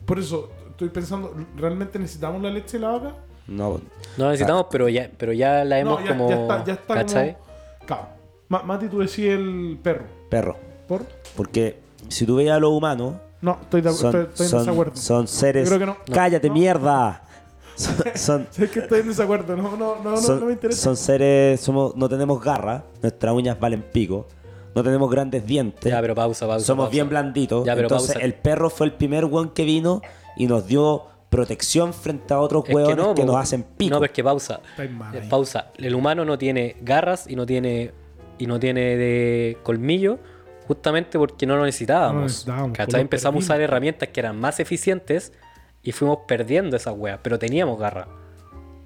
B: Por eso estoy pensando, ¿realmente necesitamos la leche de la vaca?
A: No,
C: No la necesitamos, pero ya, pero ya la hemos
B: ya,
C: como.
B: ya está, ya está
C: ¿Cachai?
B: como... Claro. Ma- Mati, tú decís el perro.
A: perro.
B: ¿Por?
A: Porque si tú veías a los humanos,
B: No, estoy, de, acu-
A: son,
B: estoy, estoy en
A: son-
B: desacuerdo.
A: son seres.
B: Yo creo que no. No.
A: ¡Cállate,
B: No.
A: mierda! Son, son,
B: Sí, Es que estoy en desacuerdo, no, no, no, no,
A: son-
B: no me interesa.
A: son seres. Somos, no tenemos garra, nuestras uñas valen pico, no tenemos grandes dientes.
C: Ya, pero pausa, pausa.
A: Somos
C: pausa.
A: bien blanditos.
C: Ya, pero
A: Entonces,
C: pausa.
A: el perro fue el primer weón que vino y nos dio protección frente a otros
C: Es
A: hueones que,
C: po,
A: nos
C: weón.
A: hacen pico.
C: No, pero es que pausa.
B: Estáis mal
C: Eh,
B: ahí.
C: Pausa. El humano no tiene garras y no tiene y no tiene de colmillo justamente porque no lo necesitábamos.
B: No lo necesitábamos, pues
C: ¿Cachai?
B: lo
C: Empezamos a usar
B: perdimos.
C: herramientas que eran más eficientes y fuimos perdiendo esas weas, pero teníamos garra.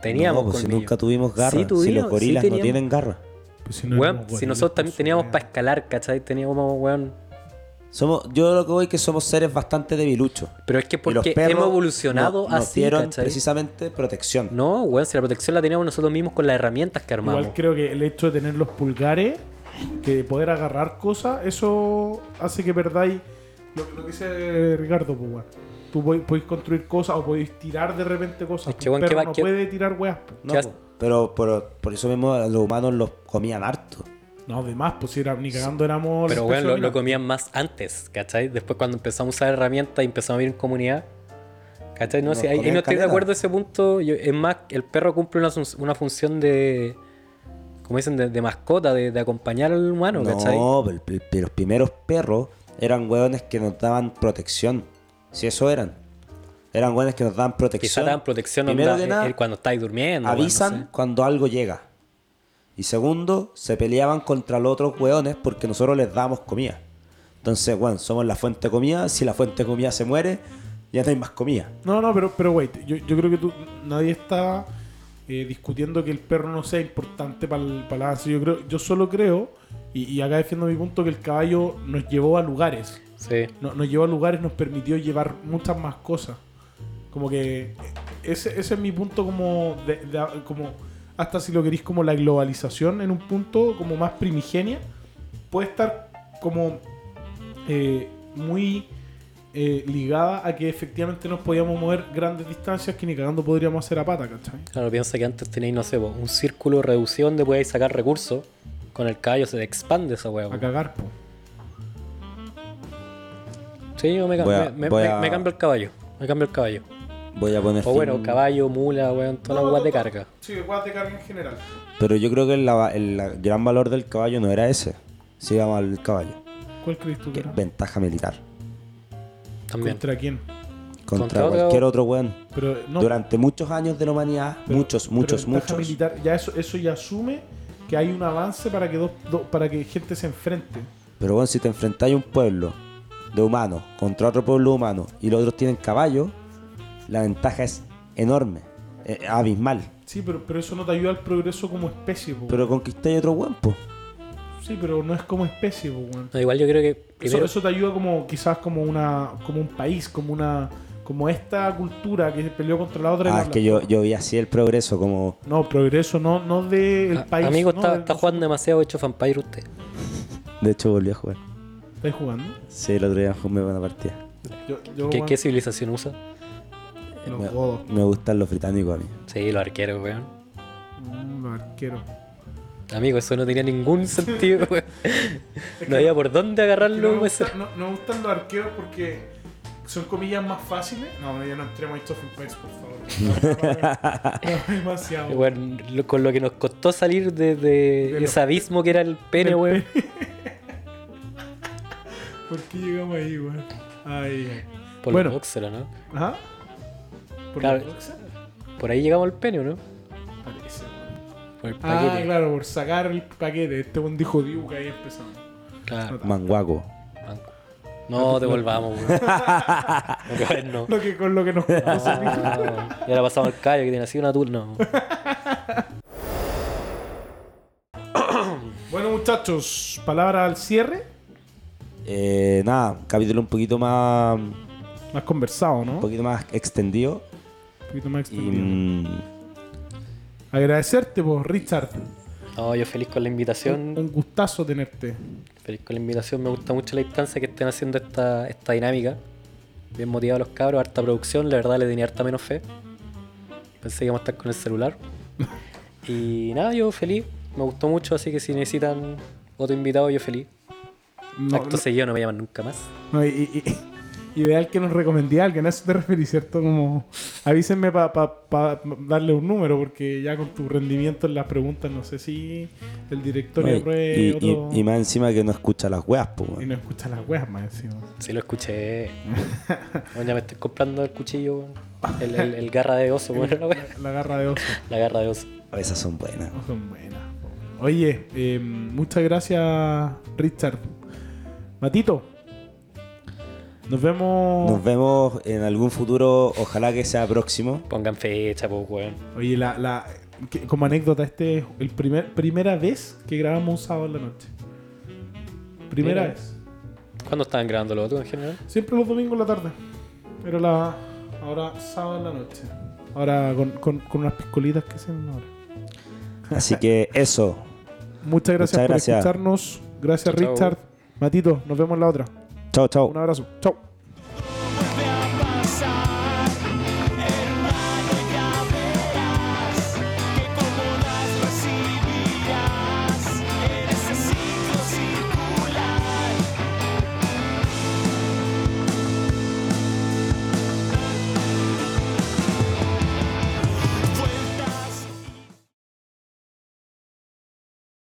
C: Teníamos
A: No, pues si
C: colmillo.
A: nunca tuvimos garra.
C: Sí
A: si
C: tuvimos,
A: los gorilas
C: sí
A: no
C: teníamos.
A: tienen garra.
B: Pues si no
C: Weón,
B: éramos
C: si
B: gorilas,
C: nosotros también
B: pues,
C: teníamos
B: weón.
C: para escalar, ¿cachai? Teníamos, weón.
A: Somos, yo lo que voy es que somos seres bastante debiluchos.
C: Pero es que
A: Y los
C: porque
A: perros
C: hemos evolucionado
A: no- nos
C: así,
A: dieron
C: ¿cachai?
A: precisamente protección.
C: No, weón, si la protección la teníamos nosotros mismos con las herramientas que armamos.
B: Igual creo que el hecho de tener los pulgares, que de poder agarrar cosas, eso hace que perdáis lo, lo que dice Ricardo, pues, weón. Tú podéis, podéis construir cosas o podéis tirar de repente cosas.
C: Es que,
B: Un
C: weón, ¿qué
B: perro
C: va-
B: no
C: qué-
B: puede tirar weas. pues.
A: No,
C: ¿Qué
A: po.
C: has-
A: pero, pero por eso mismo a los humanos los comían harto.
B: No, de más, pues si era, ni cagando éramos.
C: Pero
B: las
C: bueno, lo,
B: personas.
C: lo comían más antes, ¿cachai? Después cuando empezamos a usar herramientas y empezamos a vivir en comunidad. ¿Cachai? No,
A: Nos
C: sé, ahí, ahí
A: comían
C: no estoy de
A: caleta.
C: acuerdo en ese punto. Yo- es más, el perro cumple una, fun- una función de, como dicen, de, de mascota, de, de acompañar al humano, ¿cachai?
A: No, pero el pri- pero los primeros perros eran hueones que nos daban protección. Si eso eran. Eran hueones que nos daban
C: Quizá
A: protección.
C: dan protección
A: Primero
C: onda,
A: que nada,
C: eh, cuando estáis durmiendo. weón, no
A: avisan
C: sé.
A: cuando algo llega. Y segundo, se peleaban contra los otros hueones porque nosotros les damos comida. Entonces, bueno, somos la fuente de comida. Si la fuente de comida se muere, ya no hay más comida.
B: No, no, pero, pero wait, yo, yo creo que tú, nadie está eh, discutiendo que el perro no sea importante para el balance. Yo creo, yo solo creo, y, y acá defiendo mi punto, que el caballo nos llevó a lugares.
C: Sí.
B: No- nos llevó a lugares, nos permitió llevar muchas más cosas. Como que eh, ese, ese es mi punto como, de- de- como, hasta si lo queréis como la globalización en un punto como más primigenia, puede estar como eh, muy eh, ligada a que efectivamente nos podíamos mover grandes distancias que ni cagando podríamos hacer a pata, ¿cachai?
C: Claro, piensa que antes tenéis, no sé, po, un círculo de reducción donde podíais sacar recursos. Con el caballo se te expande esa weá.
B: A
C: weón.
B: cagar, po.
C: Sí, yo me, ca-
A: Voy a-
C: me- me-
A: voy a-
C: me- me cambio el caballo. Me cambio el caballo.
A: Voy a poner.
C: O bueno,
A: fin-
C: caballo, mula, weón, todas las weas de carga.
B: Sí, guas de carga en general.
A: Pero yo creo que el, la- el la- gran valor del caballo no era ese. Si íbamos al caballo.
B: ¿Cuál crees tú que
A: Que
B: era?
A: ventaja militar.
C: También.
B: ¿Contra quién?
A: Contra,
C: Contra otro-
A: cualquier otro hueón.
B: Pero, no,
A: Durante muchos años de la humanidad,
B: Pero-
A: muchos,
B: pero
A: muchos,
B: ventaja
A: muchos.
B: militar, ya eso, eso ya asume que hay un avance para que dos, dos- para que gente se enfrente.
A: Pero bueno, si te enfrentáis a un pueblo de humanos contra otro pueblo humano y los otros tienen caballo, la ventaja es enorme, eh, abismal.
B: Sí, pero, pero eso no te ayuda al progreso como especie, po.
A: Pero conquistáis otro hueón, po.
B: sí, pero no es como especie, po, weón.
C: No, igual yo creo que
B: Eso,
C: primero,
B: eso te ayuda como quizás como una como un país, como una como esta cultura que se peleó contra la otra. y
A: Ah,
B: bla,
A: es
B: bla.
A: que yo, yo vi así el progreso, como
B: No, progreso, no no del
A: Ah,
C: a-
B: país.
C: amigo,
B: no,
C: está,
B: del-
C: está jugando demasiado hecho vampire usted.
A: de hecho volví a jugar.
B: ¿Estáis jugando?
A: Sí, el otro día jugué una partida.
B: Yo, yo,
C: ¿Qué,
B: weón,
C: qué civilización usa?
B: los
A: me,
B: godos,
A: me gustan los británicos a mí.
C: Sí, los arqueros, weón.
B: mm, los arqueros.
C: Amigo, eso no tenía ningún sentido, weón.
B: que
C: No había por dónde agarrarlo,
B: No me,
C: weón.
B: gusta- no- no me gustan los arqueos porque son comillas más fáciles. No, no, ya no entremos a estos fanpages, por favor. No, no, no, demasiado.
C: Weón, lo- con lo que nos costó salir de, de
B: De los-
C: ese abismo que era el pene,
B: del
C: weón.
B: ¿Por qué llegamos ahí, weón? Ay, ay.
C: Por
B: Bueno.
C: los boxers, ¿no?
B: Ajá. ¿Por
C: Claro.
B: los boxers?
C: Por ahí llegamos al pene, ¿o ¿no?
B: Parece, weón.
C: Por el
B: Ah,
C: paquete.
B: claro, por sacar el paquete. Este buen dijo Duke ahí empezamos.
C: Claro.
A: Manguaco.
C: Banco. No, devolvamos, weón. Weón, no.
B: Lo que, con lo que nos pasa.
C: Ah. Y ahora pasamos al callo que tiene así una turno.
B: Bueno, muchachos, palabra al cierre.
A: Eh, nada, capítulo un poquito más, un
B: Más conversado, ¿no? Un
A: poquito más extendido.
B: poquito más
A: Y,
B: extendido.
A: mm,
B: Agradecerte, pues, Richard.
C: No, yo feliz con la
B: Un,
C: invitación.
B: un gustazo tenerte.
C: Feliz con la invitación. Me gusta mucho la instancia que estén haciendo esta, esta dinámica. Bien motivados los cabros, harta producción. La verdad le tenía harta menos fe. Pensé que íbamos a estar con el celular. Y nada, yo feliz. Me gustó mucho, así que si necesitan otro invitado, yo feliz.
B: No,
C: Acto seguido no me llaman nunca más.
B: no, y- y- y- ideal que nos recomendé a alguien, a eso te referís, ¿cierto? Como avísenme para darle un número, porque ya con tu rendimiento en las preguntas, no sé si el director
A: no, y-
B: apruebe
A: y, y-
B: otro.
A: y más encima que no escucha las weas, po. weón.
B: Y no escucha las weas más encima.
C: Sí, lo escuché. Bueno, ya me estoy comprando el cuchillo, weón. el, el- el garra de oso, bueno, la weá.
B: La, la garra de oso.
C: La garra de oso.
A: Esas son buenas.
B: No son buenas. Oye, eh, muchas gracias, Richard. Matito. Nos vemos.
A: Nos vemos en algún futuro, ojalá que sea próximo.
C: Pongan fecha, pues, weón.
B: Oye, la, la, que- como anécdota, este es el primer, primera vez que grabamos un sábado en la noche. Primera
C: Mira.
B: vez.
C: ¿Cuándo estaban grabando los otros en general?
B: Siempre los domingos en la tarde. Pero la, ahora sábado en la noche. Ahora con, con, con unas piscolitas que se ven ahora.
A: Así que eso.
B: Muchas gracias
A: Muchas
B: por
A: gracias.
B: escucharnos. Gracias,
C: Chao, Oh. chao.
B: Richard. Matito, nos vemos en la otra.
A: Chao, chao.
B: Un abrazo. Chao.